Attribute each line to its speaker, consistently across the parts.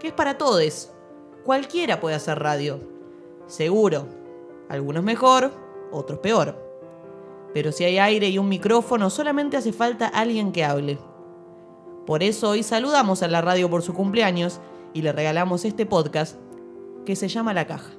Speaker 1: que es para todos. Cualquiera puede hacer radio. Seguro. Algunos mejor, otros peor. Pero si hay aire y un micrófono, solamente hace falta alguien que hable. Por eso hoy saludamos a la radio por su cumpleaños y le regalamos este podcast que se llama La Caja.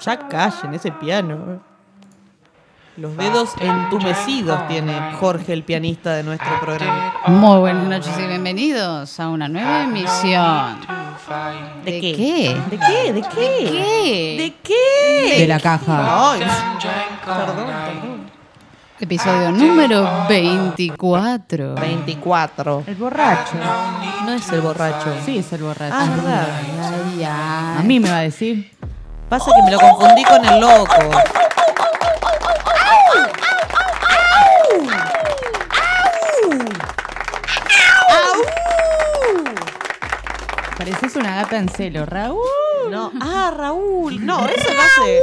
Speaker 1: Ya callen ese piano. eh. Los dedos entumecidos tiene Jorge, el pianista de nuestro programa.
Speaker 2: Muy buenas noches y bienvenidos a una nueva emisión.
Speaker 1: ¿De,
Speaker 2: ¿De
Speaker 1: qué?
Speaker 2: qué?
Speaker 1: ¿De qué? ¿De qué?
Speaker 2: ¿Qué?
Speaker 1: ¿De qué?
Speaker 3: De la caja.
Speaker 1: Ay, perdón, perdón.
Speaker 2: Episodio número 24.
Speaker 1: 24.
Speaker 3: El borracho.
Speaker 2: Ah,
Speaker 1: No es el borracho.
Speaker 3: Sí, es el borracho.
Speaker 1: Ah, es verdad.
Speaker 2: Ay,
Speaker 3: A
Speaker 2: ay.
Speaker 3: mí me va a decir.
Speaker 1: Pasa que me lo confundí con el loco.
Speaker 3: Pareces una gata en celo, Raúl.
Speaker 1: No. Ah, Raúl. No, eso no hace.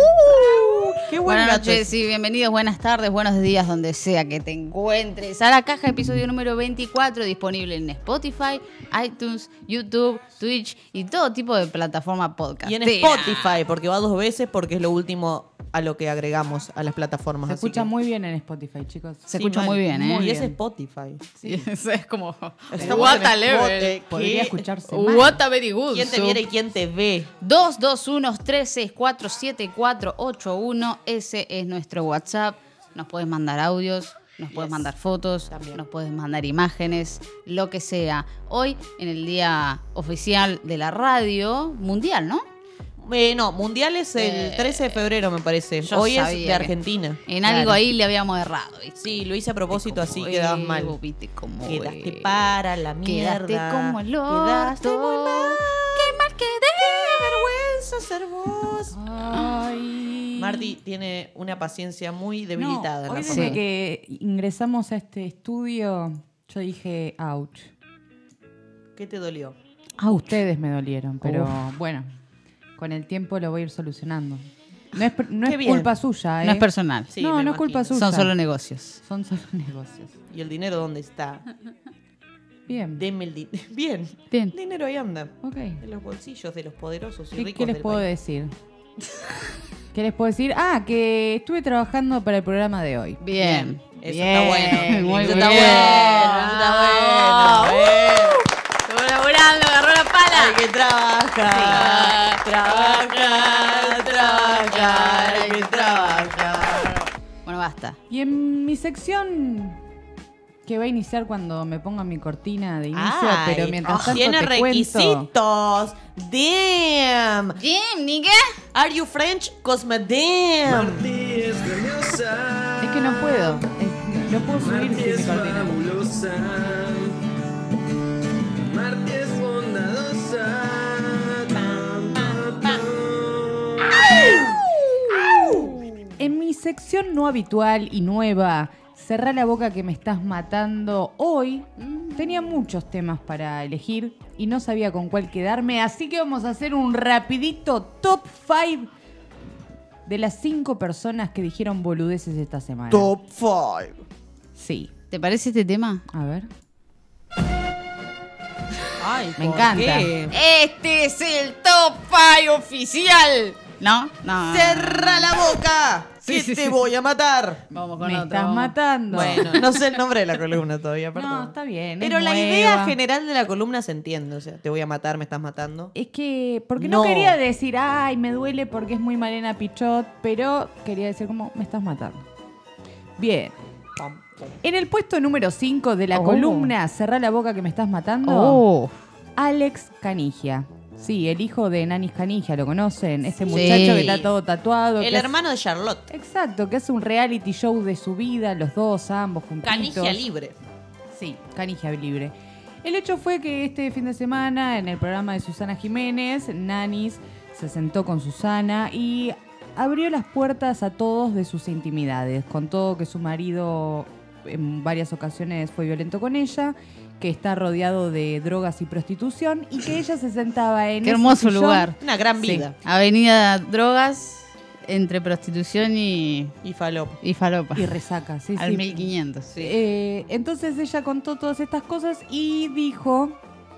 Speaker 1: Qué buen
Speaker 2: Buenas
Speaker 1: gato es.
Speaker 2: noches y bienvenidos, buenas tardes, buenos días, donde sea que te encuentres. A la caja, episodio número 24, disponible en Spotify, iTunes, YouTube, Twitch y todo tipo de plataforma podcast.
Speaker 1: Y en Spotify, porque va dos veces, porque es lo último a lo que agregamos a las plataformas.
Speaker 3: Se
Speaker 1: así
Speaker 3: escucha
Speaker 1: que-
Speaker 3: muy bien en Spotify, chicos.
Speaker 2: Se escucha muy bien, ¿eh?
Speaker 1: Y es Spotify.
Speaker 2: Sí, eso es como.
Speaker 1: Estamos
Speaker 2: What
Speaker 1: en
Speaker 2: a
Speaker 1: el
Speaker 2: level.
Speaker 1: bote.
Speaker 3: Podría
Speaker 1: ¿Qué?
Speaker 3: escucharse más.
Speaker 2: eh, What a very good.
Speaker 1: ¿Quién te viera y quién te ve?
Speaker 2: 221-364-7481. Ese es nuestro WhatsApp. Nos puedes mandar audios, nos puedes mandar fotos, nos puedes mandar imágenes, lo que sea. Hoy, en el día oficial de la radio mundial, ¿no?
Speaker 1: Eh, no, mundial es el
Speaker 2: Eh,
Speaker 1: 13 de febrero, me parece.
Speaker 2: yo
Speaker 1: Hoy es
Speaker 2: sabía
Speaker 1: de
Speaker 2: que-
Speaker 1: Argentina.
Speaker 2: En
Speaker 1: Claro.
Speaker 2: algo ahí le habíamos errado. ¿viste?
Speaker 1: Sí, lo hice a propósito, así
Speaker 2: Como
Speaker 1: quedabas
Speaker 2: es,
Speaker 1: mal.
Speaker 2: vos viste cómo
Speaker 1: Quedaste
Speaker 2: es.
Speaker 1: para la mierda.
Speaker 2: Quedaste como el
Speaker 1: Quedaste
Speaker 2: orto.
Speaker 1: muy mal.
Speaker 2: Qué mal
Speaker 1: Qué
Speaker 2: quedé.
Speaker 1: vergüenza ser vos.
Speaker 3: Ay.
Speaker 1: Marty tiene una paciencia muy
Speaker 3: No,
Speaker 1: debilitada.
Speaker 3: hoy
Speaker 1: ¿no?
Speaker 3: desde
Speaker 2: Sí.
Speaker 3: que ingresamos a este estudio, yo dije, ouch.
Speaker 1: ¿Qué te dolió?
Speaker 3: A ustedes me dolieron, pero bueno, con el tiempo lo voy a ir solucionando. No es, pr- no
Speaker 1: Qué
Speaker 3: es
Speaker 1: bien.
Speaker 3: culpa suya, ¿eh?
Speaker 2: No es personal.
Speaker 1: Sí,
Speaker 3: no,
Speaker 1: me
Speaker 3: no es culpa
Speaker 1: imagino.
Speaker 3: suya.
Speaker 2: Son solo negocios.
Speaker 3: Son solo negocios.
Speaker 1: ¿Y el dinero dónde está?
Speaker 3: Bien.
Speaker 1: Deme el dinero. Bien.
Speaker 3: Bien.
Speaker 1: El dinero ahí anda.
Speaker 3: Ok.
Speaker 1: En los bolsillos de los poderosos y
Speaker 3: ¿Qué,
Speaker 1: ricos
Speaker 3: qué les
Speaker 1: del
Speaker 3: puedo
Speaker 1: país.
Speaker 3: decir? ¿Qué les puedo decir? Ah, que estuve trabajando para el programa de hoy.
Speaker 2: Bien.
Speaker 1: Eso
Speaker 2: Bien.
Speaker 1: está bueno.
Speaker 2: Muy
Speaker 1: eso está
Speaker 2: bien. Ah, uh. Vamos.
Speaker 1: bueno. Eso está bueno. Bien.
Speaker 2: Colaborando, agarró la
Speaker 1: Hay
Speaker 2: pala.
Speaker 1: que trabajar, trabajar, trabajar, hay que trabajar.
Speaker 2: Bueno, basta.
Speaker 3: Y en mi sección que va a iniciar cuando me ponga mi cortina de inicio,
Speaker 1: Ay, oh.
Speaker 3: pero mientras tanto
Speaker 1: tiene
Speaker 3: te cuento.
Speaker 1: requisitos. Damn.
Speaker 2: Jim, nigga.
Speaker 1: Are you French? Cosme damn.
Speaker 3: Es que no puedo. Es- no puedo subir sin mi cortina.
Speaker 4: fabulosa. Marti es bondadosa. Pam, pam, pam.
Speaker 3: En mi sección no habitual y nueva, Cerrá la boca que me estás matando hoy, tenía muchos temas para elegir y no sabía con cuál quedarme, así que vamos a hacer un rapidito top 5 de las 5 personas que dijeron boludeces esta semana.
Speaker 1: Top 5.
Speaker 3: Sí.
Speaker 2: ¿Te parece este tema?
Speaker 3: A ver.
Speaker 1: Ay, ¿por
Speaker 3: Me encanta.
Speaker 1: qué?
Speaker 2: Este es el top 5 oficial. No, no.
Speaker 1: Cerra la boca.
Speaker 2: Sí,
Speaker 1: que
Speaker 2: sí,
Speaker 1: te
Speaker 2: sí.
Speaker 1: voy a matar.
Speaker 2: Vamos con
Speaker 3: Me
Speaker 2: otro,
Speaker 3: estás
Speaker 2: vamos.
Speaker 3: matando.
Speaker 1: Bueno, no sé el nombre de la columna todavía, perdón.
Speaker 3: no, está bien. es
Speaker 1: Pero la
Speaker 3: nueva.
Speaker 1: idea general de la columna se entiende. O sea, te voy a matar, me estás matando.
Speaker 3: Es que, porque
Speaker 1: No.
Speaker 3: no. quería decir, ay, me duele porque es muy Malena Pichot, pero quería decir como, me estás matando. Bien.
Speaker 1: Pam, pam.
Speaker 3: En el puesto número 5 de la
Speaker 2: Oh.
Speaker 3: columna Cerrá la boca que me estás matando,
Speaker 2: Oh.
Speaker 3: Alex Canigia. Sí, el hijo de Nanis Canigia, ¿lo conocen? Ese
Speaker 2: Sí.
Speaker 3: muchacho que está todo tatuado.
Speaker 1: El
Speaker 3: que hace-
Speaker 1: hermano de Charlotte.
Speaker 3: Exacto, que hace un reality show de su vida, los dos, ambos juntitos.
Speaker 1: Canigia libre.
Speaker 3: Sí, Canigia libre. El hecho fue que este fin de semana, en el programa de Susana Jiménez, Nanis se sentó con Susana y abrió las puertas a todos de sus intimidades. Contó que su marido en varias ocasiones fue violento con ella, que está rodeado de drogas y prostitución y que ella se sentaba en
Speaker 2: Qué
Speaker 3: ese
Speaker 2: hermoso
Speaker 3: sillón
Speaker 2: lugar.
Speaker 1: Una gran
Speaker 3: Sí.
Speaker 1: vida.
Speaker 2: Avenida Drogas, entre prostitución y,
Speaker 1: Y falop.
Speaker 2: y falopa.
Speaker 3: y resaca. Sí,
Speaker 2: Al
Speaker 3: sí.
Speaker 2: 1500.
Speaker 3: Eh, entonces ella contó todas estas cosas y dijo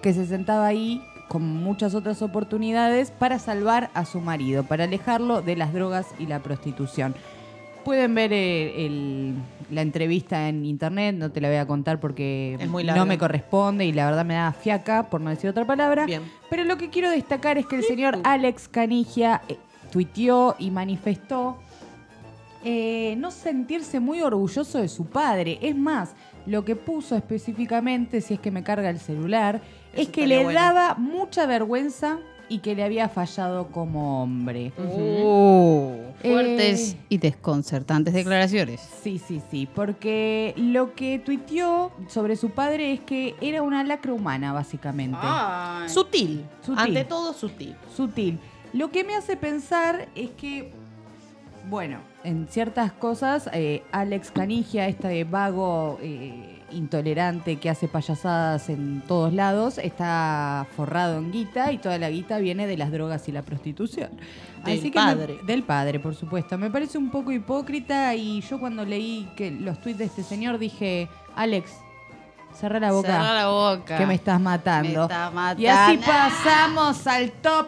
Speaker 3: que se sentaba ahí con muchas otras oportunidades para salvar a su marido, para alejarlo de las drogas y la prostitución. Pueden ver eh, el- la entrevista en internet, no te la voy a contar porque
Speaker 1: Es muy larga.
Speaker 3: no me corresponde y la verdad me da fiaca, por no decir otra palabra.
Speaker 1: Bien.
Speaker 3: Pero lo que quiero destacar es que el señor Alex Canigia eh, tuiteó y manifestó eh, no sentirse muy orgulloso de su padre. Es más, lo que puso específicamente, si es que me carga el celular,
Speaker 1: Eso
Speaker 3: es que
Speaker 1: estaría
Speaker 3: le
Speaker 1: bueno.
Speaker 3: daba mucha vergüenza y que le había fallado como hombre.
Speaker 1: Mm.
Speaker 2: Oh,
Speaker 3: Eh.
Speaker 2: fuertes y desconcertantes declaraciones.
Speaker 3: Sí, sí, sí, porque lo que tuiteó sobre su padre es que era una lacra humana, básicamente.
Speaker 1: Ah. Sutil.
Speaker 3: Sutil.
Speaker 1: Ante todo, sutil.
Speaker 3: sutil. Lo que me hace pensar es que, bueno, en ciertas cosas, eh, Alex Canigia, este vago eh, intolerante que hace payasadas en todos lados, está forrado en guita y toda la guita viene de las drogas y la prostitución.
Speaker 1: Del
Speaker 3: me-
Speaker 1: padre.
Speaker 3: del padre, por supuesto. Me parece un poco hipócrita y yo cuando leí que los tweets de este señor dije, Alex, cerra la boca.
Speaker 2: Cerrá la boca.
Speaker 3: Que me estás
Speaker 2: Me
Speaker 3: matando.
Speaker 2: está matando.
Speaker 3: Y así pasamos al top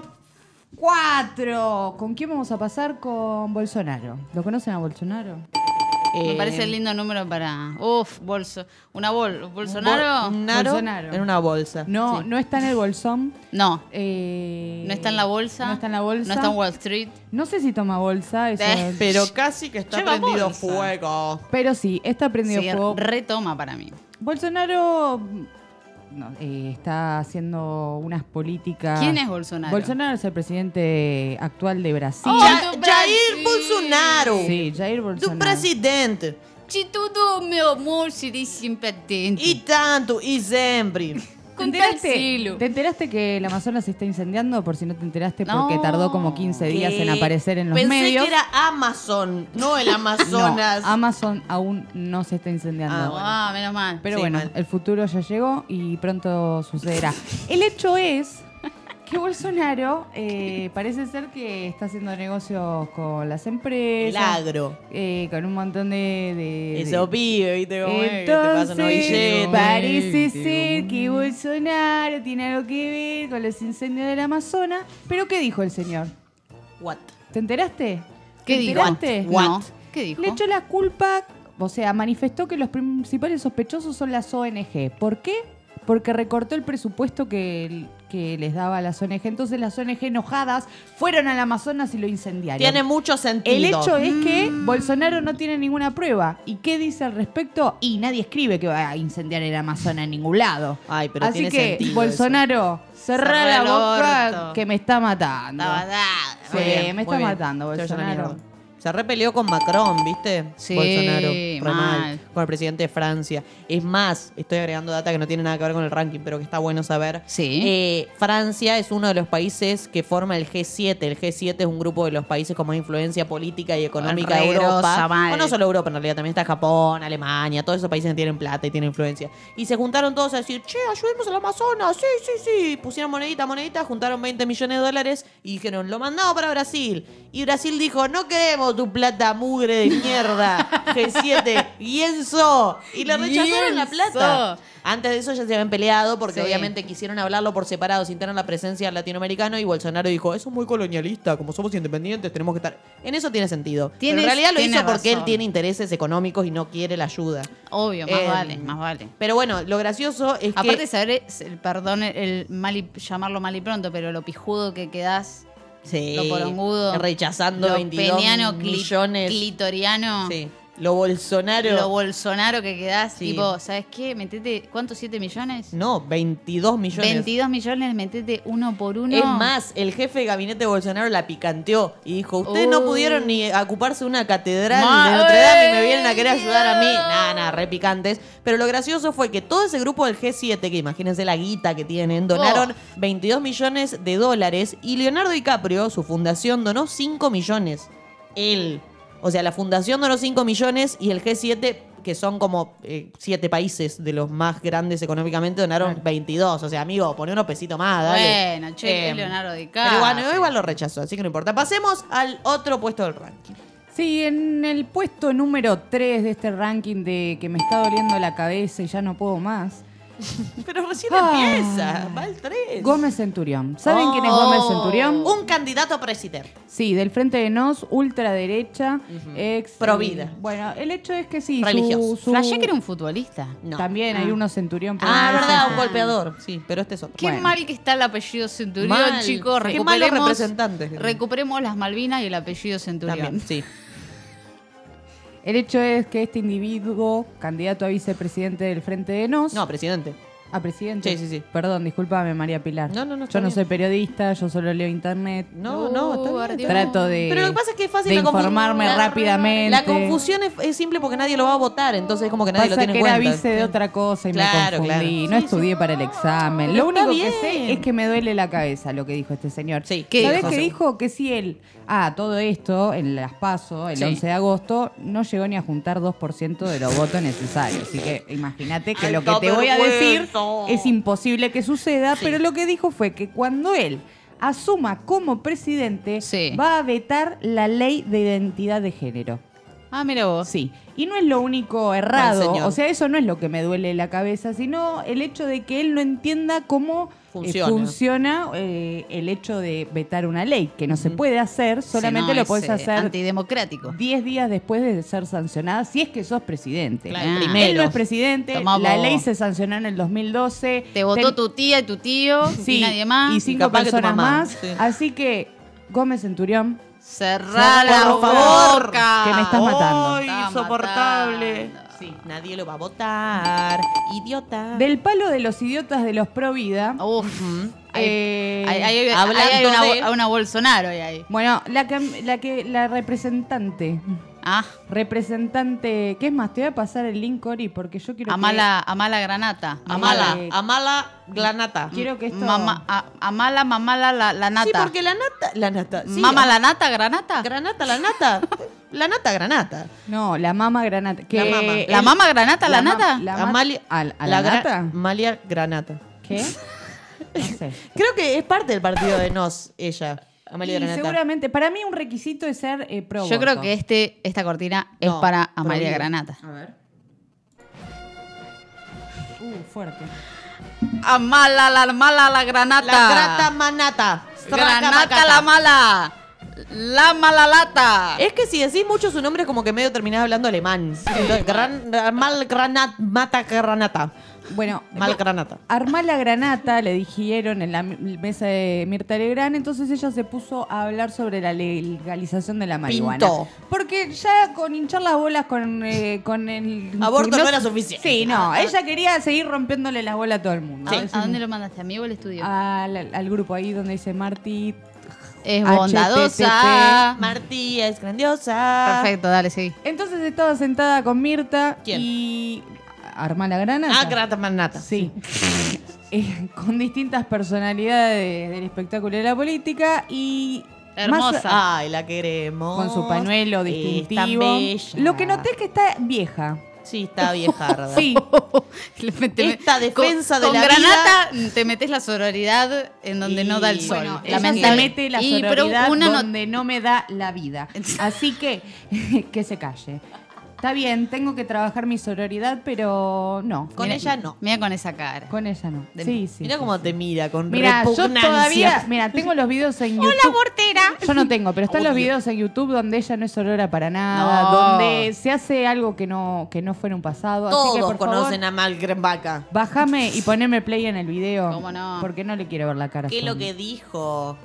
Speaker 3: 4. ¿Con quién vamos a pasar? Con Bolsonaro. ¿Lo conocen a Bolsonaro?
Speaker 2: Me
Speaker 1: Eh,
Speaker 2: parece el lindo número para. Uf, bolso. Una bol. ¿Bolsonaro?
Speaker 1: Bo- un aro
Speaker 3: Bolsonaro.
Speaker 1: En una bolsa.
Speaker 3: No,
Speaker 1: Sí.
Speaker 3: no está en el bolsón.
Speaker 2: No.
Speaker 3: eh,
Speaker 2: No está en la bolsa.
Speaker 3: No está en la bolsa.
Speaker 2: No está en Wall Street.
Speaker 3: No sé si toma bolsa. eso-
Speaker 2: Eh.
Speaker 1: Pero casi que está
Speaker 2: Lleva
Speaker 1: prendido
Speaker 2: bolsa.
Speaker 1: fuego.
Speaker 3: Pero sí, está prendido
Speaker 2: Sí,
Speaker 3: fuego.
Speaker 2: retoma para mí.
Speaker 3: Bolsonaro mm, no, eh, está haciendo unas políticas.
Speaker 2: ¿Quién es Bolsonaro?
Speaker 3: Bolsonaro es el presidente actual de Brasil.
Speaker 2: Oh,
Speaker 1: Ja-
Speaker 2: tu
Speaker 1: Jair
Speaker 2: Brasil.
Speaker 1: Bolsonaro.
Speaker 3: Sí, Jair
Speaker 1: Tu
Speaker 3: Bolsonaro.
Speaker 1: presidente.
Speaker 2: Si todo mi amor será siempre atento.
Speaker 1: Y tanto, y siempre.
Speaker 3: ¿Te
Speaker 2: con tal
Speaker 3: enteraste,
Speaker 2: silo.
Speaker 3: ¿Te enteraste que el Amazonas se está incendiando? Por si no te enteraste,
Speaker 2: No.
Speaker 3: porque tardó como 15 días en
Speaker 1: Que
Speaker 3: aparecer en los
Speaker 1: Pensé
Speaker 3: medios.
Speaker 1: que era Amazon, no el
Speaker 3: No,
Speaker 1: Amazonas.
Speaker 3: Amazon aún no se está incendiando.
Speaker 1: Ah, bueno.
Speaker 2: Ah, menos mal.
Speaker 3: Pero
Speaker 1: Sí,
Speaker 3: bueno,
Speaker 1: mal.
Speaker 3: el futuro ya llegó y pronto sucederá. El hecho es que Bolsonaro eh, parece ser que está haciendo negocios con las empresas,
Speaker 1: Milagro.
Speaker 3: eh, con un montón de... de- de-
Speaker 1: Eso pibe, viste cómo es, que te pasan los
Speaker 3: entonces,
Speaker 1: billetes.
Speaker 3: parece ser que Bolsonaro tiene algo que ver con los incendios del Amazonas. Pero ¿qué dijo el señor?
Speaker 1: What?
Speaker 3: ¿Te enteraste?
Speaker 2: ¿Qué
Speaker 3: ¿Te
Speaker 2: dijo?
Speaker 3: enteraste?
Speaker 2: No.
Speaker 1: What?
Speaker 2: ¿Qué dijo?
Speaker 3: Le echó la culpa, o sea, manifestó que los principales sospechosos son las ONG. ¿Por qué? Porque recortó el presupuesto que, que les daba a las ONG. Entonces las ONG enojadas fueron al Amazonas y lo incendiaron.
Speaker 1: Tiene mucho sentido.
Speaker 3: El hecho es que Bolsonaro no tiene ninguna prueba. ¿Y qué dice al respecto? Y nadie escribe que va a incendiar el Amazonas en ningún lado.
Speaker 1: Ay, pero
Speaker 3: Así
Speaker 1: tiene
Speaker 3: que,
Speaker 1: sentido
Speaker 3: Bolsonaro, cerrá
Speaker 2: Cerrá
Speaker 3: la
Speaker 2: el
Speaker 3: boca
Speaker 2: orto.
Speaker 3: que me está matando.
Speaker 2: La verdad.
Speaker 3: Sí,
Speaker 1: Muy bien,
Speaker 3: me
Speaker 1: muy
Speaker 3: está
Speaker 1: bien. Se
Speaker 3: matando
Speaker 1: vaya a la
Speaker 3: Bolsonaro.
Speaker 1: mierda. Se repeleó con Macron, ¿viste?
Speaker 2: Sí,
Speaker 1: Bolsonaro, re mal.
Speaker 2: mal.
Speaker 1: Con el presidente de Francia. Es más, estoy agregando data que no tiene nada que ver con el ranking, pero que está bueno saber.
Speaker 2: Sí.
Speaker 1: Eh, Francia es uno de los países que forma el G7. El G7 es un grupo de los países con más influencia política y económica de
Speaker 2: Regrosa
Speaker 1: Europa.
Speaker 2: mal.
Speaker 1: O no solo Europa, en realidad también está Japón, Alemania, todos esos países que tienen plata y tienen influencia. Y se juntaron todos a decir, che, ayudemos al Amazonas, sí, sí, sí. Pusieron monedita, monedita, juntaron 20 millones de dólares y dijeron, lo mandamos para Brasil. Y Brasil dijo, no queremos tu plata mugre de mierda, G7, lienzo. Y le rechazaron la plata.
Speaker 2: Lienzo.
Speaker 1: Antes de eso ya se habían peleado porque
Speaker 2: Sí.
Speaker 1: obviamente quisieron hablarlo por separado sin tener la presencia latinoamericana y Bolsonaro dijo, eso es muy colonialista, como somos independientes tenemos que estar... En eso tiene sentido. Pero
Speaker 2: Tienes-
Speaker 1: en realidad lo
Speaker 2: tiene
Speaker 1: hizo porque él
Speaker 2: razón.
Speaker 1: tiene intereses económicos y no quiere la ayuda.
Speaker 2: Obvio, más
Speaker 1: Eh,
Speaker 2: vale, más vale.
Speaker 1: Pero bueno, lo gracioso es
Speaker 2: Aparte
Speaker 1: que...
Speaker 2: de saber, es- el- perdón el mal y- llamarlo mal y pronto, pero lo pijudo que quedás,
Speaker 1: Sí,
Speaker 2: lo porongudo,
Speaker 1: rechazando
Speaker 2: lo
Speaker 1: 22
Speaker 2: peniano, cli-
Speaker 1: millones.
Speaker 2: clitoriano,
Speaker 1: Sí. Lo Bolsonaro.
Speaker 2: Lo Bolsonaro que quedás,
Speaker 1: Sí.
Speaker 2: tipo, ¿sabes qué? Metete, ¿cuántos? ¿7 millones?
Speaker 1: no, 22 millones.
Speaker 2: 22 millones, metete uno por uno.
Speaker 1: Es más, el jefe de gabinete de Bolsonaro la picanteó y dijo, ustedes no
Speaker 2: Uh.
Speaker 1: pudieron ni ocuparse una catedral
Speaker 2: Ma-
Speaker 1: de Notre Dame y me
Speaker 2: ¡Ey!
Speaker 1: vienen a querer ayudar a mí. Nada, nada, re picantes. Pero lo gracioso fue que todo ese grupo del G7, que imagínense la guita que tienen, donaron
Speaker 2: Oh.
Speaker 1: 22 millones de dólares y Leonardo DiCaprio, su fundación, donó 5 millones. Él. O sea, la fundación donó 5 millones y el G7 que son como eh, siete países de los más grandes económicamente, donaron 22. O sea, amigo, poné unos pesitos más, dale. Eh,
Speaker 2: Bueno, che, es Leonardo DiCaprio.
Speaker 1: Pero bueno, igual lo rechazó, así que no importa. Pasemos al otro puesto del ranking.
Speaker 3: Sí, en el puesto número 3 de este ranking de que me está doliendo la cabeza y ya no puedo más.
Speaker 1: Pero recién
Speaker 3: Ah.
Speaker 1: empieza, va el 3.
Speaker 3: Gómez Centurión. ¿Saben quién es
Speaker 2: Oh.
Speaker 3: Gómez Centurión?
Speaker 1: Un candidato a presidente.
Speaker 3: Sí, del Frente de Nos, ultraderecha, ex...
Speaker 1: Provida.
Speaker 3: Bueno, el hecho es que sí. su-
Speaker 1: Religioso.
Speaker 3: su-
Speaker 2: Flashé que era un futbolista.
Speaker 1: No.
Speaker 3: También hay unos Centurión. por
Speaker 1: Ah,
Speaker 3: ahí.
Speaker 1: verdad, un golpeador. Sí, pero este es otro.
Speaker 2: Qué
Speaker 3: Bueno.
Speaker 2: mal que está el apellido Centurión,
Speaker 1: Mal.
Speaker 2: chicos.
Speaker 1: Qué malos
Speaker 2: Recuperemos,
Speaker 1: representantes.
Speaker 2: recuperemos las Malvinas y el apellido Centurión.
Speaker 1: También, sí.
Speaker 3: El hecho es que este individuo, candidato a vicepresidente del Frente de Nos...
Speaker 1: No, presidente.
Speaker 3: A presidente.
Speaker 1: Sí, sí, sí.
Speaker 3: Perdón, discúlpame, María Pilar.
Speaker 1: No, no, no, está
Speaker 3: Yo no
Speaker 1: bien.
Speaker 3: soy periodista, yo solo leo internet.
Speaker 1: No, no, está bien, está bien.
Speaker 2: Dios.
Speaker 3: Trato Uh, de...
Speaker 1: Pero lo que pasa es que es fácil
Speaker 3: de
Speaker 1: la confu-
Speaker 3: informarme
Speaker 1: la-
Speaker 3: rápidamente.
Speaker 1: La confusión es, es simple porque nadie lo va a votar, entonces es como que nadie
Speaker 3: Pasa
Speaker 1: lo
Speaker 3: que
Speaker 1: tiene
Speaker 3: era
Speaker 1: en cuenta.
Speaker 3: vice de otra cosa y
Speaker 1: Claro,
Speaker 3: me confundí.
Speaker 1: claro.
Speaker 3: No
Speaker 1: Sí,
Speaker 3: estudié para el examen. Lo
Speaker 1: Pero está
Speaker 3: único que
Speaker 1: bien.
Speaker 3: sé es que me duele la cabeza lo que dijo este señor.
Speaker 1: Sí, ¿qué
Speaker 3: ¿Qué ¿Sabés
Speaker 1: dijo?
Speaker 3: qué
Speaker 1: Sí.
Speaker 3: dijo? Que si él, ah, todo esto, en las PASO, el
Speaker 2: Sí.
Speaker 3: 11 de agosto, no llegó ni a juntar 2% de los votos necesarios. Así que imagínate que lo que
Speaker 1: ¡Alta
Speaker 3: te voy a decir
Speaker 1: vergüenza!
Speaker 3: es imposible que suceda, pero lo que dijo fue que cuando él asuma como presidente,
Speaker 2: Sí.
Speaker 3: va a vetar la ley de identidad de género.
Speaker 2: Ah, mira vos.
Speaker 3: Sí, y no es lo único errado,
Speaker 1: Mal señor.
Speaker 3: o sea, eso no es lo que me duele la cabeza, sino el hecho de que él no entienda cómo eh,
Speaker 1: Funciona.
Speaker 3: funciona eh, el hecho de vetar una ley, que no se puede hacer, solamente
Speaker 2: Si no,
Speaker 3: lo puedes
Speaker 2: es, eh,
Speaker 3: hacer
Speaker 2: Antidemocrático.
Speaker 3: 10 días después de ser sancionada, si es que sos presidente.
Speaker 2: Claro,
Speaker 3: Ah.
Speaker 1: primero.
Speaker 3: Él no es presidente,
Speaker 2: Tomá
Speaker 3: la
Speaker 2: vos.
Speaker 3: ley se sancionó en el 2012.
Speaker 2: Te votó
Speaker 3: Ten-
Speaker 2: tu tía y tu tío
Speaker 3: Sí,
Speaker 2: y nadie más.
Speaker 3: Y cinco
Speaker 1: capaz que tu
Speaker 3: personas
Speaker 1: mamá,
Speaker 3: más.
Speaker 1: sí.
Speaker 3: Así que, Gómez Centurión,
Speaker 2: Cerrá
Speaker 1: Por
Speaker 2: la
Speaker 1: favor,
Speaker 2: boca.
Speaker 3: que me estás matando.
Speaker 1: ¡Ay,
Speaker 2: Está
Speaker 1: insoportable!
Speaker 2: matando.
Speaker 1: Sí, nadie lo va a votar. Idiota.
Speaker 3: del palo de los idiotas de los pro vida.
Speaker 2: Uf. Ahí-
Speaker 3: eh,
Speaker 2: ahí- ahí- ahí
Speaker 1: hablando
Speaker 2: hay una,
Speaker 1: de-
Speaker 2: bo- una Bolsonaro ahí, ahí.
Speaker 3: Bueno, la que, la que la representante,
Speaker 2: Ah,
Speaker 3: representante, ¿qué es más? Te voy a pasar el link, Cori, porque yo quiero
Speaker 2: Amala, Amala Granata.
Speaker 1: Amala,
Speaker 3: Eh,
Speaker 1: amala granata.
Speaker 3: que quiero que esto
Speaker 2: Mama- a- amala, mamala la, la nata.
Speaker 1: Sí, porque la nata. La nata. Sí,
Speaker 2: Mama la nata, granata.
Speaker 1: Granata, la nata. la nata, granata.
Speaker 3: No, la mama granata, que
Speaker 1: La mama.
Speaker 3: él-
Speaker 2: la mama granata, la,
Speaker 3: ma-
Speaker 2: nata.
Speaker 3: la ma-
Speaker 1: Amalia-
Speaker 3: al- a la,
Speaker 1: gra-
Speaker 3: gata.
Speaker 1: Amalia granata.
Speaker 3: ¿Qué? No sé.
Speaker 1: Creo que es parte del partido de Nos, ella. Amalia
Speaker 3: Y
Speaker 1: granata.
Speaker 3: seguramente, para mí un requisito es ser eh, pro
Speaker 2: Yo creo
Speaker 3: voto.
Speaker 2: que este, esta cortina es
Speaker 1: No,
Speaker 2: para Amalia
Speaker 1: prohibido.
Speaker 2: Granata.
Speaker 3: A ver. Uh, fuerte.
Speaker 2: Amala la mala la granata.
Speaker 1: La grata manata. Straca
Speaker 2: Granata
Speaker 1: macata.
Speaker 2: la mala. La mala lata.
Speaker 1: Es que si decís mucho su nombre, es como que medio terminás hablando alemán. Entonces, gran- eh, mal granata, mata granata.
Speaker 3: Bueno,
Speaker 1: Mal granata.
Speaker 3: Armá la granata, le dijeron en la mi- mesa de Mirta Legrand, entonces ella se puso a hablar sobre la legalización de la marihuana.
Speaker 1: Pintó.
Speaker 3: Porque ya con hinchar las bolas con, eh, con el...
Speaker 1: Aborto
Speaker 3: si
Speaker 1: no era suficiente. Ah,
Speaker 3: Sí, no, ella quería seguir rompiéndole las bolas a todo el mundo.
Speaker 2: ¿A-
Speaker 3: Es
Speaker 2: ¿A
Speaker 3: un-
Speaker 2: dónde lo mandaste? ¿A mí o al estudio?
Speaker 1: Ah,
Speaker 3: al, al grupo ahí donde dice Marti...
Speaker 2: es
Speaker 3: HTTP.
Speaker 2: bondadosa.
Speaker 1: ah, Martí es grandiosa.
Speaker 2: Perfecto, dale, seguí.
Speaker 3: Entonces estaba sentada con Mirta
Speaker 1: ¿Quién?
Speaker 3: y... Armá la granata.
Speaker 1: Ah, grata manata.
Speaker 3: Sí. Eh, con distintas personalidades del espectáculo y de la política y...
Speaker 2: Hermosa.
Speaker 3: más-
Speaker 1: Ay, la queremos.
Speaker 3: con su pañuelo
Speaker 1: Es Eh, tan
Speaker 3: distintivo.
Speaker 1: bella.
Speaker 3: Lo que noté es que está vieja.
Speaker 1: Sí, está viejarda.
Speaker 3: Sí.
Speaker 1: Esta defensa
Speaker 2: con,
Speaker 1: de
Speaker 2: con
Speaker 1: la
Speaker 2: granata te metes la sororidad en donde
Speaker 1: Y
Speaker 2: no da el sol.
Speaker 1: bueno,
Speaker 3: ella se
Speaker 2: Lamentable.
Speaker 3: mete la
Speaker 2: Y,
Speaker 3: sororidad
Speaker 2: pero una no-
Speaker 3: donde no me da la vida. Así que que se calle. Está bien, tengo que trabajar mi sororidad, pero no.
Speaker 1: Con
Speaker 2: Mira-
Speaker 1: ella no.
Speaker 2: Mira con esa cara.
Speaker 3: Con ella no.
Speaker 2: De-
Speaker 3: Sí, sí.
Speaker 1: Mira
Speaker 3: sí,
Speaker 1: cómo
Speaker 3: sí.
Speaker 1: te mira con
Speaker 3: Mira, yo
Speaker 1: repugnancia.
Speaker 3: todavía, mira, tengo los videos en YouTube. ¡Hola, Yo no tengo, pero están los videos en YouTube donde ella no es sorora para nada,
Speaker 2: No.
Speaker 3: donde se hace algo que no que no fue en un pasado. Así que,
Speaker 1: Todos
Speaker 3: por favor,
Speaker 1: conocen a Mal Grenbaca.
Speaker 3: Bájame y poneme play en el video.
Speaker 2: ¿Cómo no?
Speaker 3: Porque no le quiero ver la cara.
Speaker 1: ¿Qué es
Speaker 3: sola.
Speaker 1: lo que dijo?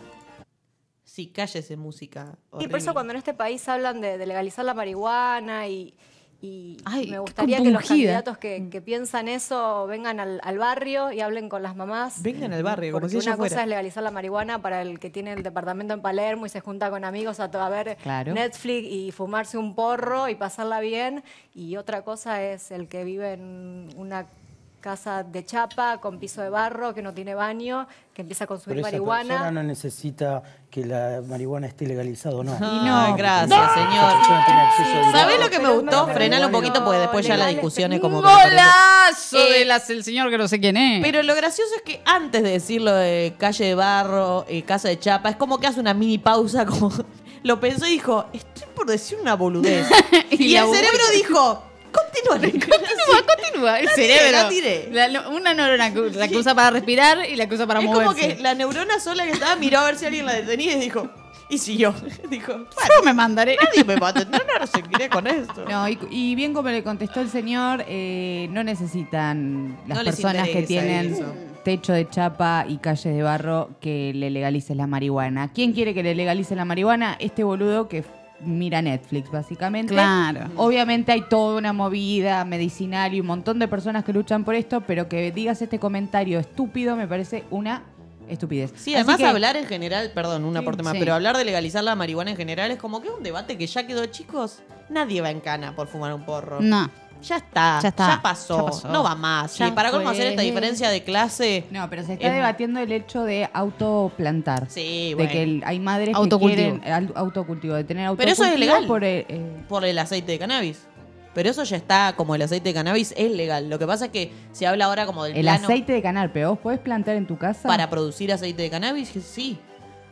Speaker 1: Sí, cállese música.
Speaker 5: Y por eso
Speaker 1: horrible.
Speaker 5: cuando en este país hablan de, de legalizar la marihuana y, Y
Speaker 2: Ay, qué
Speaker 5: me gustaría que los
Speaker 2: compungida.
Speaker 5: candidatos que,
Speaker 1: Mm.
Speaker 5: que piensan eso vengan al, al barrio y hablen con las mamás.
Speaker 1: Vengan al barrio, como
Speaker 5: Porque
Speaker 1: si ella
Speaker 5: una cosa
Speaker 1: fuera.
Speaker 5: es legalizar la marihuana para el que tiene el departamento en Palermo y se junta con amigos a, to- a ver
Speaker 3: Claro.
Speaker 5: Netflix y fumarse un porro y pasarla bien. Y otra cosa es el que vive en una casa de chapa con piso de barro, que no tiene baño, que empieza a consumir
Speaker 6: Pero esa
Speaker 5: marihuana.
Speaker 6: persona no necesita que la marihuana esté legalizada o no.
Speaker 1: Y
Speaker 3: no.
Speaker 1: no, gracias, señor. ¿Sabés lo que me
Speaker 5: Pero
Speaker 1: gustó?
Speaker 5: no,
Speaker 1: Frenalo un
Speaker 5: pero
Speaker 1: poquito porque después ya la
Speaker 5: legales,
Speaker 1: discusión es
Speaker 5: pero-
Speaker 1: como... que me parece.
Speaker 2: ¡Golazo
Speaker 1: Eh,
Speaker 2: del as- el señor que no sé quién es!
Speaker 1: Pero lo gracioso es que antes de decir lo de calle de barro, eh, casa de chapa, es como que hace una mini pausa, como lo pensó y dijo, estoy por decir una boludez.
Speaker 2: Y
Speaker 1: y
Speaker 2: la
Speaker 1: el
Speaker 2: voy-
Speaker 1: cerebro dijo, continúa.
Speaker 2: Continúa, continúa. El cerebro.
Speaker 1: la tiré.
Speaker 2: La- lo- una neurona cu- la que usa para respirar y la que usa para
Speaker 1: es
Speaker 2: moverse.
Speaker 1: como que la neurona sola que estaba miró a ver si alguien la detenía y dijo, y siguió. dijo, "Bueno,
Speaker 2: Yo me mandaré.
Speaker 1: nadie me va a detener, ahora seguiré con esto.
Speaker 3: No, y, y bien como le contestó el señor, eh, no necesitan las
Speaker 1: No les
Speaker 3: personas que
Speaker 1: interesa
Speaker 3: tienen
Speaker 1: eso.
Speaker 3: techo de chapa y calles de barro que le legalices la marihuana. ¿Quién quiere que le legalice la marihuana? Este boludo que f- mira Netflix, básicamente.
Speaker 2: Claro.
Speaker 3: Obviamente hay toda una movida medicinal y un montón de personas que luchan por esto, pero que digas este comentario estúpido me parece una estupidez.
Speaker 1: Sí,
Speaker 3: Así
Speaker 1: además
Speaker 3: que-
Speaker 1: hablar en general, perdón, una por tema,
Speaker 2: sí.
Speaker 1: pero hablar de legalizar la marihuana en general es como que es un debate que ya quedó, chicos. Nadie va en cana por fumar un porro.
Speaker 2: No.
Speaker 1: Ya está,
Speaker 2: Ya
Speaker 1: ya
Speaker 2: está,
Speaker 1: pasó,
Speaker 2: ya pasó.
Speaker 1: no va más.
Speaker 2: Ya
Speaker 1: y para
Speaker 2: fue.
Speaker 1: conocer esta diferencia de clase,
Speaker 3: No, pero se está
Speaker 1: Em-
Speaker 3: debatiendo el hecho de autoplantar.
Speaker 1: Sí,
Speaker 3: De
Speaker 1: bueno.
Speaker 3: que el- hay madres que
Speaker 2: Autocultivo.
Speaker 3: quieren al- autocultivo, de tener
Speaker 1: Pero
Speaker 3: autocultivo.
Speaker 1: eso es legal.
Speaker 3: Por, eh, eh,
Speaker 1: por el aceite de cannabis. Pero eso ya está, como el aceite de cannabis es legal. Lo que pasa es que se habla ahora como del
Speaker 3: el
Speaker 1: plano
Speaker 3: aceite de canal, pero vos podés plantar en tu casa.
Speaker 1: para producir aceite de cannabis, que sí.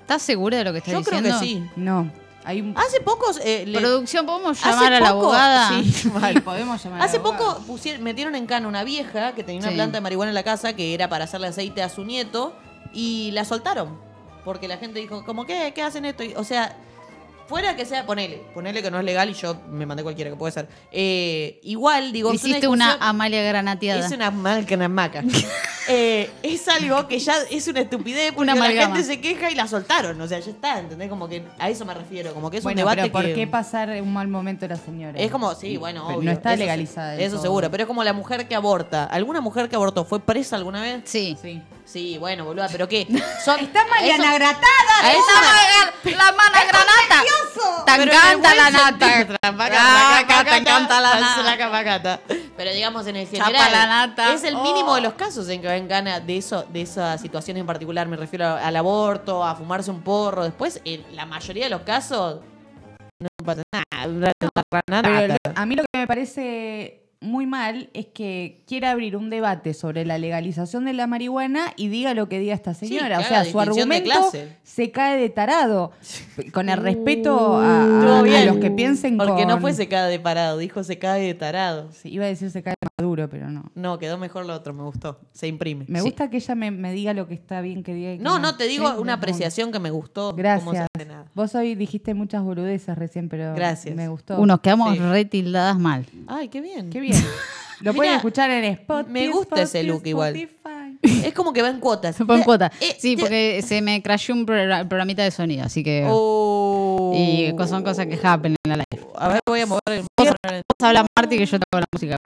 Speaker 2: ¿Estás segura de lo que estás
Speaker 1: Yo
Speaker 2: diciendo?
Speaker 1: creo que sí.
Speaker 3: No. Hay un...
Speaker 1: Hace pocos... eh, le-
Speaker 2: Producción, ¿podemos
Speaker 1: hace
Speaker 2: llamar a la
Speaker 1: poco-
Speaker 2: abogada?
Speaker 1: Sí, mal.
Speaker 3: Sí, podemos llamar a la
Speaker 1: Hace
Speaker 3: abogada.
Speaker 1: poco pusieron- metieron en cana una vieja que tenía una
Speaker 2: Sí.
Speaker 1: planta de marihuana en la casa que era para hacerle aceite a su nieto y la soltaron. Porque la gente dijo, como, ¿qué? ¿Qué hacen esto? Y, o sea, fuera que sea, ponele, ponele que no es legal y yo me mandé cualquiera que puede ser. Eh, igual, digo, es
Speaker 2: Hiciste una,
Speaker 1: discusión-
Speaker 2: Amalia granateada.
Speaker 1: es una malcana maca. Eh, es algo que ya es una estupidez porque
Speaker 2: Una
Speaker 1: la
Speaker 2: amalgama.
Speaker 1: gente se queja y la soltaron. O sea, ya está, ¿entendés? Como que a eso me refiero. Como que es
Speaker 3: bueno,
Speaker 1: un debate
Speaker 3: pero ¿por
Speaker 1: que...
Speaker 3: qué pasar un mal momento a la señora?
Speaker 1: Es como, sí, bueno,
Speaker 3: Pero
Speaker 1: obvio.
Speaker 3: No está
Speaker 1: Eso se-
Speaker 3: legalizada. del
Speaker 1: Eso
Speaker 3: todo.
Speaker 1: seguro, pero es como la mujer que aborta. ¿Alguna mujer que abortó fue presa alguna vez?
Speaker 2: Sí.
Speaker 3: Sí.
Speaker 1: Sí, bueno, boluda, pero ¿qué? Son,
Speaker 3: Está Mariana
Speaker 1: eso-
Speaker 3: Gratada.
Speaker 1: a esa-
Speaker 2: la mana granata. Te
Speaker 1: Pero
Speaker 2: encanta
Speaker 1: en
Speaker 2: la
Speaker 1: el buen
Speaker 2: nata.
Speaker 1: sentido. Trampacata,
Speaker 2: Raca, Te
Speaker 1: trampacata,
Speaker 2: encanta la
Speaker 1: es una
Speaker 2: nata.
Speaker 1: capacata. Pero digamos en el
Speaker 2: Chapa
Speaker 1: general
Speaker 2: la nata.
Speaker 1: es el mínimo de
Speaker 3: Oh.
Speaker 1: los casos en que ven gana de eso, de esas situaciones en particular. Me refiero a- al aborto, a fumarse un porro. Después, en la mayoría de los casos no pasa nada. una
Speaker 3: Pero
Speaker 1: nata.
Speaker 3: lo- a mí lo que me parece muy mal es que quiera abrir un debate sobre la legalización de la marihuana y diga lo que diga esta
Speaker 1: Sí,
Speaker 3: señora.
Speaker 1: que
Speaker 3: o
Speaker 1: haga
Speaker 3: sea, su
Speaker 1: distinción de
Speaker 3: argumento
Speaker 1: clase. Mm,
Speaker 3: se cae de tarado. Con el respeto a, a-
Speaker 1: Estuvo
Speaker 3: a
Speaker 1: bien.
Speaker 3: los que piensen
Speaker 1: Porque no
Speaker 3: con-
Speaker 1: fue se cae de parado, dijo se cae de tarado.
Speaker 3: Sí, iba a decir se cae maduro, pero no.
Speaker 1: No, quedó mejor lo otro, me gustó. Se imprime.
Speaker 3: Me
Speaker 1: Sí.
Speaker 3: gusta que ella me, me diga lo que está bien que diga. y que
Speaker 1: No, no, te digo
Speaker 3: Sí,
Speaker 1: una
Speaker 3: me-
Speaker 1: apreciación que me gustó. cómo se
Speaker 3: Gracias.
Speaker 1: hace nada.
Speaker 3: Vos hoy dijiste muchas boludeces recién, pero
Speaker 1: Gracias.
Speaker 3: me gustó.
Speaker 2: Unos quedamos
Speaker 1: Sí.
Speaker 2: retildadas mal.
Speaker 1: Ay, qué bien.
Speaker 3: Qué bien. Lo pueden
Speaker 1: Mira,
Speaker 3: escuchar en Spotify.
Speaker 1: me gusta ese
Speaker 3: Spotify,
Speaker 1: look igual.
Speaker 3: Spotify.
Speaker 1: Es como que va en cuotas.
Speaker 2: Se fue en cuota.
Speaker 1: Eh,
Speaker 2: Sí,
Speaker 1: te-
Speaker 2: porque se me crashó un pro- programita de sonido, así que.
Speaker 1: Oh.
Speaker 2: Y co- son cosas que happen en la live.
Speaker 1: A ver, voy a mover el
Speaker 2: Vos habla Marti que yo te hago la música.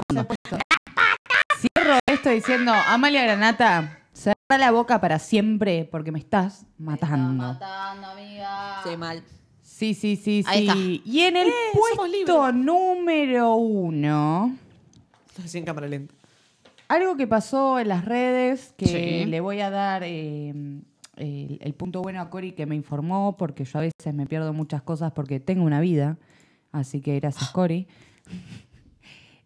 Speaker 3: Cierro esto diciendo, Amalia Granata, cerra la boca para siempre porque me estás matando.
Speaker 2: amiga.
Speaker 1: Sí, mal.
Speaker 3: Sí, sí, sí, sí.
Speaker 2: Ahí
Speaker 3: Y en el
Speaker 1: somos
Speaker 3: puesto número uno,
Speaker 1: Sin cámara lenta.
Speaker 3: algo que pasó en las redes que
Speaker 2: Sí.
Speaker 3: le voy a dar eh, el, el punto bueno a Cori que me informó porque yo a veces me pierdo muchas cosas porque tengo una vida. Así que gracias, Cori.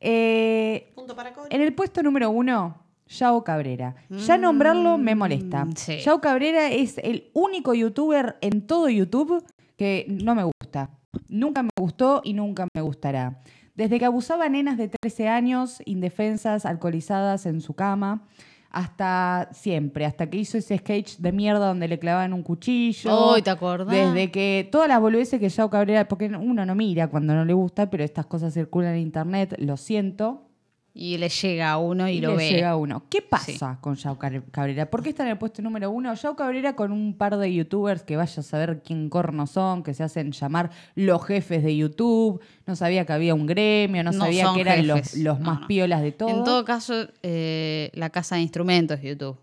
Speaker 3: Eh,
Speaker 1: Punto para Cori.
Speaker 3: En el puesto número uno, Yao Cabrera. Ya nombrarlo me molesta.
Speaker 2: Mm, sí.
Speaker 3: Yao Cabrera es el único youtuber en todo YouTube que no me gusta. Nunca me gustó y nunca me gustará. Desde que abusaba a nenas de 13 años, indefensas, alcoholizadas en su cama, hasta siempre, hasta que hizo ese sketch de mierda donde le clavaban un cuchillo.
Speaker 2: Ay, ¿te acordás?
Speaker 3: Desde que todas las boludeces que Yao Cabrera, porque uno no mira cuando no le gusta, pero estas cosas circulan en internet, lo siento.
Speaker 2: Y le llega a uno y,
Speaker 3: Y
Speaker 2: lo
Speaker 3: le
Speaker 2: ve.
Speaker 3: llega uno. ¿Qué pasa
Speaker 2: Sí.
Speaker 3: con Yao Car- Cabrera? ¿Por qué está en el puesto número uno? Yao Cabrera con un par de youtubers que vaya a saber quién corno son, que se hacen llamar los jefes de YouTube. No sabía que había un gremio, no, sabía
Speaker 2: son
Speaker 3: que eran los,
Speaker 2: jefes.
Speaker 3: los
Speaker 2: No,
Speaker 3: más
Speaker 2: no.
Speaker 3: piolas de todos.
Speaker 2: En todo caso, eh, la casa de instrumentos YouTube.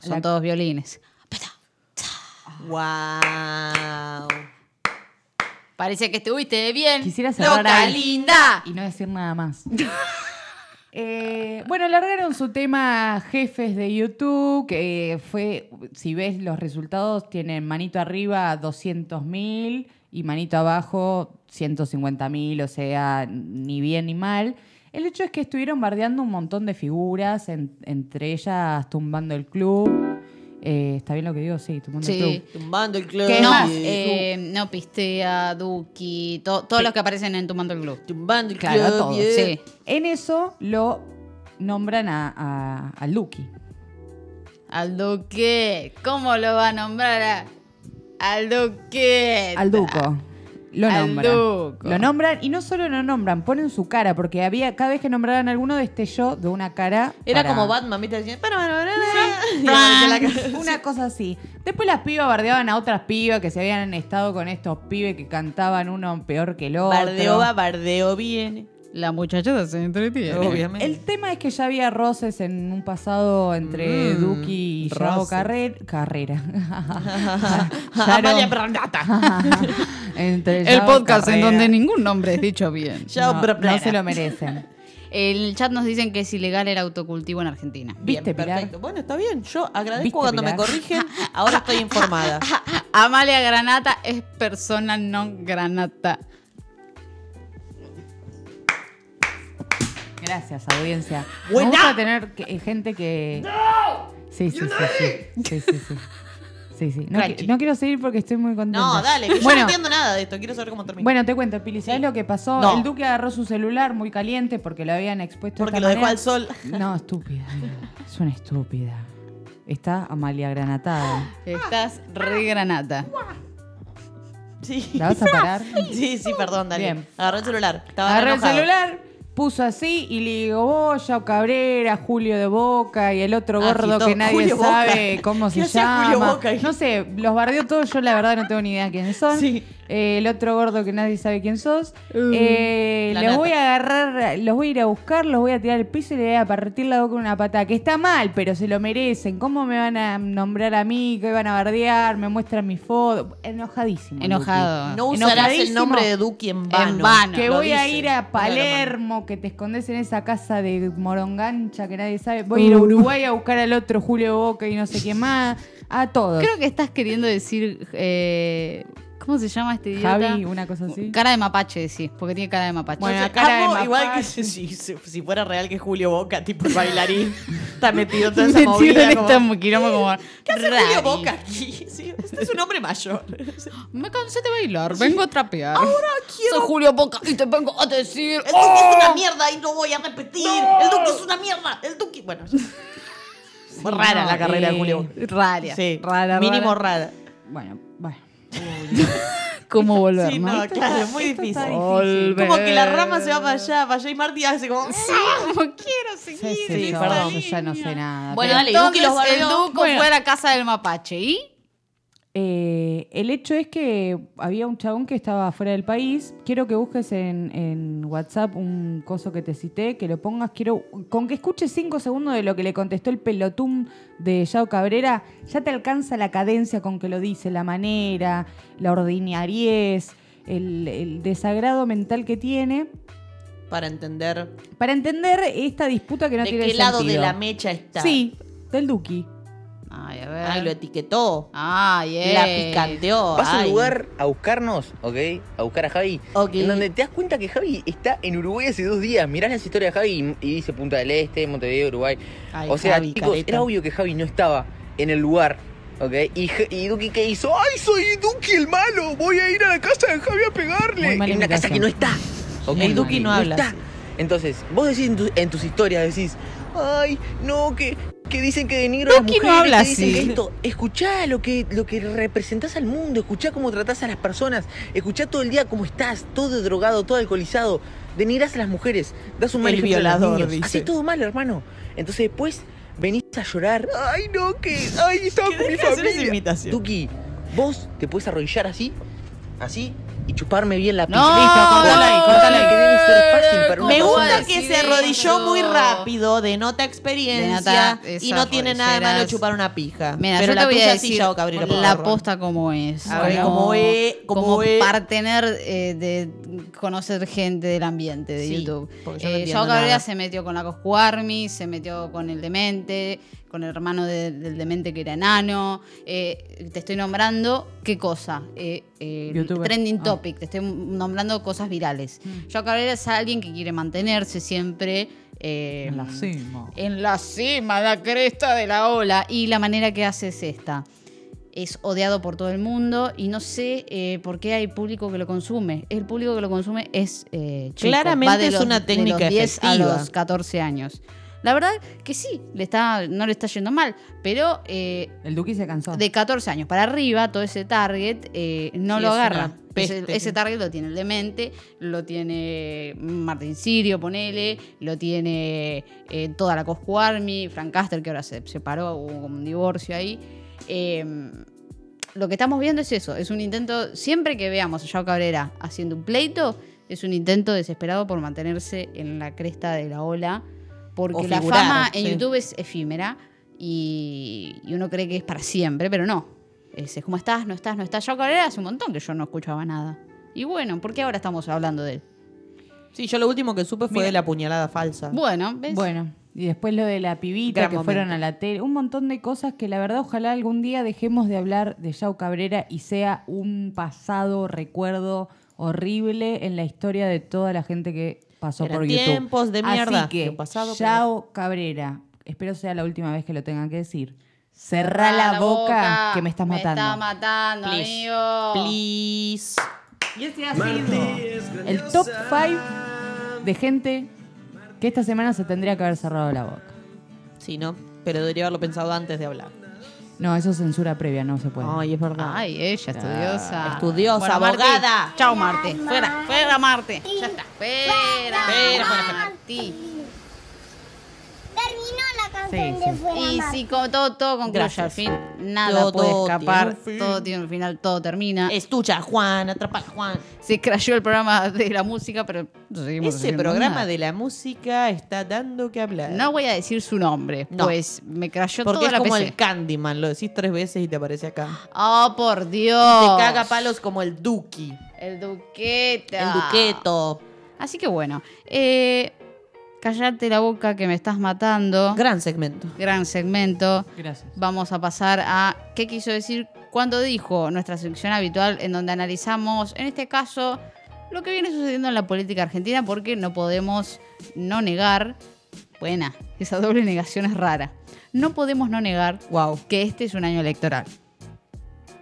Speaker 2: Son
Speaker 3: La-
Speaker 2: todos violines.
Speaker 1: ¡Wow!
Speaker 2: Parece que estuviste bien.
Speaker 3: Quisiera cerrar
Speaker 1: ¡Loca,
Speaker 3: ahí
Speaker 1: linda!
Speaker 3: y no decir nada más. Eh, bueno, largaron su tema Jefes de YouTube, que fue, si ves los resultados, tienen manito arriba 200 mil y manito abajo 150 mil, o sea, ni bien ni mal. El hecho es que estuvieron bardeando un montón de figuras, en- entre ellas tumbando el club. Eh, ¿Está bien lo que digo? Sí, tumbando
Speaker 2: Sí.
Speaker 3: el club.
Speaker 1: Tumbando el club.
Speaker 3: ¿Qué
Speaker 2: No,
Speaker 3: más?
Speaker 2: eh, no pistea, Duki, to- todos los que aparecen en Tomando el Club.
Speaker 1: Tumbando el
Speaker 3: Claro,
Speaker 1: club.
Speaker 3: todo,
Speaker 1: yeah.
Speaker 2: Sí.
Speaker 3: En eso lo nombran a, a, a Lucky.
Speaker 2: Al Duque. ¿Cómo lo va a nombrar a- al Duque?
Speaker 3: Al Duco. Lo
Speaker 2: Al
Speaker 3: nombran.
Speaker 2: Duco.
Speaker 3: Lo nombran y no solo lo nombran, ponen su cara, porque había cada vez que nombraran alguno destelló de una cara.
Speaker 1: Era
Speaker 3: para-
Speaker 1: como Batman, ¿viste? Decían, "Para, para, para,
Speaker 2: Sí.
Speaker 1: para". Y aparecía la cara.
Speaker 3: Una cosa así. Después las pibas bardeaban a otras pibas que se habían estado con estos pibes que cantaban uno peor que el otro.
Speaker 1: Bardeo va, bardeo viene.
Speaker 2: La muchachada se entretiene.
Speaker 1: Obviamente.
Speaker 3: El tema es que ya había roces en un pasado entre
Speaker 1: Mm,
Speaker 3: Duki y Yao
Speaker 1: roces.
Speaker 3: Carrer- Carrera.
Speaker 1: Amalia Pernata.
Speaker 3: Entre Yao Carrera.
Speaker 2: ningún nombre es dicho bien.
Speaker 1: Yao
Speaker 3: No,
Speaker 1: Pernata.
Speaker 3: no se lo merecen.
Speaker 2: En el chat nos dicen que es ilegal el autocultivo en Argentina.
Speaker 1: Bien,
Speaker 3: ¿Viste, Pilar?
Speaker 1: perfecto. Bueno, está bien. Yo agradezco
Speaker 3: ¿Viste,
Speaker 1: cuando
Speaker 3: Pilar?
Speaker 1: me corrigen. Ahora estoy informada.
Speaker 2: Amalia Granata es persona no granata.
Speaker 3: Gracias, audiencia.
Speaker 1: Buena.
Speaker 3: Me gusta tener que- eh, gente que. ¡No! Sí, sí, sí, sí. Sí, sí, sí. Sí, sí. No,
Speaker 1: Crunchy.
Speaker 3: qui- no quiero seguir porque estoy muy contenta.
Speaker 1: No, dale, que yo no
Speaker 3: Bueno.
Speaker 1: entiendo nada de esto. Quiero saber cómo termina.
Speaker 3: Bueno, te cuento, Pili, ¿sabes lo que pasó?
Speaker 1: No.
Speaker 3: El duque agarró su celular muy caliente porque lo habían expuesto. de
Speaker 1: Porque lo
Speaker 3: esta
Speaker 1: dejó
Speaker 3: manera.
Speaker 1: al sol.
Speaker 3: No, estúpida. Es una estúpida. Está Amalia Granatada.
Speaker 2: Estás re granata.
Speaker 1: Sí.
Speaker 3: ¿La vas a parar?
Speaker 1: Sí, sí, perdón, dale.
Speaker 3: Bien.
Speaker 1: Agarró el celular. Estaba
Speaker 3: Agarró el
Speaker 1: enojado.
Speaker 3: celular, puso así y le digo, Boya, Cabrera, Julio de Boca y el otro
Speaker 1: Ah,
Speaker 3: gordo
Speaker 1: agitó.
Speaker 3: que nadie
Speaker 1: Julio
Speaker 3: sabe
Speaker 1: Boca.
Speaker 3: cómo
Speaker 1: ¿Qué
Speaker 3: se
Speaker 1: hacía
Speaker 3: llama.
Speaker 1: Julio Boca?
Speaker 3: No sé, los bardeó todos, yo la verdad no tengo ni idea quiénes son.
Speaker 1: Sí. Uh,
Speaker 3: Eh, el otro gordo que nadie sabe quién sos. Eh,
Speaker 1: La
Speaker 3: los
Speaker 1: nata.
Speaker 3: voy a agarrar, los voy a ir a buscar, los voy a tirar al piso y le voy a partir la boca con una patada. Que está mal, pero se lo merecen. ¿Cómo me van a nombrar a mí? ¿Qué van a bardear? ¿Me muestran mi foto? Enojadísimo. Luqui.
Speaker 2: Enojado.
Speaker 1: No usarás el
Speaker 3: Enojadísimo.
Speaker 1: nombre de Duki en vano.
Speaker 2: En vano.
Speaker 3: Que
Speaker 1: Lo
Speaker 3: Ah, voy a
Speaker 1: dice.
Speaker 3: ir
Speaker 1: Póngalo en
Speaker 3: a
Speaker 1: vano.
Speaker 3: Palermo, que te escondes en esa casa de morongancha que nadie sabe. Voy a ir a Uruguay a buscar al otro Julio Boca y no sé qué más. A todos.
Speaker 2: Creo que estás queriendo decir. eh, ¿Cómo se llama este idiota?
Speaker 3: Javi, una cosa así.
Speaker 2: Cara de mapache, decís, porque tiene cara de mapache.
Speaker 3: Bueno,
Speaker 1: Entonces,
Speaker 3: cara de
Speaker 1: amo
Speaker 3: mapache.
Speaker 1: igual que si, si- si fuera real que Julio Boca, tipo el bailarín, está metido en toda esa
Speaker 2: Metido
Speaker 1: movida.
Speaker 2: en
Speaker 1: como,
Speaker 2: esta mu- quilombo como,
Speaker 1: ¿Qué hace
Speaker 2: "Rari".
Speaker 1: Julio Boca aquí? Sí, este es un hombre mayor.
Speaker 2: Me cansé de bailar, vengo a
Speaker 1: Ah,
Speaker 2: trapear.
Speaker 1: quiero-
Speaker 2: Soy Julio Boca y te vengo a decir.
Speaker 1: El Duki es una mierda y no voy a repetir. El Duki es una mierda. El Duki. Bueno,
Speaker 3: Sí,
Speaker 1: rara
Speaker 3: no,
Speaker 1: la carrera
Speaker 3: eh,
Speaker 1: de Julio Boca.
Speaker 2: Raria.
Speaker 1: Sí,
Speaker 3: rara,
Speaker 1: mínimo rara.
Speaker 3: Bueno, bueno.
Speaker 2: ¿Cómo volver,
Speaker 1: Sí,
Speaker 2: no?
Speaker 1: no, claro, muy
Speaker 3: Esto está
Speaker 1: difícil.
Speaker 3: difícil.
Speaker 1: Como que la rama se va para allá, para allá y Marty hace como.
Speaker 2: Como quiero seguir.
Speaker 3: Sí, sí,
Speaker 1: Sí,
Speaker 3: yo,
Speaker 1: perdón.
Speaker 3: yo ya no sé nada.
Speaker 1: Bueno,
Speaker 3: pero-
Speaker 1: dale, y Duki los
Speaker 2: Entonces, el
Speaker 1: bardeó.
Speaker 2: Duco
Speaker 1: Bueno.
Speaker 2: fue a la casa del mapache y.
Speaker 3: Eh, el hecho es que había un chabón que estaba fuera del país. Quiero que busques en, en WhatsApp un coso que te cité, que lo pongas. Quiero con que escuches cinco segundos de lo que le contestó el pelotún de Yao Cabrera. Ya te alcanza la cadencia con que lo dice, la manera, la ordinariez, el, el desagrado mental que tiene
Speaker 1: Para entender
Speaker 3: para entender esta disputa que no
Speaker 1: de
Speaker 3: tiene
Speaker 1: qué lado de
Speaker 3: sentido.
Speaker 1: la mecha está.
Speaker 3: Sí, del Duki.
Speaker 2: Ay, a ver.
Speaker 1: Ay, lo etiquetó.
Speaker 2: Ay, eh.
Speaker 1: La picanteó.
Speaker 7: Vas a un
Speaker 1: ay.
Speaker 7: lugar a buscarnos, ¿ok? A buscar a Javi.
Speaker 1: Ok.
Speaker 7: En donde te das cuenta que Javi está en Uruguay hace dos días. Mirás las historias de Javi y, y dice Punta del Este, Montevideo, Uruguay.
Speaker 1: Ay,
Speaker 7: o sea,
Speaker 1: Javi,
Speaker 7: chicos,
Speaker 1: careta.
Speaker 7: era obvio que Javi no estaba en el lugar, ¿ok? Y, J- y Duki, ¿qué hizo? ¡Ay, soy Duki el malo! Voy a ir a la casa de Javi a pegarle.
Speaker 3: Muy mala
Speaker 7: En una casa
Speaker 3: imitación.
Speaker 7: que no está. ¿ok?
Speaker 1: El Duki no habla
Speaker 7: está.
Speaker 1: así.
Speaker 7: Entonces, vos decís en, tu- en tus historias, decís, ay, no, que, que dicen que denigro a las
Speaker 2: Duki no
Speaker 7: mujeres,
Speaker 2: habla
Speaker 7: que dicen
Speaker 2: así.
Speaker 7: que esto. Escuchá lo que, lo que representás al mundo, escuchá cómo tratás a las personas, escuchá todo el día cómo estás, todo drogado, todo alcoholizado. denigras a las mujeres, das un mal
Speaker 1: El
Speaker 7: ejemplo a los
Speaker 1: violador,
Speaker 7: niños,
Speaker 1: dice.
Speaker 7: haces todo mal, hermano. Entonces después venís a llorar. Ay, no, que. Ay, estaba
Speaker 1: Que
Speaker 7: con mi
Speaker 1: deje de hacer esa
Speaker 7: familia.
Speaker 1: imitación.
Speaker 7: Tuki, vos te puedes arrodillar así, así, y chuparme bien la
Speaker 2: No,
Speaker 7: pizza.
Speaker 2: cortala ahí, cortala ahí.
Speaker 7: Que debe ser fácil para una
Speaker 1: Me
Speaker 2: ¿Cómo
Speaker 7: persona
Speaker 1: gusta
Speaker 2: vas
Speaker 1: que
Speaker 2: así
Speaker 1: se
Speaker 2: de-
Speaker 1: arrodilló
Speaker 2: no?
Speaker 1: muy rápido, denota experiencia
Speaker 2: Denota esas
Speaker 1: y no tiene nada de malo
Speaker 2: rodilleras.
Speaker 1: chupar una pija.
Speaker 2: Mira,
Speaker 1: Pero
Speaker 2: yo
Speaker 1: la
Speaker 2: te voy
Speaker 1: tuya
Speaker 2: a
Speaker 1: sí,
Speaker 2: decir
Speaker 1: Yago Cabrera, por
Speaker 2: la
Speaker 1: favor.
Speaker 2: posta como es.
Speaker 1: A ver, como es, como es.
Speaker 2: partener eh, de conocer gente del ambiente de
Speaker 1: Sí,
Speaker 2: YouTube.
Speaker 1: porque yo no
Speaker 2: Eh,
Speaker 1: entiendo
Speaker 2: Yago Cabrera
Speaker 1: nada.
Speaker 2: se metió con la Coscu Army, se metió con el demente, con el hermano de- del demente que era enano. Eh, te estoy nombrando qué cosa. Eh, eh,
Speaker 3: Youtuber.
Speaker 2: trending
Speaker 3: Ah. Mm.
Speaker 2: topic, te estoy nombrando cosas virales. Yago Cabrera es alguien que quiere mantenerse siempre. eh,
Speaker 3: En la cima.
Speaker 2: en la cima, la cresta de la ola. Y la manera que hace es esta. Es odiado por todo el mundo y no sé eh, por qué hay público que lo consume. El público que lo consume es eh, chico,
Speaker 1: Claramente
Speaker 2: va de
Speaker 1: es
Speaker 2: los-
Speaker 1: una técnica
Speaker 2: de los 10 a
Speaker 1: efectiva.
Speaker 2: los 14 años. La verdad que sí, le está, no le está yendo mal, pero eh,
Speaker 3: El Duki se cansó.
Speaker 2: de 14 años para arriba, todo ese target eh, no
Speaker 1: Sí,
Speaker 2: lo
Speaker 1: es una
Speaker 2: agarra.
Speaker 1: peste.
Speaker 2: Ese, ese target lo tiene el demente, lo tiene Martín Sirio, ponele, lo tiene eh, toda la Coscu Army, Frank Caster, que ahora se separó, hubo como un divorcio ahí. Eh, lo que estamos viendo es eso, es un intento, siempre que veamos a Yao Cabrera haciendo un pleito, es un intento desesperado por mantenerse en la cresta de la ola, porque
Speaker 1: O
Speaker 2: la
Speaker 1: figurar,
Speaker 2: fama en
Speaker 1: sí.
Speaker 2: YouTube es efímera y, y uno cree que es para siempre, pero no. Es, es como estás, no estás, no estás. Yao Cabrera hace un montón que yo no escuchaba nada. Y bueno, ¿por qué ahora estamos hablando de él?
Speaker 1: Sí, yo lo último que supe fue
Speaker 3: Mira.
Speaker 1: de la puñalada falsa.
Speaker 2: Bueno, ¿ves?
Speaker 3: Bueno, y después lo de la pibita,
Speaker 1: Gran
Speaker 3: que
Speaker 1: momento.
Speaker 3: fueron a la tele, un montón de cosas que la verdad ojalá algún día dejemos de hablar de Yao Cabrera y sea un pasado recuerdo horrible en la historia de toda la gente que pasó
Speaker 1: Eran
Speaker 3: por YouTube.
Speaker 1: tiempos de mierda,
Speaker 3: Así que,
Speaker 1: de pasado, pero-
Speaker 3: Yao Cabrera, espero sea la última vez que lo tengan que decir. Cerrá la, boca, que me estás matando.
Speaker 2: Me está matando,
Speaker 1: Please.
Speaker 2: amigo.
Speaker 1: Please.
Speaker 3: y ese ha sido el top 5 de gente que esta semana se tendría que haber cerrado la boca.
Speaker 1: Sí, ¿no? Pero debería haberlo pensado antes de hablar.
Speaker 3: No, eso es censura previa, no se puede.
Speaker 1: Ay, es verdad.
Speaker 2: Ay, ella, estudiosa.
Speaker 1: Ah, Estudiosa, abogada.
Speaker 2: Marti. Chao, Marte. Fuera, fuera, Marte. Ya está. Fuera,
Speaker 1: Fuera, fuera,
Speaker 2: Marti.
Speaker 8: Terminó la canción
Speaker 3: Sí, sí.
Speaker 8: de Fuera
Speaker 2: Y
Speaker 8: Mar.
Speaker 2: si co- todo, todo concluye
Speaker 1: Gracias.
Speaker 2: al fin, nada
Speaker 1: Todo
Speaker 2: puede
Speaker 1: tiene
Speaker 2: escapar,
Speaker 1: un fin.
Speaker 2: todo tiene un final, todo termina.
Speaker 1: Es tuya, Juan, atrapa a Juan.
Speaker 2: Se crayó el programa de la música, pero seguimos
Speaker 1: Ese
Speaker 2: haciendo
Speaker 1: programa
Speaker 2: nada.
Speaker 1: de la música está dando que hablar.
Speaker 2: No voy a decir su nombre,
Speaker 1: No.
Speaker 2: pues me crayó
Speaker 1: Porque
Speaker 2: toda
Speaker 1: es
Speaker 2: la
Speaker 1: como
Speaker 2: PC.
Speaker 1: el Candyman, lo decís tres veces y te aparece acá.
Speaker 2: Oh, por
Speaker 1: Te
Speaker 2: Dios.
Speaker 1: caga palos como el Duki,
Speaker 2: El duqueta.
Speaker 1: el Duqueto.
Speaker 2: Así que bueno, eh, callate la boca que me estás matando.
Speaker 1: Gran segmento.
Speaker 2: Gran segmento.
Speaker 3: Gracias.
Speaker 2: Vamos a pasar a qué quiso decir cuando dijo nuestra sección habitual en donde analizamos, en este caso, lo que viene sucediendo en la política argentina porque no podemos no negar, buena, esa doble negación es rara, no podemos no negar
Speaker 1: Wow.
Speaker 2: que este es un año electoral.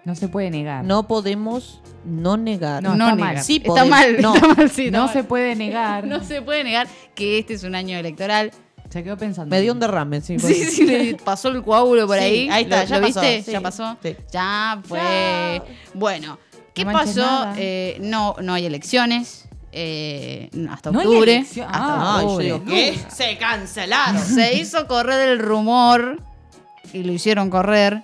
Speaker 3: No se puede negar.
Speaker 1: No podemos no negar.
Speaker 3: No, está mal.
Speaker 2: negar.
Speaker 1: Sí
Speaker 2: está
Speaker 1: podemos.
Speaker 2: mal,
Speaker 1: No.
Speaker 2: está mal, sí, está
Speaker 3: No
Speaker 2: mal.
Speaker 3: se puede negar.
Speaker 2: No se puede negar que este es un año electoral.
Speaker 3: Se quedó pensando.
Speaker 1: Me dio un derrame, sí.
Speaker 2: Sí, sí, le pasó el coágulo por
Speaker 1: Sí,
Speaker 2: ahí.
Speaker 1: ahí está,
Speaker 2: ¿Lo-
Speaker 1: ya
Speaker 2: lo
Speaker 1: pasó,
Speaker 2: viste?
Speaker 1: sí,
Speaker 2: ya pasó.
Speaker 1: sí.
Speaker 2: Ya fue. Bueno, ¿qué
Speaker 3: No manches
Speaker 2: pasó?
Speaker 3: nada.
Speaker 2: Eh, no, no hay elecciones. eh, hasta
Speaker 3: No hay
Speaker 2: octubre.
Speaker 3: elección-
Speaker 2: Hasta
Speaker 3: Ah,
Speaker 1: Ay, yo
Speaker 3: pobre.
Speaker 1: digo, ¿qué? Se cancelaron.
Speaker 2: Se hizo correr el rumor y lo hicieron correr.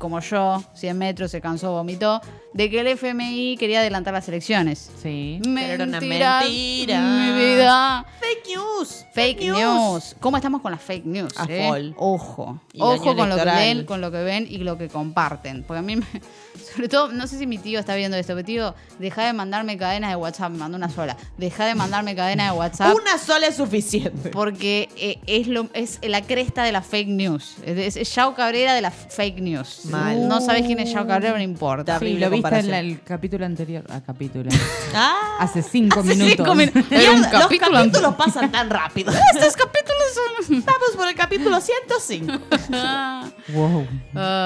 Speaker 2: Como yo, 100 metros, se cansó, vomitó. De que el FMI quería adelantar las elecciones.
Speaker 3: Sí.
Speaker 2: Mm,
Speaker 1: Pero era una
Speaker 2: Mentiras,
Speaker 1: mentira.
Speaker 2: Mi vida.
Speaker 1: Fake news.
Speaker 2: Fake news. ¿Cómo estamos con las fake news?
Speaker 1: A
Speaker 2: eh?
Speaker 1: full.
Speaker 2: Ojo.
Speaker 1: Y
Speaker 2: Ojo
Speaker 1: daño
Speaker 2: con lo que
Speaker 1: electoral.
Speaker 2: ven, con lo que ven y lo que comparten. Porque a mí, me- sobre todo, no sé si mi tío está viendo esto, pero tío, deja de mandarme cadenas de WhatsApp, me mandó una sola. Deja de mandarme cadenas de WhatsApp.
Speaker 1: Una sola es suficiente.
Speaker 2: Porque eh, es, lo, es la cresta de la fake news. Es, es Yao Cabrera de la f- fake news.
Speaker 1: Mal.
Speaker 2: No sabes quién es Yao Cabrera, pero no importa.
Speaker 3: Sí,
Speaker 1: Terrible
Speaker 3: lo viste en
Speaker 1: comparación.
Speaker 3: la- el capítulo anterior. Ah, capítulo.
Speaker 1: Ah.
Speaker 3: Hace cinco
Speaker 2: Hace
Speaker 3: minutos.
Speaker 2: cinco minutos.
Speaker 1: Mierda,
Speaker 2: Era un
Speaker 1: los
Speaker 2: capítulo antes.
Speaker 1: capítulos pasan tan rápido.
Speaker 2: Estos capítulos son...
Speaker 1: Estamos por el capítulo 105.
Speaker 3: Wow.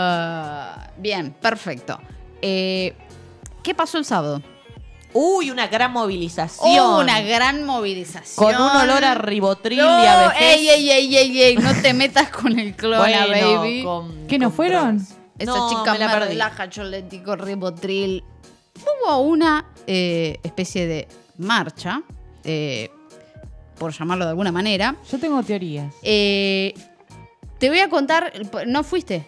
Speaker 2: Ah, bien, perfecto. Eh, ¿Qué pasó el sábado?
Speaker 1: Uy, una gran movilización.
Speaker 2: Hubo una gran movilización.
Speaker 1: Con un olor a ribotril y a
Speaker 2: No,
Speaker 1: vejez.
Speaker 2: ey, ey, ey, ey, ey, no te metas con el clona,
Speaker 1: Bueno,
Speaker 2: baby.
Speaker 1: con-
Speaker 3: ¿Qué, no
Speaker 1: con
Speaker 3: fueron?
Speaker 1: drogas.
Speaker 2: Esa
Speaker 1: No,
Speaker 2: chica
Speaker 1: me
Speaker 2: me,
Speaker 1: la perdí.
Speaker 2: relaja, yo le digo ribotril. Hubo una eh, especie de marcha eh, por llamarlo de alguna manera.
Speaker 3: Yo tengo teorías.
Speaker 2: Eh, te voy a contar, no fuiste.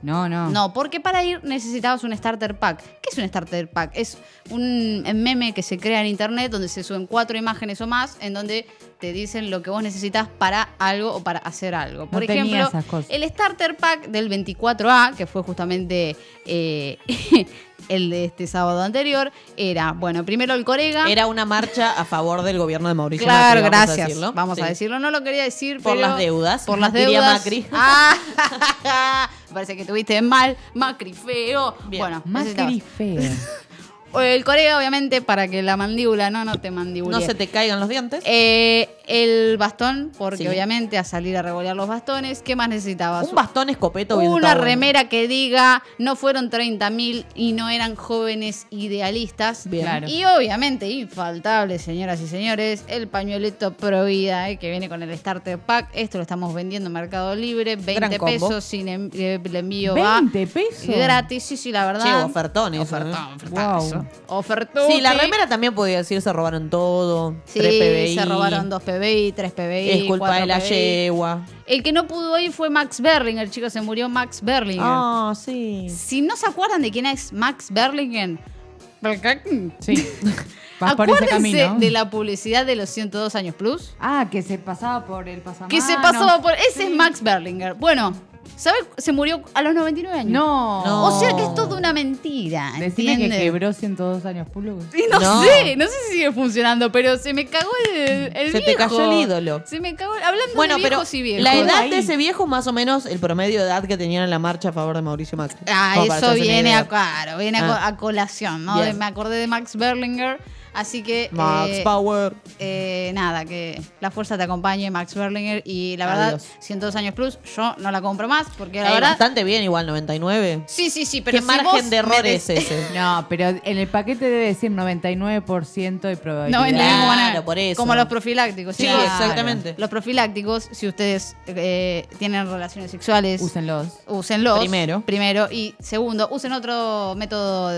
Speaker 3: No, no.
Speaker 2: No, porque para ir necesitabas un starter pack. ¿Qué es un starter pack? Es un meme que se crea en internet donde se suben cuatro imágenes o más en donde te dicen lo que vos necesitas para algo o para hacer algo. Por
Speaker 3: tenía
Speaker 2: ejemplo,
Speaker 3: esas cosas.
Speaker 2: el starter pack del 24A, que fue justamente eh, el de este sábado anterior, era, bueno, primero el corega.
Speaker 1: Era una marcha a favor del gobierno de Mauricio
Speaker 2: Claro,
Speaker 1: Macri,
Speaker 2: gracias. Vamos, a
Speaker 1: decirlo.
Speaker 2: decirlo.
Speaker 1: Sí.
Speaker 2: No lo quería decir
Speaker 1: Por
Speaker 2: pero-
Speaker 1: las deudas,
Speaker 2: Por las
Speaker 1: diría
Speaker 2: deudas.
Speaker 1: Macri.
Speaker 2: Ah, parece que tuviste mal. Macri feo.
Speaker 1: Bien.
Speaker 2: Bueno,
Speaker 3: Más
Speaker 2: necesitabas.
Speaker 3: feo.
Speaker 2: El Corea, obviamente, para que la mandíbula no, no te mandibule.
Speaker 1: No se te caigan los dientes.
Speaker 2: Eh, el bastón, porque
Speaker 1: Sí.
Speaker 2: obviamente a salir a revolear los bastones. ¿Qué más necesitabas?
Speaker 1: un bastón escopeto bien
Speaker 2: Una
Speaker 1: está bueno.
Speaker 2: remera que diga no fueron 30.000 y no eran jóvenes idealistas.
Speaker 1: Bien.
Speaker 3: Claro.
Speaker 2: Y obviamente, infaltable, señoras y señores, el pañuelito Pro Vida, eh, que viene con el Starter Pack. Esto lo estamos vendiendo en Mercado Libre, 20
Speaker 1: Gran combo.
Speaker 2: pesos, sin en- eh, el envío va
Speaker 3: 20 pesos.
Speaker 2: gratis. Sí, sí, la verdad.
Speaker 1: Che, ofertones.
Speaker 2: Ofertón,
Speaker 1: ¿eh?
Speaker 2: ofertazo.
Speaker 3: Wow.
Speaker 2: Ofertón.
Speaker 1: Sí, la remera también podía decir se robaron todo.
Speaker 2: Sí,
Speaker 1: tres PBI.
Speaker 2: se robaron 2 PBI, 3 PBI.
Speaker 1: Es culpa
Speaker 2: cuatro
Speaker 1: de la
Speaker 2: PBI.
Speaker 1: yegua.
Speaker 2: El que no pudo ir fue Max Berlinger, chicos, se murió Max Berlinger.
Speaker 1: Ah, sí.
Speaker 2: Si no se acuerdan de quién es Max Berlingen,
Speaker 3: Sí. Vas por ese
Speaker 2: acuérdense
Speaker 3: camino.
Speaker 2: de la publicidad de los 102 años plus.
Speaker 3: Ah, que se pasaba por el pasamanos.
Speaker 1: Ah,
Speaker 2: Que se pasaba por. Ese es Max Berlinger. Bueno, ¿sabes? Se murió a los 99 años.
Speaker 3: No.
Speaker 1: No.
Speaker 2: O sea que es toda una mentira.
Speaker 3: Decime que
Speaker 2: ¿entienden?
Speaker 3: quebró 102 años públicos.
Speaker 2: Y no,
Speaker 1: No.
Speaker 2: sé, no sé si sigue funcionando, pero se me cagó el, el
Speaker 1: Se te
Speaker 2: viejo.
Speaker 1: cayó el ídolo.
Speaker 2: Se me cagó. Hablando
Speaker 1: Bueno,
Speaker 2: de
Speaker 1: pero
Speaker 2: viejos y viejos.
Speaker 1: la edad
Speaker 3: Ahí.
Speaker 1: de ese viejo, más o menos, el promedio de edad que tenían en la marcha a favor de Mauricio Macri.
Speaker 2: Ah,
Speaker 1: Como Oh, para
Speaker 2: eso
Speaker 1: hacerse una
Speaker 2: viene
Speaker 1: idea.
Speaker 2: a, claro, viene a
Speaker 1: Ah.
Speaker 2: co- a colación, ¿no?
Speaker 1: Bien.
Speaker 2: Me acordé de Max Berlinger, así que...
Speaker 1: Max
Speaker 2: eh,
Speaker 1: Power.
Speaker 2: eh, nada, que la fuerza te acompañe, Max Berlinger, y la verdad,
Speaker 1: Adiós.
Speaker 2: 102 años plus, yo no la compro más, porque la
Speaker 1: Eh,
Speaker 2: verdad...
Speaker 1: bastante bien, igual, 99.
Speaker 2: Sí, sí, sí, pero
Speaker 1: ¿Qué
Speaker 2: si
Speaker 1: margen
Speaker 2: vos
Speaker 1: de error
Speaker 2: merec-
Speaker 1: es ese?
Speaker 3: No, pero en el paquete debe decir 99% de probabilidad.
Speaker 2: 99,
Speaker 1: Claro, por eso.
Speaker 2: Como los profilácticos.
Speaker 1: Sí,
Speaker 2: claro.
Speaker 1: exactamente.
Speaker 2: Los profilácticos, si ustedes eh, tienen relaciones sexuales,
Speaker 3: Úsenlos.
Speaker 2: úsenlos.
Speaker 1: Primero.
Speaker 2: Primero. Y segundo, usen otro método.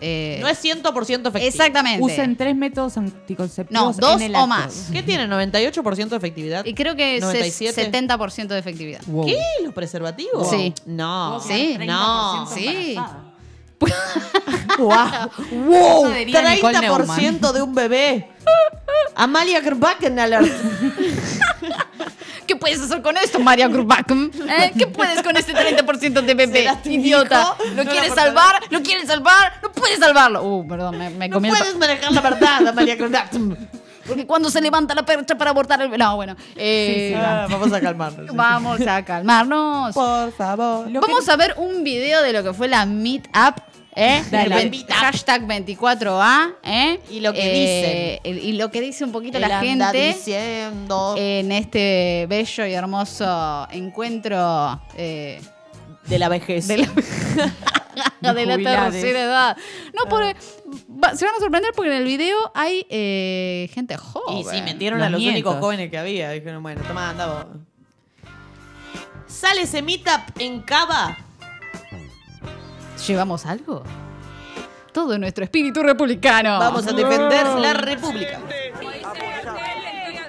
Speaker 2: eh,
Speaker 1: No es 100% efectivo.
Speaker 2: Exactamente.
Speaker 3: Usen tres métodos
Speaker 2: no,
Speaker 3: anticonceptivos.
Speaker 2: dos
Speaker 3: en el
Speaker 2: o
Speaker 3: acto.
Speaker 2: más.
Speaker 1: ¿Qué tiene? ¿98% de efectividad?
Speaker 2: Y creo que es
Speaker 1: 97.
Speaker 2: 70% de efectividad.
Speaker 3: Wow.
Speaker 1: ¿Qué? ¿Los preservativos?
Speaker 2: Sí.
Speaker 1: No.
Speaker 2: Sí.
Speaker 1: No.
Speaker 2: Sí.
Speaker 1: ¡Wow!
Speaker 3: Eso diría Nicole
Speaker 1: 30% de un bebé. Amalia Gerbacken alert.
Speaker 2: ¿Qué puedes hacer con esto, María Grubacum? ¿Eh? ¿Qué puedes con este 30% de bebé?
Speaker 1: ¿Será tu
Speaker 2: Idiota.
Speaker 1: hijo?
Speaker 2: ¿Lo
Speaker 1: No
Speaker 2: quieres
Speaker 1: lo
Speaker 2: salvar? ¿Lo quieres salvar? ¡No puedes salvarlo! Uh, perdón, me, me
Speaker 1: No
Speaker 2: comí el pa-
Speaker 1: puedes manejar la verdad, Amalia Gerbacken.
Speaker 2: Porque cuando se levanta la percha para abortar el... No, bueno. eh,
Speaker 1: Ah, vamos a calmarnos.
Speaker 2: Vamos a calmarnos.
Speaker 1: Por favor.
Speaker 3: Lo que-
Speaker 2: Vamos a ver un video de lo que fue la Meet Up. ¿Eh?
Speaker 1: Dale.
Speaker 2: Ve- Hashtag 24A. ¿eh?
Speaker 1: Y lo que
Speaker 2: Eh, el- y lo que dice un poquito
Speaker 1: Él
Speaker 2: la
Speaker 1: anda
Speaker 2: gente eh,
Speaker 1: diciendo
Speaker 2: en este bello y hermoso encuentro eh,
Speaker 1: de la vejez.
Speaker 2: de la, de la
Speaker 3: Jubilades.
Speaker 2: tercera edad. No, porque
Speaker 1: Ah.
Speaker 2: va- se van a sorprender porque en el video hay eh, gente joven.
Speaker 1: Y sí, metieron
Speaker 3: Los
Speaker 1: a los
Speaker 3: nietos.
Speaker 1: únicos jóvenes que había. Dijeron, bueno, toma, anda vos. Sale ese meetup en Cava.
Speaker 2: ¿Llevamos algo? Todo nuestro espíritu republicano.
Speaker 1: Vamos a defender la república.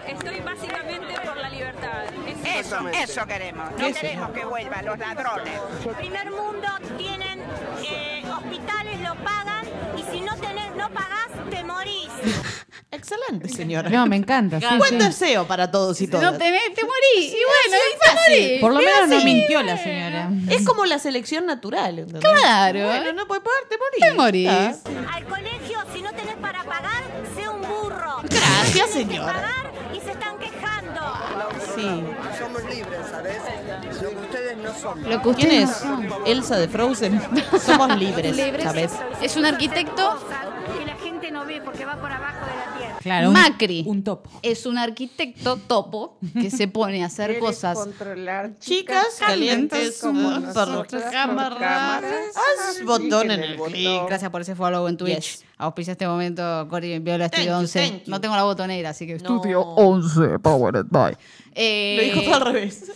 Speaker 8: Estoy básicamente por la libertad.
Speaker 9: Eso, eso queremos. No queremos que vuelvan los ladrones.
Speaker 8: El primer mundo tienen eh, hospitales, lo pagan y si no tenés, no pagás, te morís.
Speaker 1: Excelente, señora.
Speaker 3: No, me encanta. sí,
Speaker 1: Buen
Speaker 3: sí.
Speaker 1: deseo para todos y
Speaker 2: Si no
Speaker 1: todas.
Speaker 2: tenés, te morís. Y bueno, y te morís.
Speaker 3: Por lo
Speaker 2: Es
Speaker 3: menos no
Speaker 2: así.
Speaker 3: mintió la señora.
Speaker 1: Es como la selección natural. ¿entendés?
Speaker 2: Claro.
Speaker 1: Bueno, no puedes pagar, te morís. Ah.
Speaker 2: Te morís.
Speaker 1: Está.
Speaker 8: Al colegio, si no tenés para pagar, sé un burro.
Speaker 1: Gracias,
Speaker 8: Tienen que
Speaker 1: señora.
Speaker 8: pagar y se están quejando.
Speaker 1: Sí.
Speaker 9: Somos libres, ¿sabes? Lo que ustedes no son.
Speaker 2: Lo que
Speaker 1: ¿Quién
Speaker 2: usted
Speaker 1: es? Elsa de Frozen. Somos libres,
Speaker 2: Libres.
Speaker 1: ¿sabes?
Speaker 2: Es un arquitecto.
Speaker 8: Que la gente no ve porque va por abajo de la tierra.
Speaker 3: Claro, un-
Speaker 2: Macri.
Speaker 3: Un top.
Speaker 2: es un arquitecto topo que se pone a hacer cosas.
Speaker 9: Controlar
Speaker 1: Chicas calientes
Speaker 9: como
Speaker 1: eh, por
Speaker 9: nosotras,
Speaker 1: nuestras
Speaker 9: por
Speaker 1: cámaras.
Speaker 9: cámaras.
Speaker 1: Haz botón en el clic.
Speaker 2: Gracias por ese follow en Twitch.
Speaker 1: Yes.
Speaker 2: Auspicia este momento, Cori Viola
Speaker 1: Thank
Speaker 2: Estudio
Speaker 1: you,
Speaker 2: 11.
Speaker 1: thank you.
Speaker 2: No tengo la botonera, así que. Eh,
Speaker 1: Estudio
Speaker 2: 11, Powered by.
Speaker 1: Lo dijo todo al revés.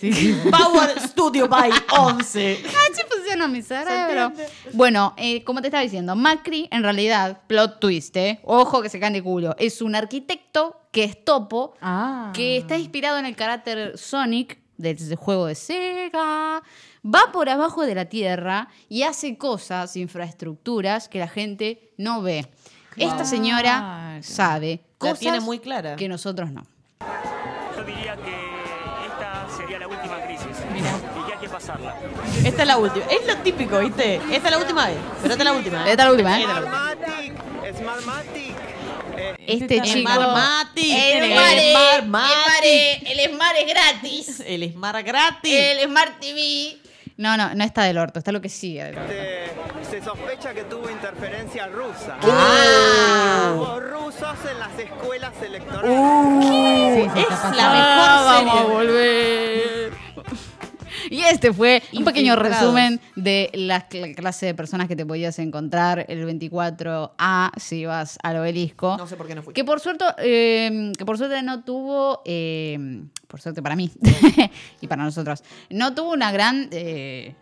Speaker 1: Power Studio by 11.
Speaker 2: Ah, sí, pues, a mi cerebro. Bueno, eh, como te estaba diciendo, Macri, en realidad, plot twist, eh, ojo que se caen de culo, es un arquitecto que es topo,
Speaker 3: Ah.
Speaker 2: que está inspirado en el carácter Sonic del s- juego de Sega. Va por abajo de la tierra y hace cosas, infraestructuras que la gente no ve. Esta señora
Speaker 3: Claro.
Speaker 2: sabe
Speaker 1: La
Speaker 2: cosas
Speaker 1: tiene muy clara.
Speaker 2: que nosotros no.
Speaker 10: Yo diría que esta sería la última crisis y que hay que pasarla.
Speaker 1: Esta es la última. Es lo típico, ¿viste? Esta es la última vez. Pero esta es la última. ¿eh?
Speaker 2: Esta es la última, ¿eh?
Speaker 1: Esta es la última.
Speaker 2: Este
Speaker 3: Este
Speaker 2: chico.
Speaker 1: Marmatic.
Speaker 2: El
Speaker 1: El
Speaker 2: Smart, el
Speaker 1: Marmatic.
Speaker 2: Mare, el Smart es gratis.
Speaker 1: El Smart gratis.
Speaker 2: El Smart TV. No, no, no está del orto, está lo que sigue del orto.
Speaker 4: este, Se sospecha que tuvo interferencia rusa.
Speaker 1: Ah.
Speaker 4: Hubo rusos en las escuelas electorales.
Speaker 10: Uh,
Speaker 3: Sí, se
Speaker 1: Es
Speaker 3: está
Speaker 1: la
Speaker 3: pasando.
Speaker 2: Ah,
Speaker 3: Ah,
Speaker 1: mejor serie.
Speaker 2: volver. Y este fue un pequeño
Speaker 1: Infiltrados.
Speaker 2: resumen de la cl- clase de personas que te podías encontrar el 24A si ibas al obelisco.
Speaker 1: No sé por qué no fui.
Speaker 2: Que por suerte, eh, que por suerte no tuvo, eh, por suerte para mí y para nosotros, no tuvo una gran eh,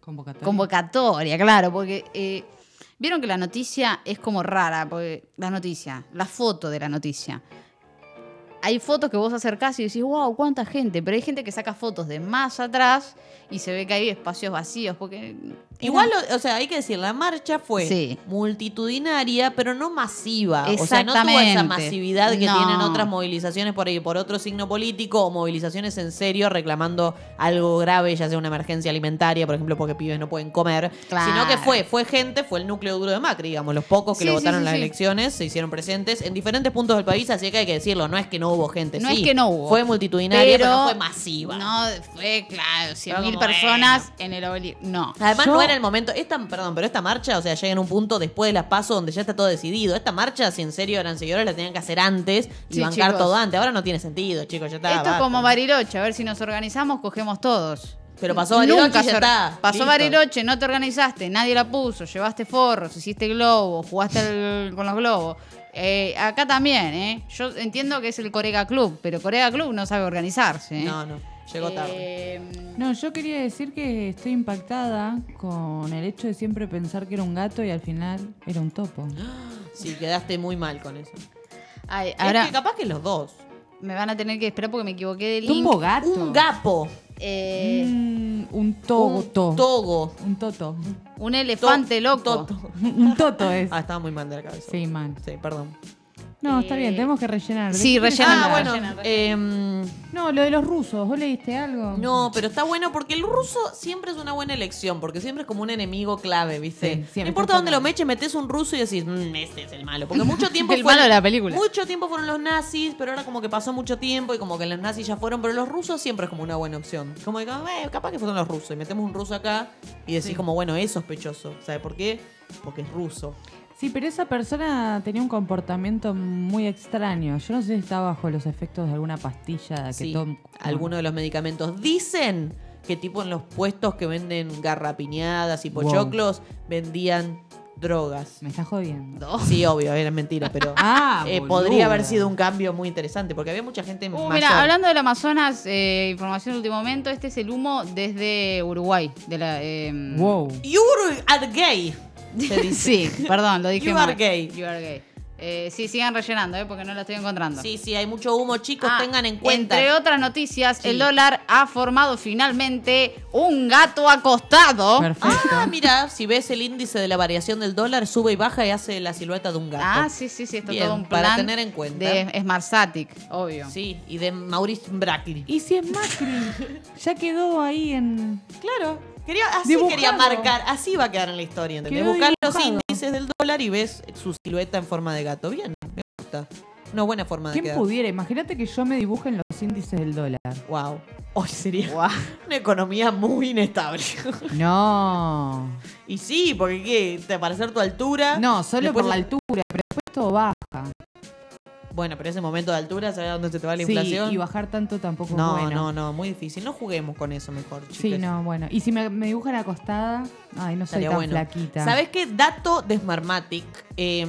Speaker 3: Convocatoria.
Speaker 2: convocatoria, claro, porque eh, vieron que la noticia es como rara, porque la noticia, la foto de la noticia. Hay fotos que vos acercás y decís, wow, cuánta gente, pero hay gente que saca fotos de más atrás y se ve que hay espacios vacíos, porque...
Speaker 1: Igual, o- o sea, hay que decir, la marcha fue
Speaker 2: Sí.
Speaker 1: multitudinaria, pero no masiva. O sea, no tuvo
Speaker 2: Exactamente.
Speaker 1: esa masividad que
Speaker 2: No.
Speaker 1: tienen otras movilizaciones por ahí, por otro signo político, o movilizaciones en serio reclamando algo grave, ya sea una emergencia alimentaria, por ejemplo, porque pibes no pueden comer.
Speaker 2: Claro.
Speaker 1: Sino que fue, fue gente, fue el núcleo duro de Macri, digamos, los pocos que
Speaker 2: Sí,
Speaker 1: lo
Speaker 2: sí, sí,
Speaker 1: votaron en las
Speaker 2: sí.
Speaker 1: elecciones, se hicieron presentes en diferentes puntos del país, así que hay que decirlo, no es que no hubo gente.
Speaker 2: No
Speaker 1: sí,
Speaker 2: es que no hubo.
Speaker 1: Fue multitudinaria, pero, no fue masiva.
Speaker 2: No, fue, claro, 100.000
Speaker 1: como,
Speaker 2: personas en el obelisco. No.
Speaker 1: Además,
Speaker 3: Yo-
Speaker 1: no era el momento. Esta, perdón, pero esta marcha, o sea, llega en un punto después de las pasos donde ya está todo decidido. Esta marcha, si en serio eran seguidores, la tenían que hacer antes y
Speaker 2: Sí,
Speaker 1: bancar
Speaker 2: chicos.
Speaker 1: todo antes. Ahora no tiene sentido, chicos, ya está.
Speaker 2: Esto es
Speaker 1: basta.
Speaker 2: como Bariloche, a ver si nos organizamos, cogemos todos.
Speaker 1: Pero pasó Bariloche
Speaker 2: Nunca
Speaker 1: y ya
Speaker 2: se-
Speaker 1: está.
Speaker 2: Pasó
Speaker 1: Listo.
Speaker 2: Bariloche, no te organizaste, nadie la puso, llevaste forros, hiciste globos, jugaste al- con los globos. Eh, acá también, ¿eh? Yo entiendo que es el Corega Club, pero Corega Club no sabe organizarse. ¿eh?
Speaker 1: No, no, llegó tarde.
Speaker 2: Eh,
Speaker 3: No, yo quería decir que estoy impactada con el hecho de siempre pensar que era un gato y al final era un topo.
Speaker 1: Sí, quedaste muy mal con eso.
Speaker 2: ay,
Speaker 1: es
Speaker 2: ahora
Speaker 1: que capaz que los dos.
Speaker 2: me van a tener que esperar porque me equivoqué de link.
Speaker 3: Topo gato.
Speaker 1: Un gapo.
Speaker 2: Eh,
Speaker 3: Mm, un
Speaker 1: Un
Speaker 3: togoto.
Speaker 1: togo.
Speaker 3: Un toto.
Speaker 1: Mm.
Speaker 2: un elefante loco.
Speaker 1: Toto.
Speaker 3: un toto es.
Speaker 1: Ah, estaba muy mal de la cabeza.
Speaker 3: Sí, man.
Speaker 1: Sí, pellón.
Speaker 3: No, está bien, tenemos que rellenar.
Speaker 2: Sí,
Speaker 3: ¿De qué
Speaker 2: rellenar.
Speaker 3: quieres
Speaker 1: Ah,
Speaker 2: Ah,
Speaker 3: hablar?
Speaker 2: llena,
Speaker 1: bueno. em,
Speaker 3: No, lo de los rusos, ¿vos leíste algo?
Speaker 1: No, pero está bueno porque el ruso siempre es una buena elección, porque siempre es como un enemigo clave,
Speaker 3: Sí,
Speaker 1: ¿viste?
Speaker 3: siempre.
Speaker 1: no importa dónde lo meches, metes un ruso y decís, "Mm, este es el malo. Porque mucho tiempo
Speaker 2: El malo de la película.
Speaker 1: Mucho tiempo fueron los nazis, pero ahora como que pasó mucho tiempo y como que los nazis ya fueron, pero los rusos siempre es como una buena opción. Como que, "Eh, capaz que fueron los rusos y metemos un ruso acá y decís como, bueno, es sospechoso. ¿Sabes por qué? Porque es ruso.
Speaker 3: Sí, pero esa persona tenía un comportamiento muy extraño. Yo no sé si está bajo los efectos de alguna pastilla que
Speaker 1: Sí,
Speaker 3: tom-
Speaker 1: alguno de los medicamentos. Dicen que tipo en los puestos que venden garrapiñadas y pochoclos vendían drogas.
Speaker 3: Me está jodiendo.
Speaker 1: Sí, obvio, era mentira, pero
Speaker 3: Ah,
Speaker 1: eh,
Speaker 3: boluda.
Speaker 1: podría haber sido un cambio muy interesante porque había mucha gente
Speaker 2: Uh,
Speaker 1: mayor.
Speaker 2: mira, hablando del Amazonas, eh, información de último momento, este es el humo desde Uruguay. De la, eh,
Speaker 3: Wow.
Speaker 1: You're a gay. Se dice.
Speaker 2: sí, perdón, lo dije
Speaker 1: You
Speaker 2: mal.
Speaker 1: are gay.
Speaker 2: You are gay. Eh, sí, sigan rellenando, eh, porque no la estoy encontrando.
Speaker 1: Sí, sí, hay mucho humo, chicos,
Speaker 2: Ah,
Speaker 1: tengan en cuenta.
Speaker 2: Entre otras noticias,
Speaker 1: Sí.
Speaker 2: el dólar ha formado finalmente un gato acostado.
Speaker 3: Perfecto.
Speaker 1: Ah, mira, si ves el índice de la variación del dólar, sube y baja y hace la silueta de un gato.
Speaker 2: Ah, sí, sí, sí, esto es
Speaker 1: Bien,
Speaker 2: todo un plan
Speaker 1: para tener en cuenta.
Speaker 2: de Smartsatic, obvio.
Speaker 1: Sí, y de Maurice Brackley.
Speaker 3: ¿Y si es Macri? Ya quedó ahí en.
Speaker 1: Claro. Quería, así
Speaker 3: Dibujado.
Speaker 1: quería marcar, así va a quedar en la historia, ¿entendés?
Speaker 3: Quedó
Speaker 1: Buscar
Speaker 3: dibujado.
Speaker 1: los índices del dólar y ves su silueta en forma de gato. Bien, me gusta. Una buena forma de
Speaker 3: ¿Quién
Speaker 1: quedar.
Speaker 3: pudiera? Imagínate que yo me dibujen los índices del dólar.
Speaker 1: Wow. Hoy sería una economía muy inestable.
Speaker 3: No.
Speaker 1: y sí, porque qué, Te- para ser tu altura.
Speaker 3: No, solo
Speaker 1: Después-
Speaker 3: por la altura, pero después todo baja.
Speaker 1: Bueno, pero ese momento de altura, ¿sabes dónde se te va la
Speaker 3: sí,
Speaker 1: inflación?
Speaker 3: y bajar tanto tampoco
Speaker 1: no,
Speaker 3: es
Speaker 1: no,
Speaker 3: bueno.
Speaker 1: no, muy difícil. No juguemos con eso mejor, chicos.
Speaker 3: Sí, no, bueno. Y si me, me dibujan acostada, ay, no soy
Speaker 1: Estaría
Speaker 3: tan
Speaker 1: bueno.
Speaker 3: flaquita.
Speaker 1: ¿Sabes qué? Dato de Smartmatic. Eh,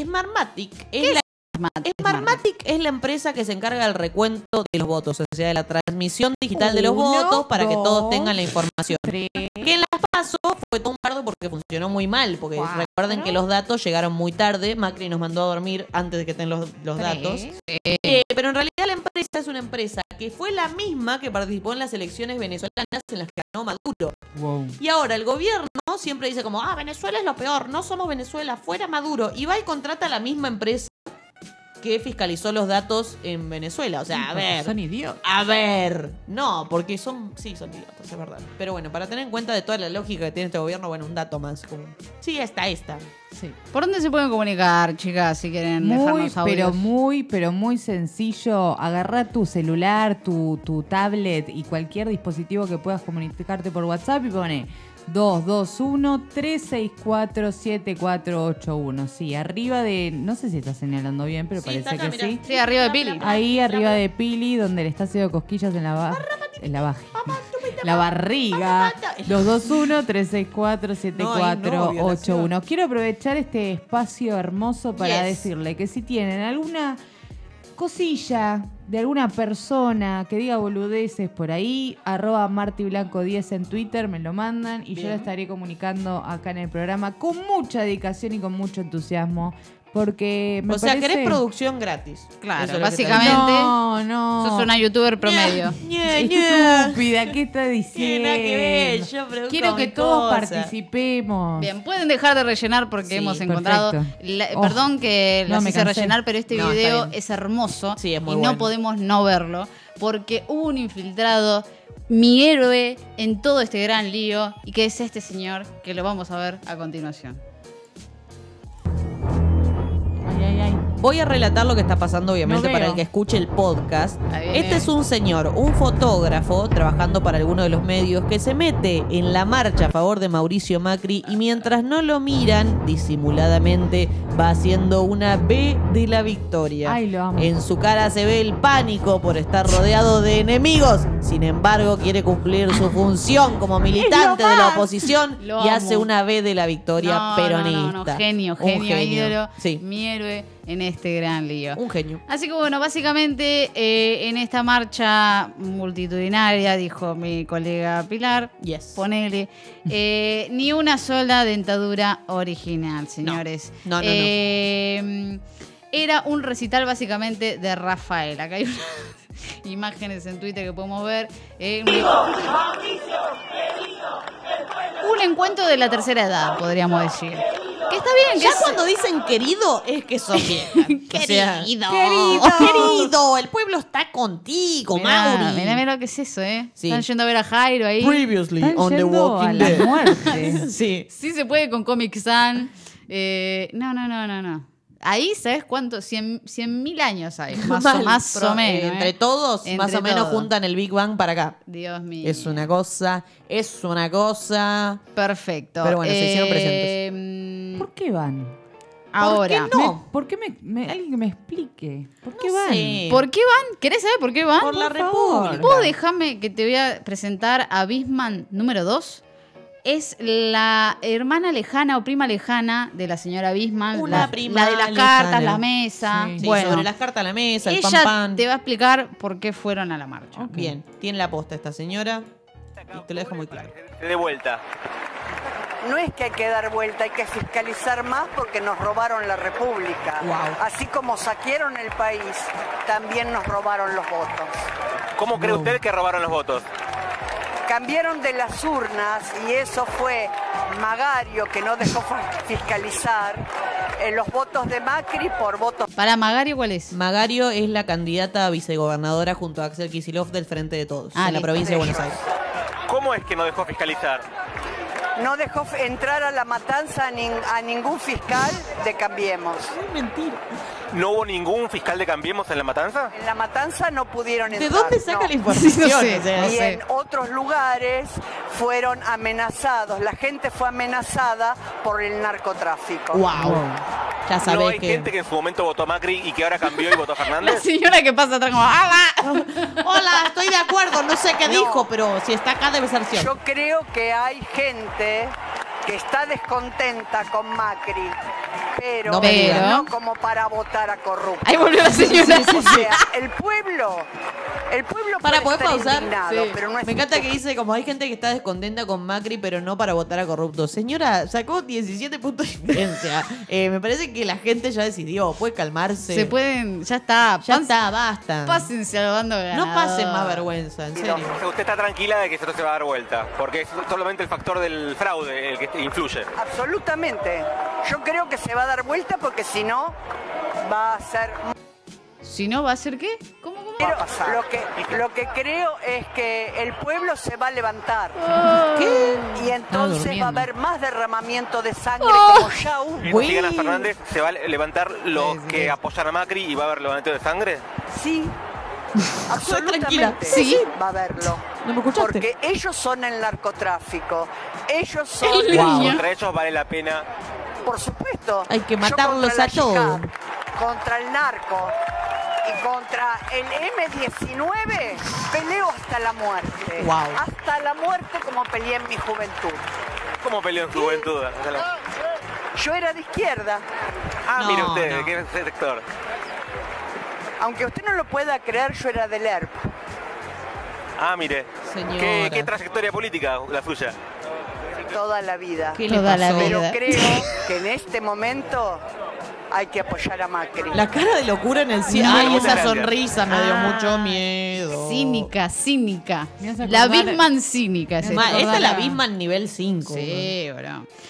Speaker 1: Smartmatic Em, es la
Speaker 2: Smartmatic.
Speaker 1: Smartmatic es la empresa que se encarga del recuento de los votos, o sea, de la transmisión digital de los
Speaker 3: Uno,
Speaker 1: votos para que todos
Speaker 3: dos,
Speaker 1: tengan la información.
Speaker 3: Tres.
Speaker 1: Que en las PASO fue todo un bardo porque funcionó muy mal, porque
Speaker 3: Cuatro.
Speaker 1: recuerden que los datos llegaron muy tarde, Macri nos mandó a dormir antes de que estén los, los
Speaker 3: Tres.
Speaker 1: datos. Eh, pero en realidad la empresa es una empresa que fue la misma que participó en las elecciones venezolanas en las que ganó Maduro.
Speaker 3: Wow.
Speaker 1: Y ahora el gobierno siempre dice como, ah, Venezuela es lo peor, no somos Venezuela, fuera Maduro. Y va y contrata a la misma empresa que fiscalizó los datos en Venezuela. O sea, a
Speaker 3: Son
Speaker 1: ver.
Speaker 3: idiotas.
Speaker 1: A ver. No, porque son, sí, son idiotas, es verdad. Pero bueno, para tener en cuenta de toda la lógica que tiene este gobierno, bueno, un dato más. Como, sí, está esta.
Speaker 3: Sí.
Speaker 2: ¿Por dónde se pueden comunicar, chicas, si quieren
Speaker 3: Muy,
Speaker 2: dejarnos audios?
Speaker 3: pero muy, pero muy sencillo. Agarra tu celular, tu, tu tablet y cualquier dispositivo que puedas comunicarte por WhatsApp y pone 221-364-7481. Sí, arriba de. No sé si está señalando bien, pero parece que sí.
Speaker 2: Sí, arriba de Pili.
Speaker 3: Ahí arriba de Pili, donde le está haciendo cosquillas en la, ba- en la baja. La barriga. 221-364-7481. Quiero aprovechar este espacio hermoso para
Speaker 2: Yes.
Speaker 3: decirle que si tienen alguna cosilla de alguna persona que diga boludeces por ahí, arroba martiblanco10 en Twitter, me lo mandan y yo lo estaré comunicando acá en el programa con mucha dedicación y con mucho entusiasmo. Porque me
Speaker 1: o sea,
Speaker 3: parece-
Speaker 1: querés producción gratis.
Speaker 2: Claro,
Speaker 1: Eso es lo que te digo.
Speaker 2: básicamente.
Speaker 3: No, no.
Speaker 2: Sos una youtuber promedio.
Speaker 1: Ñe, ñe.
Speaker 3: Estúpida, ¿qué está
Speaker 1: Tiene
Speaker 3: diciendo?
Speaker 1: nada que ver, yo produzco
Speaker 3: Quiero que
Speaker 1: mis
Speaker 3: todos
Speaker 1: cosas.
Speaker 3: participemos.
Speaker 2: Bien, pueden dejar de rellenar porque
Speaker 1: Sí,
Speaker 2: hemos
Speaker 3: perfecto.
Speaker 2: encontrado. la-
Speaker 3: Oh,
Speaker 2: perdón que
Speaker 3: no,
Speaker 2: las
Speaker 3: me
Speaker 2: hice
Speaker 3: cansé.
Speaker 2: rellenar, pero este
Speaker 1: No, está
Speaker 2: video
Speaker 1: bien.
Speaker 2: es hermoso
Speaker 1: Sí, es muy
Speaker 2: y
Speaker 1: bueno.
Speaker 2: no podemos no verlo porque hubo un infiltrado, mi héroe en todo este gran lío y que es este señor que lo vamos a ver a continuación.
Speaker 3: Ay, ay, ay.
Speaker 1: Voy a relatar lo que está pasando, obviamente,
Speaker 3: No veo.
Speaker 1: para el que escuche el podcast.
Speaker 2: Ahí viene.
Speaker 1: Este es un señor, un fotógrafo, trabajando para alguno de los medios, que se mete en la marcha a favor de Mauricio Macri y mientras no lo miran, disimuladamente va haciendo una B de la victoria.
Speaker 3: Ay, lo amo.
Speaker 1: En su cara se ve el pánico por estar rodeado de enemigos. Sin embargo, quiere cumplir su función como militante de la oposición
Speaker 2: Lo
Speaker 1: y
Speaker 2: amo.
Speaker 1: hace una B de la victoria
Speaker 2: No, no,
Speaker 1: peronista.
Speaker 2: no, no, genio,
Speaker 1: Un
Speaker 2: genio, ídolo,
Speaker 1: Sí.
Speaker 2: mi héroe en este gran lío.
Speaker 1: Un genio.
Speaker 2: Así que bueno, básicamente eh, en esta marcha multitudinaria, dijo mi colega Pilar,
Speaker 1: Yes.
Speaker 2: ponele, eh, ni una sola dentadura original, señores.
Speaker 1: No, no, no.
Speaker 2: Eh, Era un recital básicamente de Rafael. Acá hay unas imágenes en Twitter que podemos ver. eh, un- un encuentro de la tercera edad, podríamos decir. Que está bien, que
Speaker 1: Ya
Speaker 2: es-
Speaker 1: cuando dicen querido es que son bien.
Speaker 2: Querido.
Speaker 1: querido, el pueblo está contigo,
Speaker 2: Mirá,
Speaker 1: Mauri.
Speaker 2: mirá, mirá lo que es eso, ¿eh?
Speaker 1: Sí.
Speaker 2: Están yendo a ver a Jairo ahí.
Speaker 1: Previously
Speaker 3: Están yendo a la muerte.
Speaker 1: Sí.
Speaker 2: Sí se puede con Comic San. Eh, no, no, no, no, no. Ahí, ¿sabes cuánto? Cien cien mil años hay. Más, o,
Speaker 1: Mal,
Speaker 2: más
Speaker 1: pro-
Speaker 2: o menos.
Speaker 1: Entre
Speaker 2: ¿eh?
Speaker 1: todos,
Speaker 2: Entre
Speaker 1: más o menos
Speaker 2: todos.
Speaker 1: juntan el Big Bang para acá.
Speaker 2: Dios mío.
Speaker 1: Es una cosa, es una cosa.
Speaker 2: Perfecto.
Speaker 1: Pero bueno, se hicieron
Speaker 2: presentes.
Speaker 3: ¿Por qué van?
Speaker 2: Ahora.
Speaker 1: ¿Por qué no?
Speaker 3: Me- ¿Por qué me, me- alguien que me explique? ¿Por qué
Speaker 1: No
Speaker 3: van?
Speaker 1: sé.
Speaker 2: ¿Por qué van? ¿Querés saber por qué van?
Speaker 1: Por la
Speaker 3: Por favor.
Speaker 1: República.
Speaker 2: Vos déjame que te voy a presentar a Bisman número 2. Es la hermana lejana o prima lejana de la señora Bisman.
Speaker 1: Una
Speaker 2: la,
Speaker 1: prima
Speaker 2: la de las
Speaker 1: lejana.
Speaker 2: cartas, la mesa.
Speaker 3: Sí.
Speaker 1: Sí,
Speaker 2: bueno,
Speaker 1: sobre las cartas a la mesa, el
Speaker 2: ella
Speaker 1: pan pan.
Speaker 2: te va a explicar por qué fueron a la marcha.
Speaker 1: Bien, tiene la posta esta señora. Y te lo dejo muy claro.
Speaker 4: De vuelta.
Speaker 9: No es que hay que dar vuelta, hay que fiscalizar más porque nos robaron la República.
Speaker 1: Guau.
Speaker 9: Así como saquearon el país, también nos robaron los votos.
Speaker 10: ¿Cómo cree usted que robaron los votos?
Speaker 9: Cambiaron de las urnas y eso fue Magario que no dejó fa- fiscalizar eh, los votos de Macri por votos
Speaker 2: Para Magario, ¿cuál es?
Speaker 1: Magario es la candidata a vicegobernadora junto a Axel Kicillof del Frente de Todos,
Speaker 2: Ah,
Speaker 1: en la
Speaker 2: listo.
Speaker 1: provincia de Buenos Aires.
Speaker 10: ¿Cómo es que no dejó fiscalizar?
Speaker 9: No dejó f- entrar a la matanza a, nin- a ningún fiscal de Cambiemos.
Speaker 10: ¿No hubo ningún fiscal de Cambiemos en la matanza?
Speaker 9: En la matanza no pudieron
Speaker 1: ¿De
Speaker 9: entrar.
Speaker 1: dónde saca
Speaker 9: no.
Speaker 1: la información?
Speaker 2: No sé,
Speaker 1: O sea,
Speaker 2: eh, no
Speaker 9: Y
Speaker 2: sé.
Speaker 9: en otros lugares fueron amenazados. La gente fue amenazada por el narcotráfico.
Speaker 1: Wow.
Speaker 3: Oh,
Speaker 1: Ya
Speaker 10: ¿No
Speaker 1: sabés
Speaker 10: hay
Speaker 1: que.
Speaker 10: gente que en su momento votó a Macri y que ahora cambió y votó a
Speaker 2: La
Speaker 10: Fernández?
Speaker 2: señora que pasa atrás como "Ah, ¡Hala!
Speaker 1: Hola, estoy de acuerdo, no sé qué dijo, pero si está acá debe ser cierto.
Speaker 9: Yo creo que hay gente que está descontenta con Macri, pero
Speaker 2: No
Speaker 9: no,
Speaker 2: me digas.
Speaker 9: como para votar a corrupto.
Speaker 2: Ahí volvió la señora.
Speaker 9: Sí, sí, sí. O sea, el pueblo, el pueblo
Speaker 1: Para
Speaker 9: puede
Speaker 1: poder
Speaker 9: estar
Speaker 1: pausar.
Speaker 9: indignado,
Speaker 1: Sí.
Speaker 9: pero no es
Speaker 1: Me encanta que
Speaker 9: justo.
Speaker 1: dice, como hay gente que está descontenta con Macri, pero no para votar a corrupto. Señora, sacó 17 puntos de diferencia. Eh, me parece que la gente ya decidió, puede calmarse.
Speaker 2: Se pueden, ya está.
Speaker 1: Ya
Speaker 2: pas-
Speaker 1: está, basta.
Speaker 2: Pasen salvando
Speaker 1: no pasen más vergüenza, en serio.
Speaker 11: Usted está tranquila de que esto se va a dar vuelta, porque es solamente el factor del fraude el que influye.
Speaker 9: Absolutamente. Yo creo que se va a dar vuelta porque si no va a ser
Speaker 2: Si no, ¿va a ser qué? ¿Cómo, cómo?
Speaker 9: Pero lo que lo que creo es que el pueblo se va a levantar.
Speaker 1: ¿Qué?
Speaker 9: Y entonces va a
Speaker 2: durmiendo.
Speaker 9: haber más derramamiento de sangre
Speaker 1: Oh.
Speaker 9: como ya hubo.
Speaker 11: Si gana Fernández, ¿se va a levantar los que apoyan a Macri y va a haber levantamiento de sangre?
Speaker 9: Sí.
Speaker 1: tranquila.
Speaker 9: Absolutamente.
Speaker 1: Sí.
Speaker 9: Va a haberlo.
Speaker 1: ¿No me escuchaste?
Speaker 9: Porque ellos son el narcotráfico. Ellos son
Speaker 11: Wow. Contra ellos vale la pena.
Speaker 9: Por supuesto.
Speaker 1: Hay que
Speaker 9: Yo
Speaker 1: matarlos
Speaker 9: contra
Speaker 1: a
Speaker 9: la yihad,
Speaker 1: todos.
Speaker 9: Contra el narco y contra el M19 peleo hasta la muerte.
Speaker 11: Guau.
Speaker 9: Hasta la muerte como peleé en mi juventud.
Speaker 11: ¿Cómo peleó en su juventud?
Speaker 9: Yo era de izquierda.
Speaker 11: Ah, mire usted, ¿de qué sector?
Speaker 9: Aunque usted no lo pueda creer, yo era del ERP.
Speaker 11: Ah, mire.
Speaker 9: Señora.
Speaker 11: ¿Qué, qué trayectoria política la suya?
Speaker 9: Toda la vida.
Speaker 1: ¿Qué le Toda la pasó?
Speaker 9: Pero
Speaker 1: vida.
Speaker 9: creo que en este momento hay que apoyar a Macri.
Speaker 1: La cara de locura en el cielo.
Speaker 9: No,
Speaker 1: Ay,
Speaker 9: no,
Speaker 1: esa
Speaker 9: gracias.
Speaker 1: sonrisa me dio
Speaker 2: Ah,
Speaker 1: mucho miedo.
Speaker 2: Cínica, cínica.
Speaker 3: Me hace
Speaker 2: La
Speaker 3: acordar-
Speaker 2: Bisman cínica. es
Speaker 1: Ma-
Speaker 2: esto.
Speaker 1: esta es la Bisman nivel 5.
Speaker 2: Sí,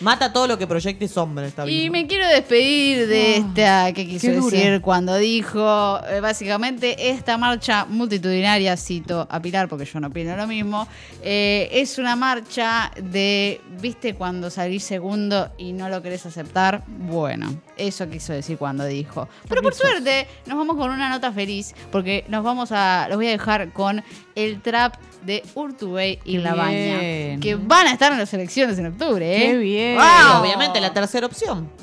Speaker 1: Mata todo lo que proyecte sombra esta
Speaker 2: Y
Speaker 1: Bisman.
Speaker 2: me quiero despedir
Speaker 3: Ah,
Speaker 2: de esta que quiso
Speaker 1: qué dura.
Speaker 2: decir cuando dijo, eh, básicamente, esta marcha multitudinaria, cito a Pilar porque yo no opino lo mismo, eh, es una marcha de, viste, cuando salís segundo y no lo querés aceptar. Bueno, eso quiso decir cuando dijo. Pero por suerte, nos vamos con una nota feliz porque nos vamos a, los voy a dejar con el trap de Urtubey y
Speaker 3: Qué
Speaker 2: La Baña,
Speaker 3: bien.
Speaker 2: que van a estar en las elecciones en octubre, ¿eh?
Speaker 3: Qué bien.
Speaker 2: ¡Wow!
Speaker 1: Obviamente, la tercera opción.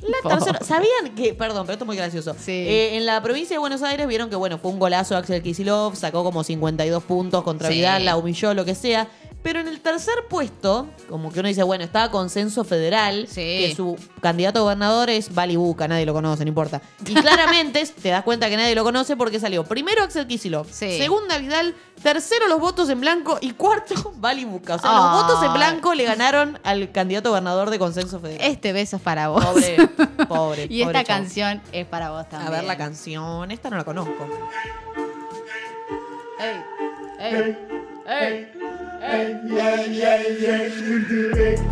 Speaker 1: La tercera. ¿Sabían que, perdón, pero esto es muy gracioso? Eh, en la provincia de Buenos Aires vieron que, bueno, fue un golazo de Axel Kisilov, sacó como 52 puntos contra
Speaker 2: Sí.
Speaker 1: Vidal, la humilló, lo que sea. Pero en el tercer puesto, como que uno dice, bueno, estaba consenso federal, que su candidato a gobernador es Bali Buca, nadie lo conoce, no importa. Y claramente te das cuenta que nadie lo conoce porque salió primero Axel Kisilov, segunda Vidal, tercero los votos en blanco y cuarto Bali Buca. O sea, los
Speaker 2: Ay.
Speaker 1: votos en blanco le ganaron al candidato gobernador de consenso federal.
Speaker 2: Este beso es para vos.
Speaker 1: Pobre, pobre.
Speaker 2: y
Speaker 1: pobre
Speaker 2: esta
Speaker 1: chavo.
Speaker 2: canción es para vos también.
Speaker 1: A ver la canción. Esta no la conozco.
Speaker 2: Ey, ey, ey, ey.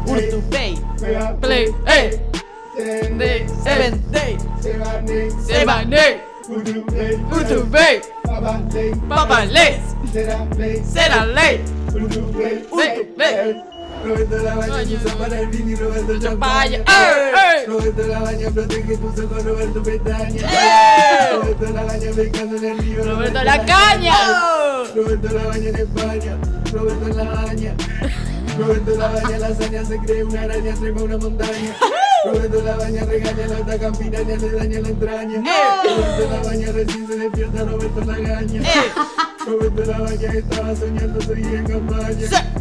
Speaker 1: Urtubey. Play. eh. Ey. Seven day. Seven day. Urtubey. Papa Lays. Será ley. Urtubey. Champaña. Ey, ey.
Speaker 12: Roberto la caña. Roberto la baña en España. Roberto la baña. Roberto la baña lasaña se cree una araña trepa una montaña. Roberto la baña regaña la atacan piraña le daña la entraña. Roberto la baña recién se despierta Roberto la gaña. Roberto la baña estaba soñando seguir en campaña.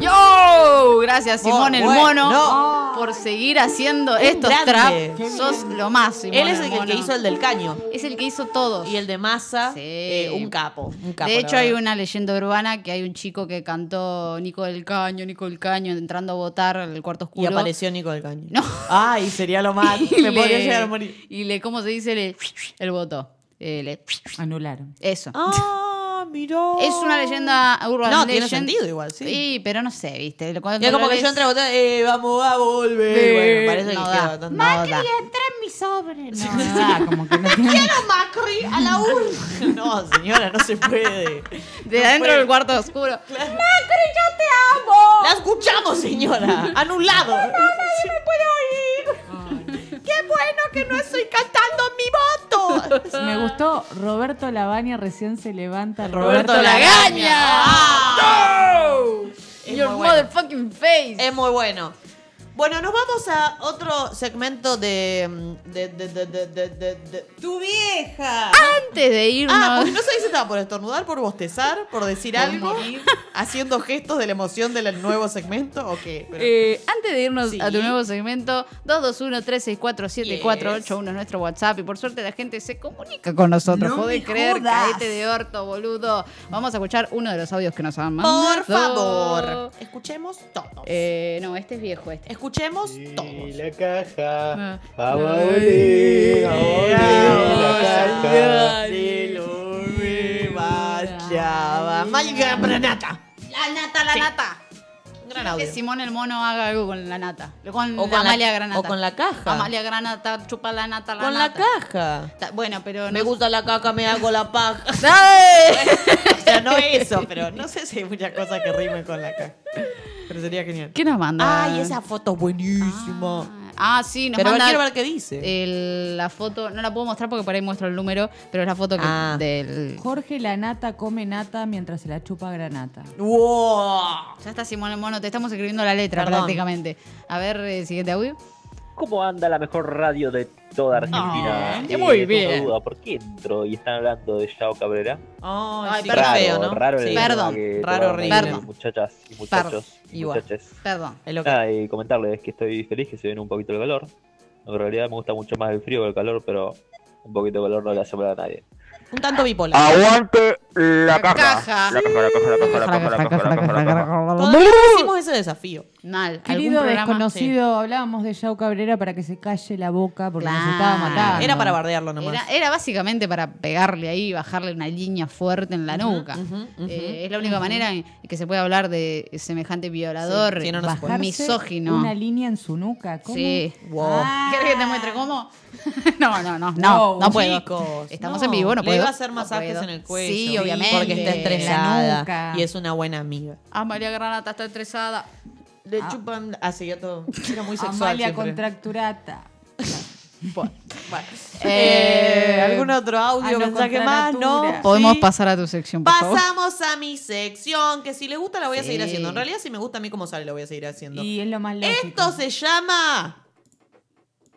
Speaker 2: Yo, gracias Simón
Speaker 1: Muy
Speaker 2: el
Speaker 1: bueno.
Speaker 2: Mono por seguir haciendo estos
Speaker 1: grande. Qué
Speaker 2: traps. Sos lo más, Simón
Speaker 1: Él es el, que
Speaker 2: Mono.
Speaker 1: hizo el del caño.
Speaker 2: Es el que hizo todos.
Speaker 1: Y el de masa. eh, un capo. un capo,
Speaker 2: de
Speaker 1: la
Speaker 2: hecho, hay
Speaker 1: verdad.
Speaker 2: una leyenda urbana que hay un chico que cantó Nico del Caño, Nico del Caño, entrando a votar al cuarto
Speaker 1: Y
Speaker 2: oscuro.
Speaker 1: apareció Nico del Caño.
Speaker 2: No.
Speaker 1: Ay, sería lo más.
Speaker 2: Y
Speaker 1: Me podría
Speaker 2: le-
Speaker 1: llegar a morir.
Speaker 2: Y le, ¿cómo se dice? Le, el voto. Eh, le-
Speaker 3: Anularon.
Speaker 2: eso.
Speaker 1: Ah, miró.
Speaker 2: Es una leyenda urban
Speaker 1: No, tiene
Speaker 2: legend.
Speaker 1: sentido igual, sí.
Speaker 2: Sí, pero no sé, viste. Cuando
Speaker 1: Y es como
Speaker 2: lo
Speaker 1: que
Speaker 2: ves-
Speaker 1: yo entré a votar, eh, vamos a volver.
Speaker 2: Sí.
Speaker 1: bueno, parece
Speaker 2: No
Speaker 1: que
Speaker 2: da.
Speaker 1: quedó tan- no
Speaker 2: Macri
Speaker 1: da.
Speaker 2: mi sobre.
Speaker 3: Ah, como que no
Speaker 2: ¡Quiero Macri a la urna!
Speaker 1: No, señora, no se puede.
Speaker 2: De
Speaker 1: No
Speaker 2: adentro
Speaker 1: puede.
Speaker 2: del cuarto oscuro.
Speaker 1: Claro.
Speaker 2: ¡Macri, yo te amo!
Speaker 1: La escuchamos, señora. Anulado. ¡Qué bueno que no estoy cantando mi voto!
Speaker 3: Me gustó Roberto Labaña recién se levanta.
Speaker 1: Roberto Lagaña.
Speaker 2: ¡Gaña!
Speaker 1: Ah.
Speaker 2: Your
Speaker 1: muy bueno.
Speaker 2: motherfucking face.
Speaker 1: Es muy bueno. Bueno, nos vamos a otro segmento de. mm, de, de, de, de, de- de- de- ¡Tu vieja!
Speaker 2: Antes de irnos.
Speaker 1: Ah, porque no sé si estaba por estornudar, por bostezar, por decir algo, haciendo gestos de la emoción del nuevo segmento o qué. Pero-
Speaker 2: Eh, antes de irnos
Speaker 1: Sí.
Speaker 2: a tu nuevo segmento, 221-364-7481 es nuestro WhatsApp y por suerte la gente se comunica con nosotros.
Speaker 1: No
Speaker 2: Podés
Speaker 1: me
Speaker 2: creer,
Speaker 1: jodas.
Speaker 2: cadete de orto, boludo. Vamos a escuchar uno de los audios que nos han mandado.
Speaker 1: Por favor, escuchemos todos.
Speaker 2: Eh, no, este es viejo este.
Speaker 1: Escuchemos todos.
Speaker 13: La
Speaker 14: Ah.
Speaker 13: caja.
Speaker 2: Vamos
Speaker 13: a abrir,
Speaker 1: abrir
Speaker 13: la caja.
Speaker 1: Vaya, mágica Ah, granata.
Speaker 2: La nata, la nata. Quiero
Speaker 1: audio.
Speaker 2: Que Simón el mono haga algo con la nata. O con,
Speaker 1: O
Speaker 2: la,
Speaker 1: con la-
Speaker 2: Amalia Granata.
Speaker 1: o con la caja.
Speaker 2: Amalia Granata, chupa la nata, la
Speaker 1: Con la
Speaker 2: nata.
Speaker 1: caja.
Speaker 2: Ta- Bueno, pero
Speaker 1: Me
Speaker 2: no-
Speaker 1: gusta la caca, me hago la paja. o sea, no eso, pero no sé si hay muchas cosas que rimen con la caja. Pero sería genial.
Speaker 2: ¿Qué nos manda?
Speaker 1: Ay, esa foto es buenísima.
Speaker 2: Ah, sí, nos
Speaker 1: Pero
Speaker 2: manda
Speaker 1: quiero ver qué dice.
Speaker 2: el- la foto, no la puedo mostrar porque por ahí muestro el número, pero es la foto que,
Speaker 1: Ah.
Speaker 2: del...
Speaker 3: Jorge la nata come nata mientras se la chupa granata.
Speaker 1: ¡Wow!
Speaker 2: Ya está Simón el Mono, te estamos escribiendo la letra
Speaker 3: Perdón.
Speaker 2: prácticamente. A ver, eh, siguiente audio.
Speaker 14: ¿Cómo anda la mejor radio de toda Argentina?
Speaker 2: Ah, muy
Speaker 14: tengo
Speaker 2: bien.
Speaker 14: una duda, ¿por qué entró y están hablando de Yao Cabrera?
Speaker 1: Ay,
Speaker 14: raro,
Speaker 1: feo, ¿no?
Speaker 14: raro el
Speaker 1: Sí.
Speaker 14: tema
Speaker 1: Perdón,
Speaker 14: que
Speaker 1: raro,
Speaker 14: tomaron
Speaker 1: horrible.
Speaker 14: ahí,
Speaker 1: Perdón.
Speaker 14: Muchachas y muchachos. y
Speaker 1: Igual.
Speaker 14: muchaches.
Speaker 2: Perdón.
Speaker 14: Nada, y comentarles que estoy feliz que se viene un poquito el calor. En realidad me gusta mucho más el frío que el calor, pero un poquito de calor no le hace mal a nadie.
Speaker 1: Un tanto bipolar.
Speaker 14: Ah. Aguante la
Speaker 1: caja.
Speaker 14: La caja, la caja, la caja, la caja, la caja, la caja, la caja.
Speaker 1: Todavía no hicimos ese desafío.
Speaker 2: Mal.
Speaker 3: Querido
Speaker 1: programa?
Speaker 3: desconocido, hablábamos de Yao Cabrera para que se calle la boca porque nos estaba
Speaker 2: Ah,
Speaker 3: matando.
Speaker 1: Era eh, para bardearlo nomás.
Speaker 2: Era, era básicamente para pegarle ahí, bajarle una línea fuerte en la
Speaker 1: Ujú,
Speaker 2: nuca.
Speaker 1: ujú, ujú,
Speaker 2: Eh, es la única
Speaker 1: ujú.
Speaker 2: manera en que se puede hablar de semejante violador,
Speaker 1: Sí, sí, no, no se puede.
Speaker 2: bajarse misógino.
Speaker 3: Una línea en su nuca. ¿cómo?
Speaker 2: Sí. Ah.
Speaker 1: Wow.
Speaker 2: ¿Querés que te muestre cómo? no, no, no, no,
Speaker 1: Wow,
Speaker 2: no puedo.
Speaker 1: chicos,
Speaker 2: Estamos
Speaker 1: no.
Speaker 2: en vivo, no
Speaker 1: Le
Speaker 2: puedo.
Speaker 1: iba a hacer
Speaker 2: No
Speaker 1: masajes
Speaker 2: puedo.
Speaker 1: en el cuello.
Speaker 2: Sí, obviamente.
Speaker 1: Porque está
Speaker 2: En la
Speaker 1: estresada Ah,
Speaker 2: nuca.
Speaker 1: y es una buena amiga.
Speaker 2: Amalia Granata está estresada.
Speaker 1: Le
Speaker 2: Ah.
Speaker 1: chupan. Así yo todo. Era muy sexual.
Speaker 3: Amalia
Speaker 1: siempre.
Speaker 3: contracturata.
Speaker 1: Bueno.
Speaker 2: Eh,
Speaker 1: Eh, ¿Algún otro audio,
Speaker 3: a lo
Speaker 1: mensaje más? No.
Speaker 3: contranatura.
Speaker 2: Podemos
Speaker 1: Sí.
Speaker 2: pasar a tu sección, por favor.
Speaker 1: Pasamos a mi sección, que si les gusta la voy a
Speaker 2: Sí.
Speaker 1: seguir haciendo. En realidad, si me gusta a mí como sale, lo voy a seguir haciendo.
Speaker 3: Y es lo más lógico.
Speaker 1: Esto se llama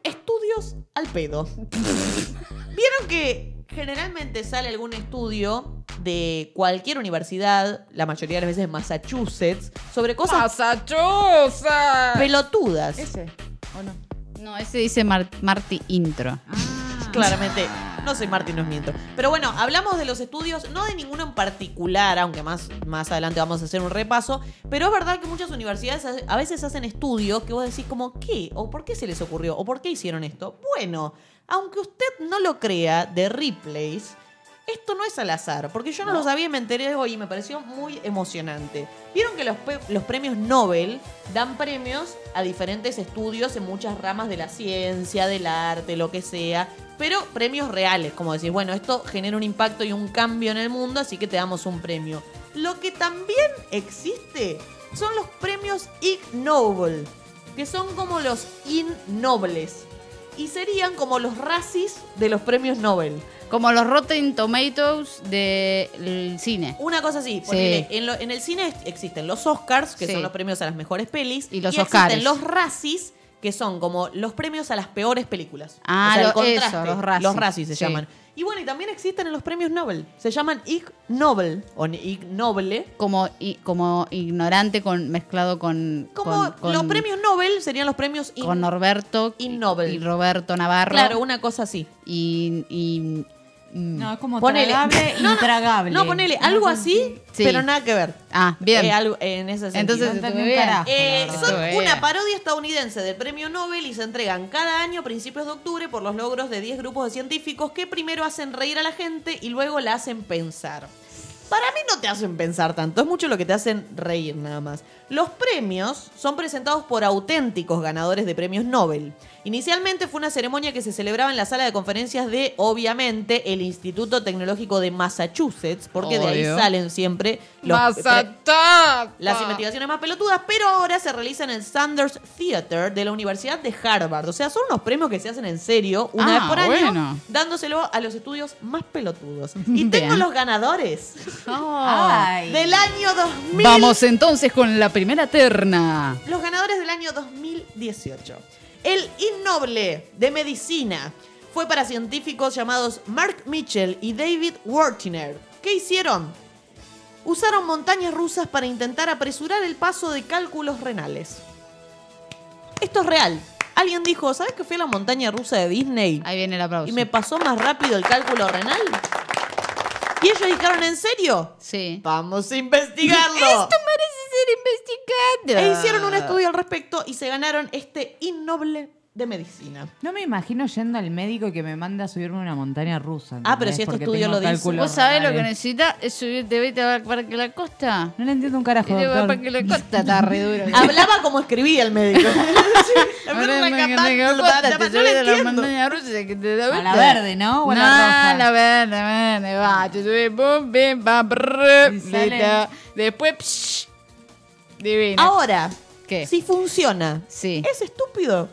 Speaker 1: estudios al pedo. Vieron que generalmente sale algún estudio de cualquier universidad, la mayoría de las veces de Massachusetts, sobre cosas pelotudas.
Speaker 3: Ese. ¿O no?
Speaker 2: No, ese dice Mar- Marty Intro.
Speaker 1: Claramente, no soy Martín, no es miento. Pero bueno, hablamos de los estudios, no de ninguno en particular, aunque más, más adelante vamos a hacer un repaso, pero es verdad que muchas universidades a- a veces hacen estudios que vos decís como, ¿qué? ¿O por qué se les ocurrió? ¿O por qué hicieron esto? Bueno, aunque usted no lo crea, de replays, esto no es al azar, porque yo no, lo sabía y me enteré hoy y me pareció muy emocionante. Vieron que los, pe- los premios Nobel dan premios a diferentes estudios en muchas ramas de la ciencia, del arte, lo que sea, pero premios reales, como decir, bueno, esto genera un impacto y un cambio en el mundo, así que te damos un premio. Lo que también existe son los premios Ig Nobel, que son como los innobles. Y serían como los racis de los premios Nobel.
Speaker 2: Como los Rotten Tomatoes del cine.
Speaker 1: Una cosa así, ponele, en, lo- en el cine ex- existen los Oscars, que
Speaker 2: Sí.
Speaker 1: son los premios a las mejores pelis,
Speaker 2: Y los
Speaker 1: existen
Speaker 2: Oscars.
Speaker 1: los Razzies, que son como los premios a las peores películas.
Speaker 2: Ah,
Speaker 1: el
Speaker 2: lo-
Speaker 1: contraste.
Speaker 2: eso, los Razzies.
Speaker 1: Los Razzies se
Speaker 2: Sí.
Speaker 1: llaman. Y bueno, y también existen en los premios Nobel. Se llaman Ig Nobel o ni- Ig Noble.
Speaker 2: Como, i- como ignorante con, mezclado con.
Speaker 1: Como
Speaker 2: con- con-
Speaker 1: los premios Nobel serían los premios in-
Speaker 2: Con Norberto
Speaker 1: Innobel.
Speaker 2: y Roberto Navarro.
Speaker 1: Claro, una cosa así.
Speaker 2: Y. y- mm.
Speaker 3: No, es como
Speaker 1: Ponele.
Speaker 3: tragable,
Speaker 1: No, no,
Speaker 3: intragable.
Speaker 1: No, ponele algo así,
Speaker 2: Sí.
Speaker 1: pero nada que ver.
Speaker 2: Ah, bien.
Speaker 1: Eh, algo- en ese sentido.
Speaker 2: Entonces estuve bien.
Speaker 1: Eh,
Speaker 2: Estuve
Speaker 1: son
Speaker 2: bien.
Speaker 1: una parodia estadounidense del premio Nobel y se entregan cada año a principios de octubre por los logros de 10 grupos de científicos que primero hacen reír a la gente y luego la hacen pensar. Para mí no te hacen pensar tanto, es mucho lo que te hacen reír nada más. Los premios son presentados por auténticos ganadores de premios Nobel. Inicialmente fue una ceremonia que se celebraba en la sala de conferencias de, obviamente, el Instituto Tecnológico de Massachusetts, porque de ahí
Speaker 2: Obvio.
Speaker 1: salen siempre los
Speaker 2: Ah.
Speaker 1: las investigaciones más pelotudas, pero ahora se realizan en el Sanders Theater de la Universidad de Harvard. O sea, son unos premios que se hacen en serio una
Speaker 2: Ah,
Speaker 1: vez por año,
Speaker 2: bueno.
Speaker 1: dándoselo a los estudios más pelotudos. Y tengo
Speaker 2: Bien.
Speaker 1: los ganadores.
Speaker 2: Ay.
Speaker 1: Del año 2000.
Speaker 2: Vamos entonces con la primera terna.
Speaker 1: Los ganadores del año 2018. El innoble de medicina fue para científicos llamados Mark Mitchell y David Wertiner. ¿Qué hicieron? Usaron montañas rusas para intentar apresurar el paso de cálculos renales. Esto es real. Alguien dijo, ¿sabes que fui a la montaña rusa de Disney?
Speaker 2: Ahí viene el aplauso.
Speaker 1: Y me pasó más rápido el cálculo renal. Y ellos dijeron, ¿en serio?
Speaker 2: Sí.
Speaker 1: Vamos a investigarlo.
Speaker 2: Esto merece ser
Speaker 1: E
Speaker 2: investigado.
Speaker 1: hicieron un estudio al respecto y se ganaron este innoble de medicina.
Speaker 3: No me imagino yendo al médico y que me manda a subirme a una montaña rusa.
Speaker 1: Ah, pero
Speaker 3: ¿entendés?
Speaker 1: si este
Speaker 3: Porque
Speaker 1: estudio
Speaker 3: tengo
Speaker 1: lo dice.
Speaker 3: cálculos
Speaker 2: ¿Vos sabés lo que
Speaker 3: renales.
Speaker 2: necesitas? Es subirte, vete a ver que la costa.
Speaker 3: No le entiendo un carajo,
Speaker 2: Y luego
Speaker 3: doctor.
Speaker 2: para que la costa está re duro.
Speaker 1: Hablaba como escribía el médico. Sí,
Speaker 2: Ahora
Speaker 1: la
Speaker 2: me
Speaker 1: verdad,
Speaker 2: que
Speaker 1: la
Speaker 2: tengo
Speaker 1: verdad,
Speaker 2: costa, te
Speaker 1: no
Speaker 2: subís a
Speaker 1: la
Speaker 2: la
Speaker 1: entiendo.
Speaker 2: montaña rusa que te da
Speaker 3: A la
Speaker 2: vuelta.
Speaker 3: verde, ¿no? O a la roja.
Speaker 2: la verde, verde, va. Te subís, pum, pim, pam, brr,
Speaker 3: sale.
Speaker 2: listo. Después, psh, divino.
Speaker 1: Ahora,
Speaker 2: ¿Qué?
Speaker 1: si funciona, es estúpido.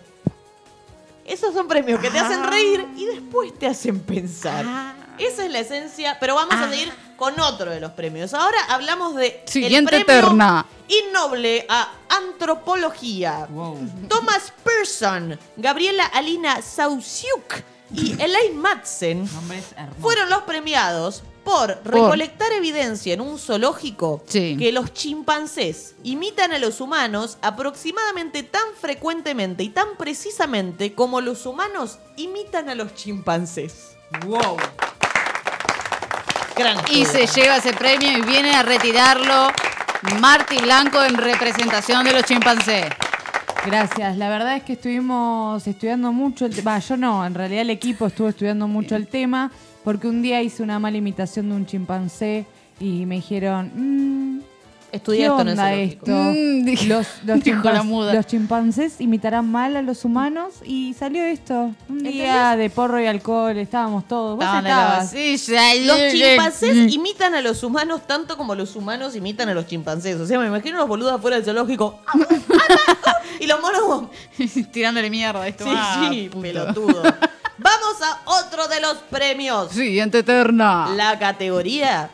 Speaker 1: Esos son premios que te
Speaker 2: Ah.
Speaker 1: hacen reír y después te hacen pensar. Esa es la esencia, pero vamos
Speaker 2: Ah.
Speaker 1: a seguir con otro de los premios. Ahora hablamos de
Speaker 2: Siguiente
Speaker 1: el premio
Speaker 2: terna.
Speaker 1: innoble a antropología. Thomas Pearson, Gabriela Alina Sauciuk y Elaine Madsen fueron los premiados por recolectar evidencia en un zoológico que los chimpancés imitan a los humanos aproximadamente tan frecuentemente y tan precisamente como los humanos imitan a los chimpancés. ¡Wow! Gran
Speaker 2: Y se lleva ese premio y viene a retirarlo Marty Blanco en representación de los chimpancés.
Speaker 3: Gracias. La verdad es que estuvimos estudiando mucho el tema. Yo no, en realidad el equipo estuvo estudiando mucho el tema porque un día hice una mala imitación de un chimpancé y me dijeron, mm,
Speaker 1: Estudié
Speaker 3: ¿qué
Speaker 1: esto en el
Speaker 3: onda
Speaker 1: zoológico".
Speaker 3: esto?
Speaker 2: Mm, dije-
Speaker 3: los, los
Speaker 2: dijo la
Speaker 3: chimpan-
Speaker 2: muda.
Speaker 3: los chimpancés imitarán mal a los humanos y salió esto. Un día de porro y alcohol, estábamos todos. Vos
Speaker 2: Estaban en la
Speaker 3: estabas.
Speaker 2: vasilla,
Speaker 1: Los
Speaker 2: libre.
Speaker 1: chimpancés imitan a los humanos tanto como los humanos imitan a los chimpancés. O sea, me imagino los boludos afuera del zoológico. ¡Ah, ah, Y los monos.
Speaker 2: Tirándole mierda a esto.
Speaker 1: Sí,
Speaker 2: ah,
Speaker 1: sí,
Speaker 2: puto.
Speaker 1: pelotudo. Vamos a otro de los premios.
Speaker 2: Siguiente eterna.
Speaker 1: La categoría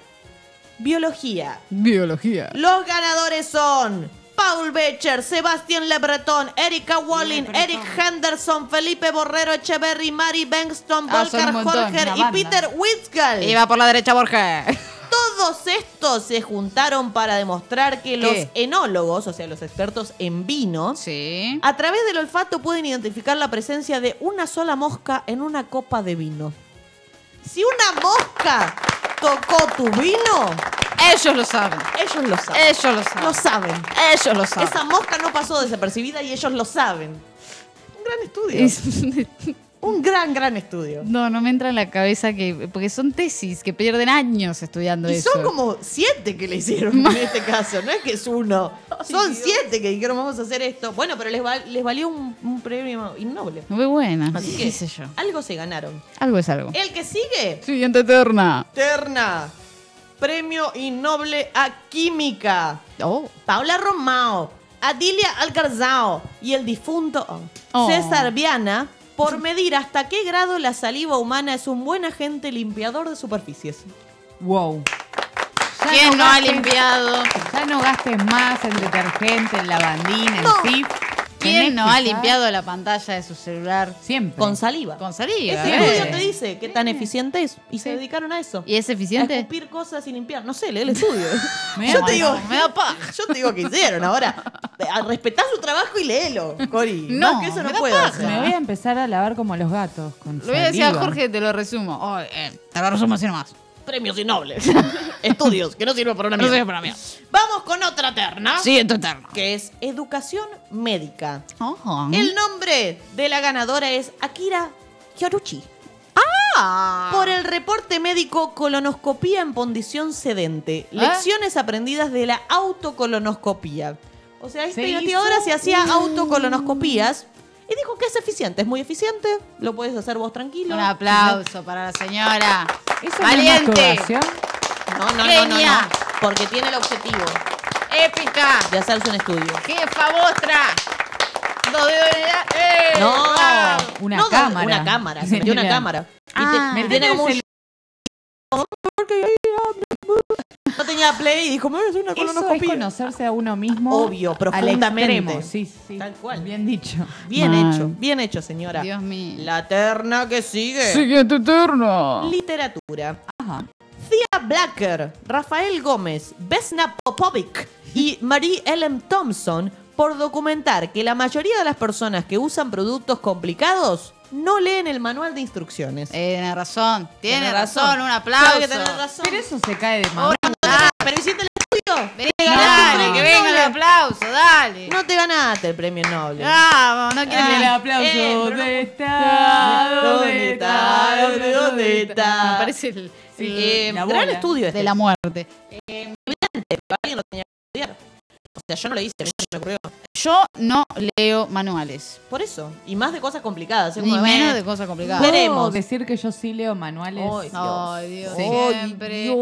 Speaker 1: Biología.
Speaker 2: Biología.
Speaker 1: Los ganadores son Paul Becher, Sebastián Lebretón, Erika Wallin, Eric Henderson, Felipe Borrero Echeverry, Mari Bengston,
Speaker 2: Ah, son
Speaker 1: Volker
Speaker 2: un montón,
Speaker 1: Holger
Speaker 2: una
Speaker 1: y
Speaker 2: banda.
Speaker 1: Peter Whitgall.
Speaker 2: Y va por la derecha, Borges.
Speaker 1: Todos estos se juntaron para demostrar que los enólogos, o sea, los expertos en vino, a través del olfato pueden identificar la presencia de una sola mosca en una copa de vino. Si una mosca tocó tu vino,
Speaker 2: Ellos lo saben.
Speaker 1: ellos lo saben.
Speaker 2: Ellos lo saben.
Speaker 1: Lo saben.
Speaker 2: Ellos lo saben.
Speaker 1: Esa mosca no pasó desapercibida y ellos lo saben. Un gran estudio. Un gran, gran estudio.
Speaker 2: No, no me entra en la cabeza que. Porque son tesis que pierden años estudiando
Speaker 1: Y
Speaker 2: eso.
Speaker 1: son como siete que le hicieron en este caso, no es que es uno. Son siete que dijeron vamos a hacer esto. Bueno, pero les, val- les valió un, un premio innoble.
Speaker 2: Muy buena.
Speaker 1: Así que
Speaker 2: ¿Qué sé yo?
Speaker 1: algo se ganaron.
Speaker 2: Algo es algo.
Speaker 1: El que sigue,
Speaker 2: Siguiente eterna.
Speaker 1: Terna. Premio innoble a Química.
Speaker 2: Oh.
Speaker 1: Paula Romao, Adilia Alcarzao y el difunto oh,
Speaker 2: Oh.
Speaker 1: César Viana por medir hasta qué grado la saliva humana es un buen agente limpiador de superficies.
Speaker 3: Wow. Ya
Speaker 2: ¿Quién no ha
Speaker 3: gastes-
Speaker 2: limpiado?
Speaker 3: Ya no gastes más en detergente, en lavandina, en zip. Tenés
Speaker 2: ¿Quién no ha
Speaker 3: que usar
Speaker 2: limpiado la pantalla de su celular?
Speaker 3: Siempre.
Speaker 1: Con saliva.
Speaker 2: Con saliva.
Speaker 1: Ese
Speaker 2: ¿eh?
Speaker 1: estudio te dice qué tan eficiente es. Y se dedicaron a eso.
Speaker 2: ¿Y es
Speaker 1: A
Speaker 2: eficiente?
Speaker 1: escupir cosas y limpiar. No sé, lee el estudio.
Speaker 3: Me
Speaker 1: yo
Speaker 3: da
Speaker 1: te digo,
Speaker 3: paja,
Speaker 2: me da paja.
Speaker 1: Yo te digo que hicieron ahora. a- Respetá su trabajo y léelo, Cori.
Speaker 2: No,
Speaker 1: Más que eso
Speaker 2: me
Speaker 1: no
Speaker 2: da
Speaker 1: puedo.
Speaker 2: paja.
Speaker 1: hacer.
Speaker 3: Me voy a empezar a lavar como los gatos. Con
Speaker 2: Lo voy a decir a
Speaker 3: saliva.
Speaker 2: Jorge, te lo resumo. Oh, eh, te lo resumo así nomás.
Speaker 1: Premios innobles. Estudios, que no sirven para una
Speaker 2: No
Speaker 1: mierda.
Speaker 2: sé para mí.
Speaker 1: Vamos con otra terna.
Speaker 2: Siguiente eterna.
Speaker 1: Que es educación médica.
Speaker 2: Oh.
Speaker 1: El nombre de la ganadora es Akira Hyoruchi. Por el reporte médico colonoscopía en condición sedente. Lecciones aprendidas de la autocolonoscopía. O sea, esta
Speaker 3: Se
Speaker 1: investigadora
Speaker 3: hizo
Speaker 1: se hacía
Speaker 3: un-
Speaker 1: autocolonoscopías y dijo que es eficiente, es muy eficiente, lo puedes hacer vos tranquilo.
Speaker 2: Un aplauso para la señora.
Speaker 3: ¿Eso no es
Speaker 2: Valiente.
Speaker 3: masturbación?
Speaker 1: No, no, no, no, no,
Speaker 2: Genia.
Speaker 1: porque tiene el objetivo
Speaker 2: Épica.
Speaker 1: de hacerse un estudio.
Speaker 2: Jefa Bostra. Dos dedos en la- ¡Eh!
Speaker 1: No,
Speaker 2: ¡Vamos!
Speaker 3: Una
Speaker 1: No,
Speaker 3: cámara. Ah.
Speaker 1: Una cámara, se metió una
Speaker 3: Mira.
Speaker 1: cámara. Y te-
Speaker 2: Ah.
Speaker 1: tiene como un campaña Play y dijo, me voy a hacer una
Speaker 3: Eso es
Speaker 1: colonoscopia.
Speaker 3: conocerse a uno mismo.
Speaker 1: Obvio, profundamente.
Speaker 3: Al extremo, sí, sí. Tal cual. Bien dicho.
Speaker 1: Bien
Speaker 3: Mal.
Speaker 1: hecho, bien hecho, señora.
Speaker 2: Dios mío.
Speaker 1: La terna que sigue.
Speaker 3: Sigue tu
Speaker 2: Ah.
Speaker 3: turno.
Speaker 1: Literatura. Thea Blacker, Rafael Gómez, Vesna Popovic y Marie Ellen Thompson por documentar que la mayoría de las personas que usan productos complicados no leen el manual de instrucciones.
Speaker 2: Tiene razón, tiene,
Speaker 1: Tiene
Speaker 2: razón,
Speaker 1: razón.
Speaker 2: un Eh, aplauso.
Speaker 1: Sabe que tenés razón.
Speaker 3: Pero eso se cae de mano.
Speaker 1: Ahora, ah, pero hiciste el estudio.
Speaker 2: Vení,
Speaker 1: Te ganaste
Speaker 2: dale,
Speaker 1: el
Speaker 2: que
Speaker 1: premio
Speaker 2: venga el
Speaker 1: Nobel.
Speaker 2: aplauso, dale.
Speaker 1: No te ganaste el premio Nobel.
Speaker 2: Vamos, no quiero
Speaker 1: Ah,
Speaker 2: que
Speaker 3: El aplauso.
Speaker 1: eh, pero no-
Speaker 3: ¿Dónde está?
Speaker 1: ¿Dónde está? ¿Dónde, dónde está?
Speaker 2: Me parece el,
Speaker 1: Sí,
Speaker 2: el-
Speaker 1: eh,
Speaker 2: la
Speaker 1: gran
Speaker 2: bola
Speaker 1: estudio este.
Speaker 2: de la muerte.
Speaker 1: Evidente, pero alguien lo tenía que estudiar. O sea, yo no lo hice, a mí no se me ocurrió.
Speaker 2: Yo no leo manuales.
Speaker 1: Por eso. Y más de cosas complicadas. ¿eh?
Speaker 2: Ni
Speaker 1: Como,
Speaker 2: menos
Speaker 1: eh,
Speaker 2: de cosas complicadas.
Speaker 1: Veremos.
Speaker 3: decir que yo sí leo manuales.
Speaker 1: Ay,
Speaker 2: Ay, Dios.
Speaker 3: Sí.
Speaker 2: Siempre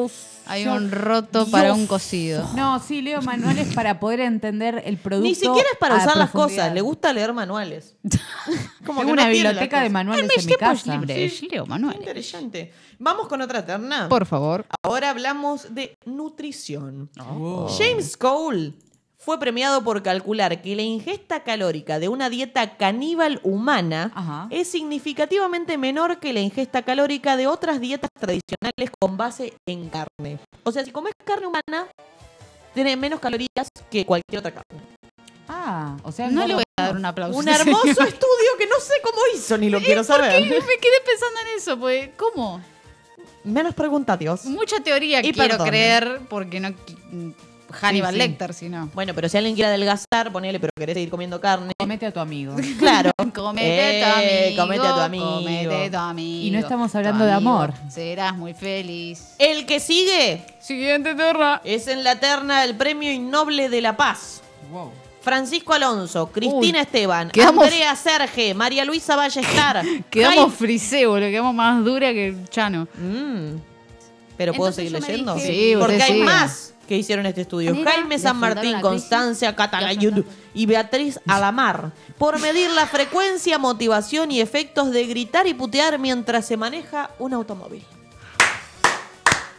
Speaker 2: hay un roto para un cocido.
Speaker 3: No, sí, leo manuales para poder entender el producto.
Speaker 1: Ni siquiera es para
Speaker 3: a
Speaker 1: usar las
Speaker 3: profundidad.
Speaker 1: cosas. Le gusta leer manuales. Como que
Speaker 3: Tengo una
Speaker 1: no tiene
Speaker 3: biblioteca
Speaker 1: las
Speaker 3: de
Speaker 1: cosas.
Speaker 3: manuales
Speaker 1: En
Speaker 3: en
Speaker 1: mis
Speaker 3: mi
Speaker 1: tiempos
Speaker 3: casa.
Speaker 2: Libre,
Speaker 1: Sí.
Speaker 2: yo leo manuales.
Speaker 1: Interesante. Vamos con otra terna.
Speaker 2: Por favor.
Speaker 1: Ahora hablamos de nutrición.
Speaker 3: Oh.
Speaker 1: James Cole fue premiado por calcular que la ingesta calórica de una dieta caníbal humana
Speaker 3: Ajá.
Speaker 1: es significativamente menor que la ingesta calórica de otras dietas tradicionales con base en carne. O sea, si comes carne humana, tiene menos calorías que cualquier otra carne.
Speaker 3: Ah, o sea,
Speaker 2: No le voy a
Speaker 3: engordo
Speaker 2: dar un aplauso.
Speaker 1: Un
Speaker 2: a ese
Speaker 1: hermoso
Speaker 2: señor.
Speaker 1: estudio que no sé cómo hizo ni lo quiero
Speaker 2: ¿Por qué?
Speaker 1: saber.
Speaker 2: Me quedé pensando en eso, pues, ¿cómo?
Speaker 1: Menos pregunta, Dios.
Speaker 2: Mucha teoría
Speaker 1: Y
Speaker 2: quiero
Speaker 1: perdón.
Speaker 2: creer porque no qui- Hannibal
Speaker 3: Sí, sí.
Speaker 2: Lecter, si no.
Speaker 1: Bueno, pero si alguien quiere adelgazar, ponele, pero querés seguir comiendo carne.
Speaker 3: Comete a tu amigo.
Speaker 1: Claro.
Speaker 2: Comete
Speaker 1: Eh,
Speaker 2: a tu amigo.
Speaker 1: comete a tu amigo.
Speaker 2: comete a tu amigo.
Speaker 3: Y no estamos
Speaker 2: Tu
Speaker 3: hablando de
Speaker 2: amigo.
Speaker 3: amor.
Speaker 2: Serás muy feliz.
Speaker 1: El que sigue
Speaker 2: Siguiente terra.
Speaker 1: es en la terna del Premio Innoble de la Paz.
Speaker 3: Wow.
Speaker 1: Francisco Alonso, Cristina
Speaker 2: Uy,
Speaker 1: Esteban,
Speaker 2: quedamos-
Speaker 1: Andrea Serge, María Luisa Ballestar.
Speaker 2: Quedamos
Speaker 1: Jaime-
Speaker 2: friseo, boludo. Quedamos más dura que el Chano.
Speaker 1: Mm. Pero puedo
Speaker 2: Entonces
Speaker 1: seguir
Speaker 2: yo me
Speaker 1: leyendo.
Speaker 2: dije- Sí, usted
Speaker 1: Porque hay
Speaker 2: siga.
Speaker 1: más que hicieron este estudio.
Speaker 2: Mira,
Speaker 1: Jaime
Speaker 2: le
Speaker 1: San
Speaker 2: afrontaron
Speaker 1: Martín,
Speaker 2: la crisis.
Speaker 1: Constancia Catalayud
Speaker 2: afrontaron.
Speaker 1: y Beatriz Alamar por medir la frecuencia, motivación y efectos de gritar y putear mientras se maneja un automóvil.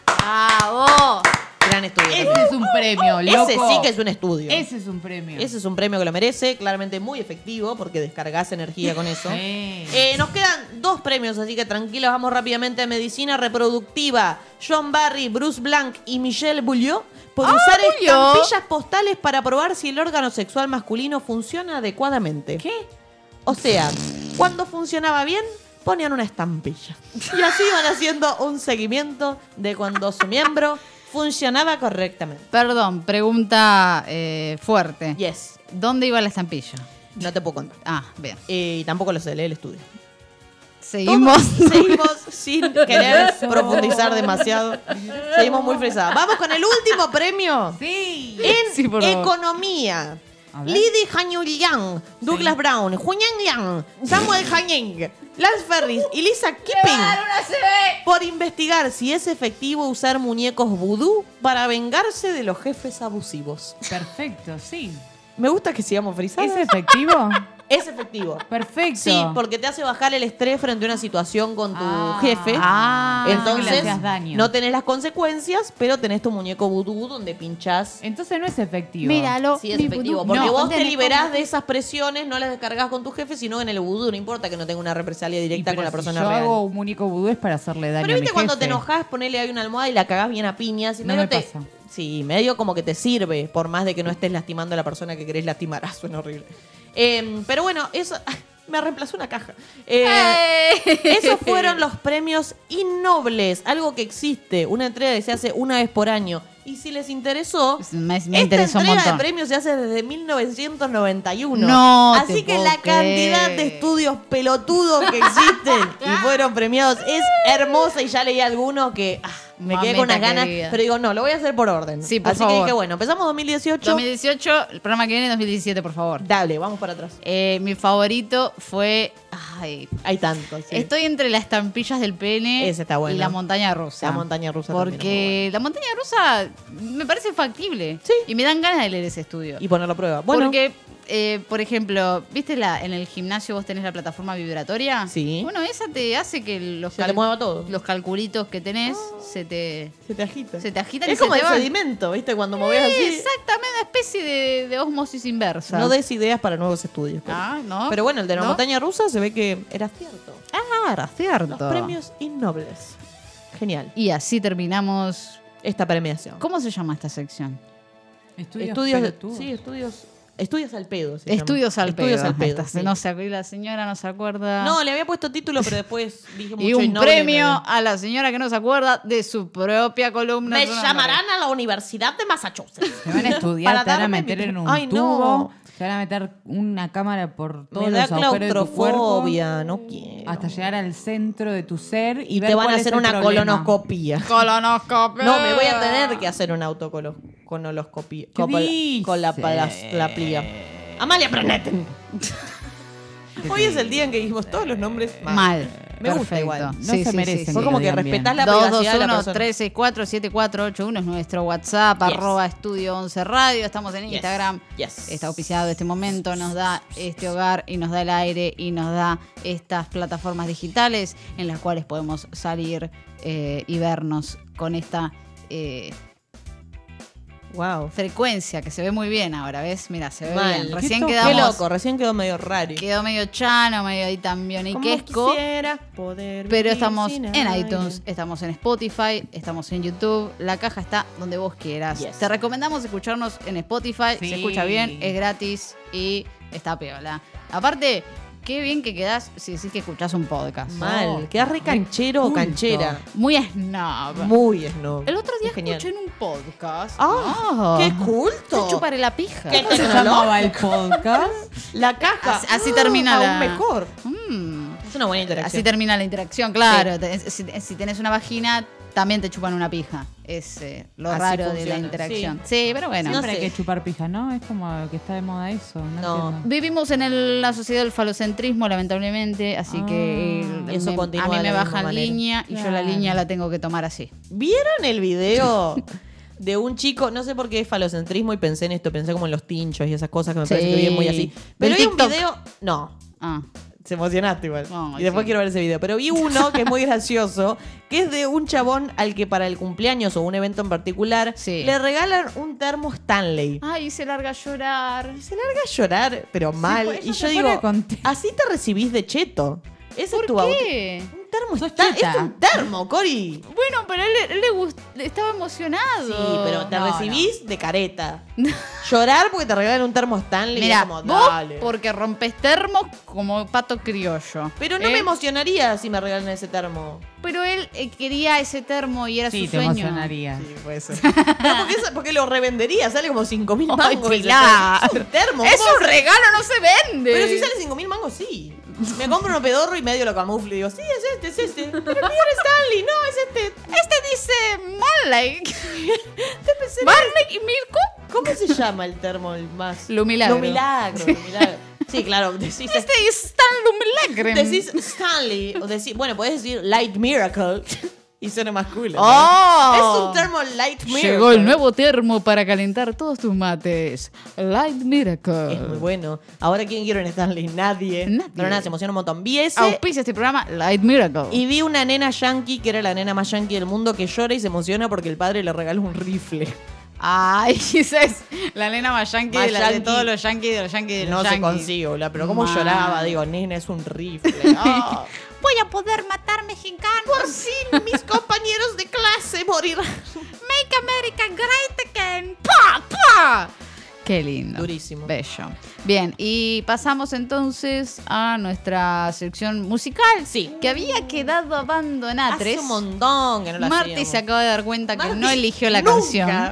Speaker 2: ¡Bravo!
Speaker 1: Gran estudio.
Speaker 3: Ese
Speaker 1: también.
Speaker 3: es un premio, loco.
Speaker 1: Ese sí que es un estudio.
Speaker 3: Ese es un premio.
Speaker 1: Ese es un premio que lo merece, claramente muy efectivo porque descargas energía con eso.
Speaker 3: Sí.
Speaker 1: Eh, nos quedan dos premios, así que tranquilos, vamos rápidamente a Medicina Reproductiva. John Barry, Bruce Blanc y Michelle Bouliot por usar
Speaker 2: Bouliot.
Speaker 1: estampillas postales para probar si el órgano sexual masculino funciona adecuadamente.
Speaker 3: ¿Qué?
Speaker 1: O sea, cuando funcionaba bien, ponían una estampilla. Y así iban haciendo un seguimiento de cuando su miembro funcionaba correctamente.
Speaker 2: Perdón, pregunta eh, fuerte.
Speaker 1: Yes,
Speaker 2: ¿Dónde iba la estampilla?
Speaker 1: no te puedo contar.
Speaker 2: Ah, bien.
Speaker 1: Eh, Y tampoco lo sé, lee el estudio.
Speaker 2: Seguimos.
Speaker 1: Todos seguimos sin querer profundizar demasiado. Seguimos muy frisadas. Vamos con el último premio
Speaker 3: Sí.
Speaker 1: en
Speaker 2: Sí, por favor.
Speaker 1: economía.
Speaker 3: A ver.
Speaker 1: Lidi Hanyulian, Douglas Brown, Hunyang Liang, Samuel Hanyang, Lance Ferris y Lisa Kipping por investigar si es efectivo usar muñecos vudú para vengarse de los jefes abusivos.
Speaker 3: Perfecto, sí.
Speaker 1: Me gusta que sigamos
Speaker 3: ¿Es
Speaker 1: frisadas.
Speaker 3: efectivo?
Speaker 1: Es efectivo.
Speaker 3: Perfecto.
Speaker 1: Sí, porque te hace bajar el estrés frente a una situación con tu
Speaker 3: Ah.
Speaker 1: jefe.
Speaker 2: Ah,
Speaker 3: pensé que le
Speaker 1: Entonces,
Speaker 3: hacías daño.
Speaker 1: no tenés las consecuencias, pero tenés tu muñeco vudú donde pinchás.
Speaker 3: Entonces no es efectivo.
Speaker 2: Míralo.
Speaker 1: Sí, es
Speaker 2: mi
Speaker 1: efectivo.
Speaker 2: vudú.
Speaker 1: Porque
Speaker 2: No.
Speaker 1: vos te liberás de esas presiones, no las descargas con tu jefe, sino en el vudú. No importa que no tenga una represalia
Speaker 3: Y
Speaker 1: directa
Speaker 3: pero
Speaker 1: con la
Speaker 3: si
Speaker 1: persona
Speaker 3: yo
Speaker 1: real.
Speaker 3: hago un único vudú es para hacerle daño
Speaker 1: Pero
Speaker 3: a
Speaker 1: viste
Speaker 3: mi
Speaker 1: cuando
Speaker 3: jefe.
Speaker 1: te enojás, ponele ahí una almohada y la cagás bien a piñas. Y
Speaker 3: No
Speaker 1: medio
Speaker 3: me
Speaker 1: te-
Speaker 3: pasa.
Speaker 1: Sí, medio como que te sirve, por más de que no estés lastimando a la persona que querés lastimar. Ah, suena horrible. Eh, pero bueno, eso. Me reemplazó una caja. Eh, esos fueron los premios innobles, algo que existe, una entrega que se hace una vez por año. Y si les interesó,
Speaker 2: Me, me
Speaker 1: esta
Speaker 2: interesó un
Speaker 1: entrega de
Speaker 2: montón.
Speaker 1: premios se hace desde 1991.
Speaker 2: No te
Speaker 1: Así que
Speaker 2: puedo
Speaker 1: la cantidad
Speaker 2: creer.
Speaker 1: de estudios pelotudos que existen y fueron premiados es hermosa y ya leí alguno que ah, me quedé con unas
Speaker 2: Mamita
Speaker 1: ganas,
Speaker 2: querida.
Speaker 1: pero digo, no, lo voy a hacer por orden.
Speaker 2: Sí, por
Speaker 1: Así que
Speaker 2: favor.
Speaker 1: dije, bueno, empezamos 2018.
Speaker 2: 2018, el programa que viene 2017, por favor.
Speaker 1: Dale, vamos para atrás.
Speaker 2: Eh, mi favorito fue. Ay.
Speaker 1: Hay tantos. sí.
Speaker 2: Estoy entre las estampillas del pene
Speaker 1: Ese está bueno.
Speaker 2: y la montaña rusa.
Speaker 1: La montaña rusa también
Speaker 2: Porque la montaña rusa me parece factible.
Speaker 1: Sí.
Speaker 2: Y me dan ganas de leer ese estudio.
Speaker 1: y ponerlo a prueba. Bueno,
Speaker 2: Porque eh, por ejemplo, ¿viste la, en el gimnasio vos tenés la plataforma vibratoria?
Speaker 1: Sí.
Speaker 2: Bueno, esa te hace que los,
Speaker 1: Se te
Speaker 2: cal-
Speaker 1: mueva todo.
Speaker 2: los calculitos que tenés se te.
Speaker 1: Se te agita.
Speaker 2: Se te agitan y
Speaker 1: Es
Speaker 2: se
Speaker 1: como
Speaker 2: te
Speaker 1: el
Speaker 2: van.
Speaker 1: sedimento, ¿viste? Cuando movías
Speaker 2: Eh,
Speaker 1: así.
Speaker 2: Exactamente, una especie de, de osmosis inversa.
Speaker 1: No des ideas para nuevos estudios. por
Speaker 2: Ah, no.
Speaker 1: favor. Pero bueno, el de la
Speaker 2: ¿No?
Speaker 1: montaña rusa se ve que era cierto.
Speaker 2: Ah, era cierto.
Speaker 1: Los premios innobles. Genial.
Speaker 2: Y así terminamos.
Speaker 1: Esta premiación.
Speaker 2: ¿Cómo se llama esta sección?
Speaker 3: Estudios,
Speaker 1: de-
Speaker 3: pelotudos.
Speaker 1: sí, estudios, estudios al pedo. se
Speaker 2: Estudios
Speaker 1: llama.
Speaker 2: al
Speaker 1: Estudios
Speaker 2: pedo.
Speaker 1: al pedo,
Speaker 2: Esta-
Speaker 1: sí.
Speaker 2: No se acuerda, la señora no se acuerda.
Speaker 1: No, le había puesto título, pero después dije mucho
Speaker 2: y un
Speaker 1: innoble
Speaker 2: premio
Speaker 1: no-
Speaker 2: a la señora que no se acuerda de su propia columna.
Speaker 1: Me
Speaker 2: Su nombre.
Speaker 1: llamarán a la Universidad de Massachusetts.
Speaker 3: Te van a estudiar,
Speaker 1: Para
Speaker 3: te van a
Speaker 1: darme mi
Speaker 3: meter
Speaker 1: pre-
Speaker 3: en un
Speaker 1: Ay, no.
Speaker 3: tubo, te van a meter una cámara por todos
Speaker 1: Me da
Speaker 3: los agujeros de tu cuerpo,
Speaker 1: claustrofobia, no quiero.
Speaker 3: hasta llegar al centro de tu ser y,
Speaker 1: Y
Speaker 3: ver
Speaker 1: te van
Speaker 3: cuál
Speaker 1: a
Speaker 3: es
Speaker 1: hacer
Speaker 3: el
Speaker 1: una
Speaker 3: problema.
Speaker 1: colonoscopía.
Speaker 2: Colonoscopia.
Speaker 1: No, me voy a tener que hacer una autocolonoscopía. Con
Speaker 3: dices?
Speaker 1: la, la plía. Amalia Praneten. Hoy es el día en que dijimos todos los nombres mal.
Speaker 2: Mal.
Speaker 1: Me gusta
Speaker 2: Perfecto.
Speaker 1: igual. No
Speaker 2: Sí,
Speaker 1: se
Speaker 2: sí,
Speaker 1: merecen.
Speaker 2: sí,
Speaker 1: Fue
Speaker 2: sí. Lo
Speaker 1: como que
Speaker 2: digan bien.
Speaker 1: respetas la privacidad de la persona.
Speaker 2: 221-364-7481 es nuestro WhatsApp,
Speaker 1: Yes.
Speaker 2: arroba estudio 11 radio. Estamos en
Speaker 1: Yes.
Speaker 2: Instagram.
Speaker 1: Yes.
Speaker 2: Está auspiciado este momento, nos da este hogar y nos da el aire y nos da estas plataformas digitales en las cuales podemos salir eh, y vernos con esta eh,
Speaker 1: Wow.
Speaker 2: frecuencia que se ve muy bien ahora, ¿ves? Mira, se ve
Speaker 1: Mal.
Speaker 2: bien. Recién
Speaker 1: Qué
Speaker 2: quedamos.
Speaker 1: loco, recién quedó medio raro.
Speaker 2: Quedó medio chano, medio ahí también y
Speaker 1: Como
Speaker 2: quesco.
Speaker 1: quisiera poder
Speaker 2: Pero
Speaker 1: vivir
Speaker 2: estamos
Speaker 1: sin
Speaker 2: en
Speaker 1: aire.
Speaker 2: iTunes, estamos en Spotify, estamos en YouTube. La caja está donde vos quieras.
Speaker 1: Yes.
Speaker 2: Te recomendamos escucharnos en Spotify.
Speaker 3: Sí.
Speaker 2: Se escucha bien, es gratis y está piola. Aparte, qué bien que quedás si decís que escuchás un podcast.
Speaker 1: Mal. Quedás re canchero o
Speaker 3: Culto.
Speaker 1: canchera.
Speaker 2: Muy snob.
Speaker 1: Muy snob.
Speaker 2: El otro día
Speaker 1: Es genial.
Speaker 2: escuché en un podcast.
Speaker 1: ¡Ah!
Speaker 2: ¿no?
Speaker 1: ¡Qué culto!
Speaker 2: Te chuparé la pija.
Speaker 1: ¿Qué
Speaker 3: ¿Cómo se llamaba el podcast?
Speaker 1: La caja.
Speaker 2: Así- así termina
Speaker 1: Aún
Speaker 2: la-
Speaker 1: mejor.
Speaker 2: Mm.
Speaker 1: Es una buena interacción.
Speaker 2: Así termina la interacción, claro. Te- Si, si tenés una vagina, también te chupan una pija. Es eh, lo
Speaker 1: Así
Speaker 2: raro de la
Speaker 1: funciona,
Speaker 2: interacción. Sí, pero bueno.
Speaker 1: No
Speaker 3: Siempre
Speaker 1: sé.
Speaker 3: hay que chupar pija, ¿no? Es como que está de moda eso. No.
Speaker 1: No.
Speaker 3: entiendo.
Speaker 2: Vivimos en el- la sociedad del falocentrismo, lamentablemente, así
Speaker 3: Ah.
Speaker 2: que el-
Speaker 1: Eso
Speaker 2: me-
Speaker 1: continúa
Speaker 2: a mí
Speaker 1: de
Speaker 2: me
Speaker 1: la misma
Speaker 2: bajan
Speaker 1: manera.
Speaker 2: línea y yo la
Speaker 3: Claro.
Speaker 2: línea la tengo que tomar así.
Speaker 1: ¿Vieron el video de un chico? No sé por qué es falocentrismo y pensé en esto, pensé como en los tinchos y esas cosas que me parece que
Speaker 2: Sí.
Speaker 1: viven muy así.
Speaker 2: Del
Speaker 1: Pero hay un
Speaker 2: TikTok.
Speaker 1: video. No.
Speaker 2: Ah,
Speaker 1: Se emocionaste igual.
Speaker 2: No,
Speaker 1: y después
Speaker 2: sí.
Speaker 1: quiero ver ese video. Pero vi uno que es muy gracioso, que es de un chabón al que para el cumpleaños o un evento en particular
Speaker 2: Sí.
Speaker 1: le regalan un termo Stanley.
Speaker 2: Ay, se larga a llorar.
Speaker 1: Se larga a llorar, pero mal.
Speaker 3: pues,
Speaker 1: y yo
Speaker 3: eso te pone
Speaker 1: digo,
Speaker 3: contenta.
Speaker 1: así te recibís de cheto. Ese es
Speaker 2: ¿Por
Speaker 1: tu auto-
Speaker 2: qué?
Speaker 1: Un termo
Speaker 3: Sos
Speaker 1: está- es
Speaker 3: cheta.
Speaker 1: un termo, Cori.
Speaker 2: Bueno, pero él, él le gust- le estaba emocionado.
Speaker 1: Sí, pero te
Speaker 2: No, no.
Speaker 1: recibís de careta. Llorar porque te regalan un termo Stanley.
Speaker 2: Mira,
Speaker 1: es como,
Speaker 2: vos
Speaker 1: dale.
Speaker 2: porque rompes termos como pato criollo.
Speaker 1: Pero no
Speaker 2: ¿eh?
Speaker 1: me emocionaría si me regalan ese termo.
Speaker 2: Pero él eh, quería ese termo y era
Speaker 3: Sí,
Speaker 2: su
Speaker 3: te
Speaker 2: sueño.
Speaker 3: emocionaría.
Speaker 1: Sí, puede ser. No, porque, eso- porque lo revendería. Sale como 5.000
Speaker 2: Ay,
Speaker 1: mangos. ese
Speaker 2: Pilar.
Speaker 1: termo. Es un termo.
Speaker 2: Es
Speaker 1: ¿cómo
Speaker 2: un
Speaker 1: se-
Speaker 2: regalo, no se vende.
Speaker 1: Pero si sale 5.000 mangos, sí. Me compro uno pedorro y medio lo camuflo y digo, sí, es este, es este. Pero mira Stanley, no, es este.
Speaker 2: Este dice Marley. Marley y Mirko.
Speaker 1: ¿Cómo se llama el termo el más?
Speaker 2: Lo milagro.
Speaker 1: Lo milagro, lo milagro. Sí, claro, decís,
Speaker 2: Este es Stan Lumilagre.
Speaker 1: decís Stanley, o decís, bueno, podés decir Light Miracle y suena más cool. ¿no?
Speaker 2: ¡Oh!
Speaker 1: Es un termo Light Miracle.
Speaker 2: Llegó el nuevo termo para calentar todos tus mates. Light Miracle.
Speaker 1: Es muy bueno. Ahora, ¿quién quiero en Stanley? Nadie.
Speaker 2: Nadie.
Speaker 1: Pero nada, se emociona un montón. Vi ese
Speaker 2: Auspicia este programa Light Miracle.
Speaker 1: y vi una nena yankee, que era la nena más yankee del mundo, que llora y se emociona porque el padre le regaló un rifle.
Speaker 2: Ay, esa es la nena más yankee
Speaker 1: Más
Speaker 2: de, la- de
Speaker 1: yankee.
Speaker 2: todos los yankees de los yankees de los
Speaker 1: No se
Speaker 2: yankees.
Speaker 1: consigue, boludo. Pero cómo
Speaker 2: Mal.
Speaker 1: lloraba, digo, nena, es un rifle. Ah.
Speaker 2: Voy a poder matar mexicanos.
Speaker 1: Por fin mis compañeros de clase morirán.
Speaker 2: Make America Great Again. ¡Pa, pa! Qué lindo.
Speaker 1: Durísimo.
Speaker 2: Bello. Bien, y pasamos entonces a nuestra sección musical.
Speaker 1: Sí.
Speaker 2: Que había quedado abandonada.
Speaker 1: Hace un montón que no la
Speaker 2: Marty
Speaker 1: hacíamos.
Speaker 2: se acaba de dar cuenta que
Speaker 1: Marty
Speaker 2: no eligió la
Speaker 1: nunca,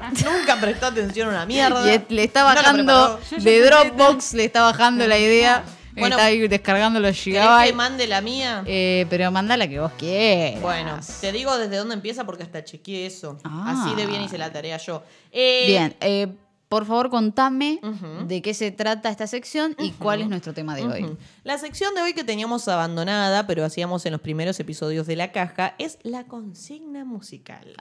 Speaker 2: canción.
Speaker 1: Nunca prestó atención a una mierda.
Speaker 2: Y es- le está
Speaker 1: No la
Speaker 2: bajando
Speaker 1: preparó.
Speaker 2: de Dropbox, le está bajando la idea.
Speaker 1: Bueno,
Speaker 2: está ahí descargando los
Speaker 1: ¿Querés que
Speaker 2: gigabytes.
Speaker 1: mande la mía?
Speaker 2: Eh, pero manda la que vos quieras.
Speaker 1: Bueno, te digo desde dónde empieza porque hasta chequeé eso.
Speaker 2: Ah.
Speaker 1: Así de bien hice la tarea yo. Eh,
Speaker 2: Bien, eh, Por favor, contame de qué se trata esta sección y cuál es nuestro tema de hoy.
Speaker 1: Ujú. La sección de hoy que teníamos abandonada, pero hacíamos en los primeros episodios de la caja, es la consigna musical.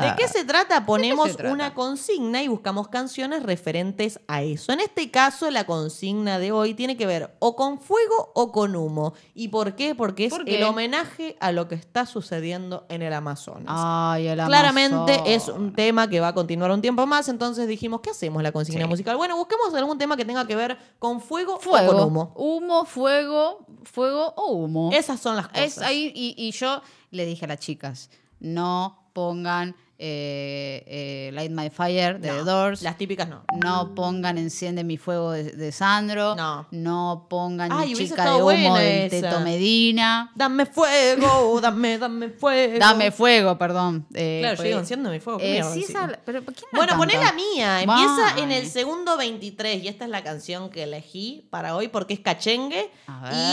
Speaker 1: ¿De qué se trata? Ponemos
Speaker 2: Ah. se trata?
Speaker 1: una consigna y buscamos canciones referentes a eso. En este caso, la consigna de hoy tiene que ver o con fuego o con humo. ¿Y por qué? Porque es
Speaker 2: ¿Por qué?
Speaker 1: el homenaje a lo que está sucediendo en el Amazonas.
Speaker 2: Ay, el
Speaker 1: Claramente
Speaker 2: Ah, Amazonas.
Speaker 1: es un tema que va a continuar un tiempo más, entonces dijimos, ¿qué hacemos la consigna musical? Bueno, busquemos algún tema que tenga que ver con fuego,
Speaker 2: Fuego.
Speaker 1: o con humo.
Speaker 2: Humo, fuego, fuego o humo.
Speaker 1: Esas son las cosas.
Speaker 2: Es ahí, y, y yo le dije a las chicas, no pongan eh, eh, Light My Fire de The Doors. Las
Speaker 1: típicas no.
Speaker 2: No pongan Enciende mi fuego de, de Sandro. No. No pongan
Speaker 1: Ay,
Speaker 2: Mi
Speaker 1: hubiese
Speaker 2: Chica
Speaker 1: estado
Speaker 2: de humo
Speaker 1: buena
Speaker 2: de
Speaker 1: esa.
Speaker 2: Teto Medina.
Speaker 1: Dame fuego, dame, dame fuego.
Speaker 2: Dame fuego, perdón. Eh,
Speaker 1: Claro, yo
Speaker 2: pues-
Speaker 1: digo, enciende mi fuego. ¿qué
Speaker 2: Eh,
Speaker 1: mierda
Speaker 2: sí,
Speaker 1: decís?
Speaker 2: esa- pero ¿quién la
Speaker 1: bueno,
Speaker 2: canta?
Speaker 1: poné la mía. Empieza
Speaker 2: Bye.
Speaker 1: en el segundo 23 y esta es la canción que elegí para hoy porque es cachengue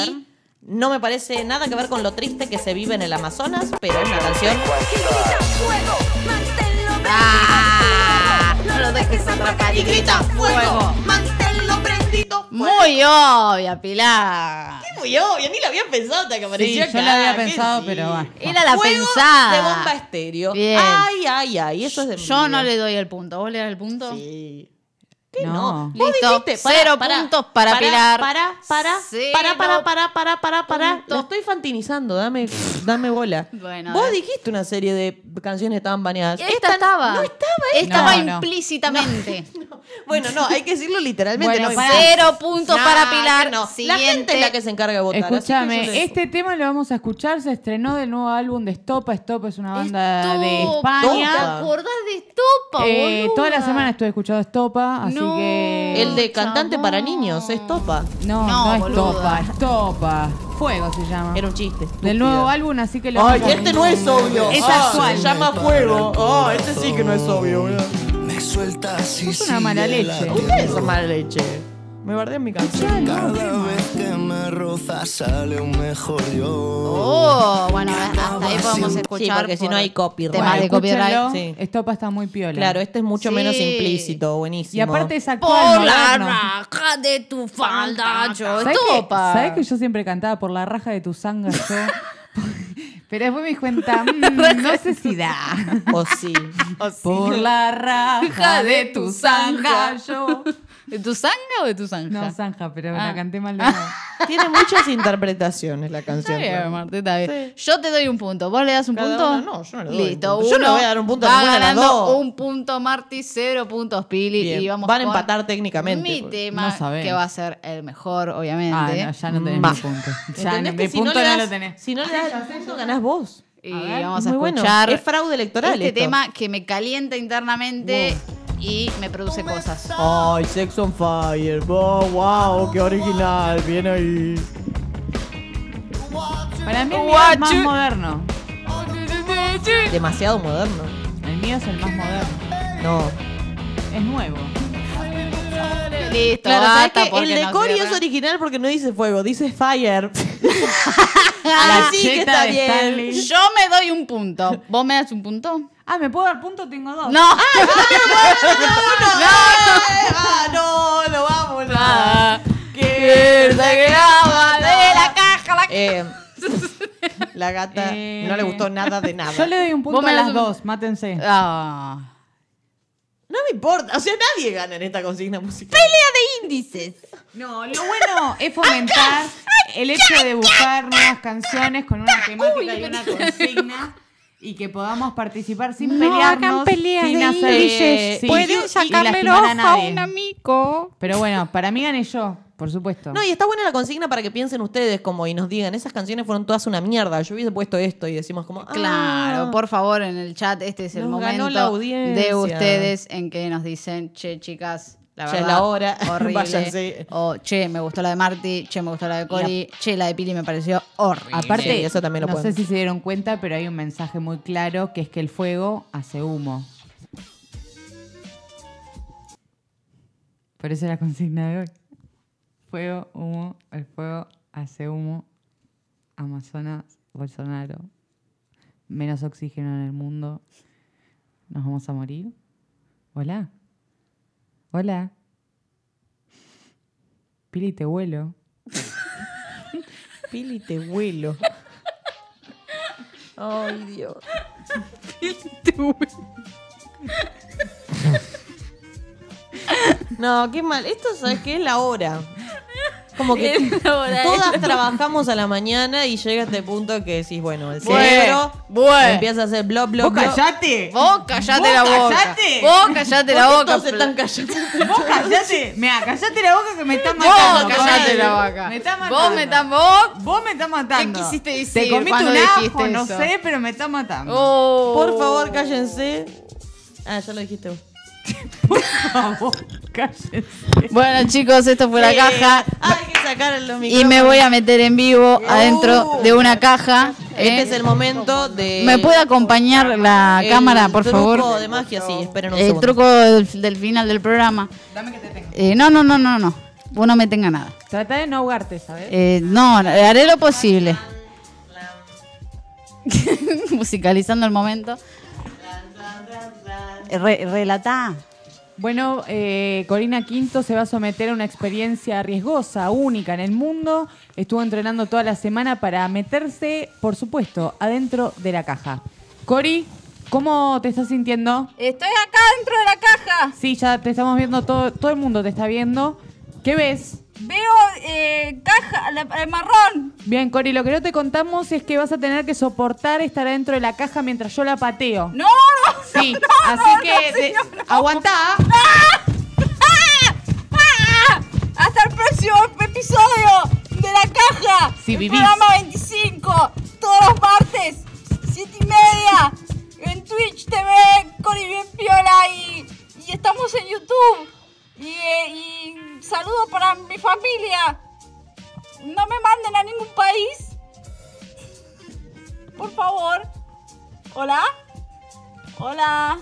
Speaker 1: y no me parece nada que ver con lo triste que se vive en el Amazonas, pero es una canción...
Speaker 15: Ah,
Speaker 2: No lo dejes atrapar y grita fuego.
Speaker 1: Manténlo prendido.
Speaker 2: Muy obvia, Pilar.
Speaker 1: Es muy obvio, ni la había pensado hasta que apareció
Speaker 3: yo la había pensado, pero bueno.
Speaker 2: Era la
Speaker 1: Fuego
Speaker 2: pensada.
Speaker 1: de bomba estéreo.
Speaker 2: Bien.
Speaker 1: Ay, ay, ay, eso es de
Speaker 2: Yo no le doy el punto. ¿Vos le das el punto?
Speaker 1: Sí.
Speaker 2: ¿Qué
Speaker 1: no?
Speaker 2: Listo.
Speaker 1: Vos dijiste, pará,
Speaker 2: Cero
Speaker 1: pará,
Speaker 2: puntos para,
Speaker 1: pará,
Speaker 2: Pilar.
Speaker 1: pará, pará, pará, pará, pará, pará, pará, pará.
Speaker 2: puntos.
Speaker 1: Lo estoy fantinizando, dame, dame bola.
Speaker 2: Bueno, a
Speaker 1: Vos
Speaker 2: ver.
Speaker 1: dijiste una serie de canciones que estaban baneadas.
Speaker 2: Esta, estaba.
Speaker 1: No estaba esta.
Speaker 2: Estaba
Speaker 1: No, no.
Speaker 2: implícitamente.
Speaker 1: Bueno, no, hay que decirlo literalmente.
Speaker 2: Bueno,
Speaker 1: no
Speaker 2: pará.
Speaker 1: importa.
Speaker 2: Cero puntos
Speaker 1: Nah,
Speaker 2: para Pilar.
Speaker 1: No. La
Speaker 2: Siguiente.
Speaker 1: gente es la que se encarga de votar. así que yo
Speaker 3: Escúchame,
Speaker 1: le-
Speaker 3: este tema lo vamos a escuchar. Se estrenó del nuevo álbum de Estopa. Estopa es una banda de
Speaker 2: ¿Te
Speaker 3: España.
Speaker 2: acordás de Estopa,
Speaker 3: Eh,
Speaker 2: boluda?
Speaker 3: toda la semana estuve escuchando Estopa, así
Speaker 2: No,
Speaker 3: que.
Speaker 1: El de cantante para niños, es Topa.
Speaker 3: No, no, es
Speaker 1: boluda.
Speaker 3: Topa, es Topa. Fuego se llama.
Speaker 1: Era un chiste.
Speaker 3: Del nuevo álbum, así que lo
Speaker 1: Ay,
Speaker 3: vamos a-
Speaker 1: este no es obvio.
Speaker 3: Es
Speaker 1: Ah,
Speaker 3: actual.
Speaker 1: Se llama Fuego. Ah, este sí que no es obvio, boludo.
Speaker 12: Me suelta así.
Speaker 1: Es una mala
Speaker 12: sigue
Speaker 1: leche.
Speaker 12: la-
Speaker 1: Ustedes son mala leche. Me bardean mi canción.
Speaker 12: Cada vez que me rozas sale un mejor yo.
Speaker 2: Oh, bueno, hasta ahí podemos escuchar.
Speaker 1: Sí, porque si no
Speaker 2: por
Speaker 1: hay copyright.
Speaker 2: Tema de copyright.
Speaker 3: Escúchenlo, Estopa está muy piola.
Speaker 1: Claro, este es mucho
Speaker 2: Sí.
Speaker 1: menos implícito, buenísimo.
Speaker 3: Y aparte es actual.
Speaker 2: Por la
Speaker 3: moderno.
Speaker 2: raja de tu falda, yo.
Speaker 3: ¿Sabes que,
Speaker 2: Estopa.
Speaker 3: sabés que yo siempre cantaba por la raja de tu sanga yo? Pero después me di cuenta, mm, no sé si da.
Speaker 1: O sí.
Speaker 3: Por la raja de tu sanga yo.
Speaker 2: ¿De tu sanga o de tu sanja?
Speaker 3: No, sanja, pero
Speaker 2: Ah.
Speaker 3: la canté mal. de nuevo.
Speaker 1: Tiene muchas interpretaciones la
Speaker 2: Está
Speaker 1: canción.
Speaker 2: bien,
Speaker 1: claro.
Speaker 2: Marta, está bien. Yo te doy un punto. ¿Vos le das un
Speaker 1: Cada
Speaker 2: punto?
Speaker 1: uno, no, yo no le doy un
Speaker 2: Listo,
Speaker 1: punto. Yo no
Speaker 2: uno
Speaker 1: voy a dar un punto a
Speaker 2: va
Speaker 1: ninguna de las
Speaker 2: ganando
Speaker 1: dos.
Speaker 2: Un punto Marti, cero puntos Pili.
Speaker 1: Bien,
Speaker 2: Y vamos
Speaker 1: Van a
Speaker 2: con
Speaker 1: empatar técnicamente.
Speaker 2: Mi
Speaker 1: porque-
Speaker 2: tema,
Speaker 3: No sabés.
Speaker 2: que va a ser el mejor, obviamente. Mm.
Speaker 3: Ah, no, ya no tenés
Speaker 1: Va.
Speaker 3: mi punto. Ya
Speaker 1: ¿Entendés
Speaker 3: no,
Speaker 1: que
Speaker 3: mi
Speaker 1: si
Speaker 3: punto
Speaker 1: no,
Speaker 3: no,
Speaker 1: le das,
Speaker 3: lo tenés.
Speaker 1: Si no le das el punto, ganás vos.
Speaker 2: Y
Speaker 1: A ver,
Speaker 2: vamos a
Speaker 1: muy bueno.
Speaker 2: escuchar
Speaker 1: Es fraude electoral
Speaker 2: este
Speaker 1: esto.
Speaker 2: tema que me calienta internamente y me produce cosas.
Speaker 1: Ay, Sex on Fire. Wow, wow, qué original. Bien ahí.
Speaker 3: Para mí el mío
Speaker 2: What
Speaker 3: es más
Speaker 2: you-
Speaker 3: moderno.
Speaker 1: Demasiado moderno.
Speaker 3: El mío es el más moderno.
Speaker 1: No.
Speaker 3: Es nuevo.
Speaker 2: Listo,
Speaker 1: Claro, ¿sabes
Speaker 2: basta,
Speaker 1: qué?
Speaker 2: porque
Speaker 1: El de
Speaker 2: nos
Speaker 1: Cory
Speaker 2: cierra.
Speaker 1: es original porque no dice fuego, dice fire.
Speaker 3: Ah,
Speaker 1: Así que está
Speaker 3: cheta de
Speaker 1: bien.
Speaker 3: Stanley.
Speaker 2: Yo me doy un punto. ¿Vos me das un punto?
Speaker 3: Ah, ¿me puedo dar punto? Tengo dos.
Speaker 2: No.
Speaker 1: ¡Ah, no! ¡Lo vamos!
Speaker 2: Ah,
Speaker 1: a ¡Que
Speaker 2: de la caja! La...
Speaker 1: Eh, la gata no le gustó nada de nada.
Speaker 3: Yo le doy un punto
Speaker 2: Vos me
Speaker 3: a
Speaker 2: das
Speaker 3: las
Speaker 2: un-
Speaker 3: dos, mátense.
Speaker 2: Ah.
Speaker 1: No me importa. O sea, nadie gana en esta consigna musical.
Speaker 2: Pelea de índices.
Speaker 3: No, lo bueno es fomentar el hecho de buscar nuevas canciones con una temática y una consigna y que podamos participar sin
Speaker 2: No
Speaker 3: pelearnos,
Speaker 2: hagan peleas
Speaker 3: sin
Speaker 2: de
Speaker 3: hacer eh,
Speaker 2: indices.
Speaker 3: sí,
Speaker 2: Pueden
Speaker 3: y
Speaker 2: sacarle el
Speaker 3: lastimar a
Speaker 2: ojo a
Speaker 3: nadie.
Speaker 2: un amigo.
Speaker 3: Pero bueno, para mí gané yo, por supuesto.
Speaker 1: No, y está buena la consigna para que piensen ustedes como y nos digan, esas canciones fueron todas una mierda. Yo hubiese puesto esto y decimos como, ah,
Speaker 2: Claro, por favor, en el chat, este es el
Speaker 1: Nos ganó
Speaker 2: momento
Speaker 1: la audiencia.
Speaker 2: de ustedes en que nos dicen, che, chicas, la
Speaker 1: Ya
Speaker 2: verdad.
Speaker 1: es la hora.
Speaker 2: Horrible.
Speaker 1: Váyanse.
Speaker 2: O, che, me gustó la de Marty, che, me gustó la de Cory, che, la de Pili me pareció horrible.
Speaker 3: Aparte,
Speaker 1: Sí, eso también lo
Speaker 3: no
Speaker 1: pueden.
Speaker 3: sé si se dieron cuenta, pero hay un mensaje muy claro que es que el fuego hace humo. Por eso es la consigna de hoy. Fuego, humo, el fuego hace humo. Amazonas, Bolsonaro. Menos oxígeno en el mundo. Nos vamos a morir. Hola. Hola. Pili, te vuelo.
Speaker 1: Pili, te vuelo. Ay, Dios. No, qué mal. Esto, ¿sabes qué? Es la hora. Como que
Speaker 15: Es la hora, ¿eh?
Speaker 1: todas
Speaker 15: es la-
Speaker 1: trabajamos a la mañana y llega este punto que decís, bueno, el
Speaker 15: Bueno,
Speaker 1: cerebro
Speaker 15: bueno.
Speaker 1: empieza a hacer blop, blop,
Speaker 15: Vos
Speaker 1: blop.
Speaker 15: callate. Vos callate la boca.
Speaker 1: callate.
Speaker 15: Vos callate la
Speaker 1: ¿Por qué
Speaker 15: boca,
Speaker 1: Todos
Speaker 15: Flor?
Speaker 1: están callando.
Speaker 3: Vos callate. Mira, callate la boca que me estás
Speaker 15: Vos
Speaker 3: matando.
Speaker 15: callate
Speaker 3: Coral.
Speaker 15: la boca.
Speaker 3: Me estás
Speaker 15: Vos
Speaker 3: matando.
Speaker 15: me
Speaker 3: estás vos. Vos me estás matando.
Speaker 15: ¿Qué quisiste
Speaker 3: Te
Speaker 15: decir
Speaker 3: comiste
Speaker 15: cuando
Speaker 3: un
Speaker 15: dijiste
Speaker 3: ajo, no
Speaker 15: eso?
Speaker 3: sé, pero me estás matando.
Speaker 15: Oh.
Speaker 1: Por favor, cállense. Ah, ya lo dijiste vos.
Speaker 2: Bueno, chicos, esto fue la
Speaker 1: Eh,
Speaker 2: caja.
Speaker 1: Hay que sacar los
Speaker 2: Y me voy a meter en vivo adentro de una caja.
Speaker 1: Este
Speaker 2: ¿eh?
Speaker 1: es el momento de.
Speaker 2: ¿Me puede acompañar la
Speaker 1: el
Speaker 2: cámara, por
Speaker 1: truco
Speaker 2: favor? Eh,
Speaker 1: de magia, sí, esperen un
Speaker 2: El
Speaker 1: segundo.
Speaker 2: truco del, del final del programa. Eh, no, no, no, no, no. Vos no me tenga nada.
Speaker 3: Trata de no ahogarte, ¿sabes?
Speaker 2: Eh, no, haré lo posible. Musicalizando el momento. Re- relatá.
Speaker 3: Bueno, eh, Corina Quinto se va a someter a una experiencia riesgosa, única en el mundo. Estuvo entrenando toda la semana para meterse, por supuesto, adentro de la caja. Cori, ¿cómo te estás sintiendo?
Speaker 15: Estoy acá dentro de la caja.
Speaker 3: Sí, ya te estamos viendo, todo, todo el mundo te está viendo. ¿Qué ves?
Speaker 15: Veo eh, caja, la- el marrón.
Speaker 3: Bien, Cori, lo que no te contamos es que vas a tener que soportar estar adentro de la caja mientras yo la pateo.
Speaker 15: No, no, no,
Speaker 3: Sí,
Speaker 15: no,
Speaker 3: así
Speaker 15: no,
Speaker 3: que
Speaker 15: no,
Speaker 3: de-
Speaker 15: señor, no.
Speaker 3: aguantá.
Speaker 15: Hasta el próximo episodio de la caja.
Speaker 3: Si
Speaker 15: el
Speaker 3: vivís.
Speaker 15: Programa 25, todos los martes, 7 y media. En Twitch TV, Cori Bien Piola y, y estamos en YouTube. Y, eh, y saludo para mi familia. No me manden a ningún país. Por favor. Hola. Hola.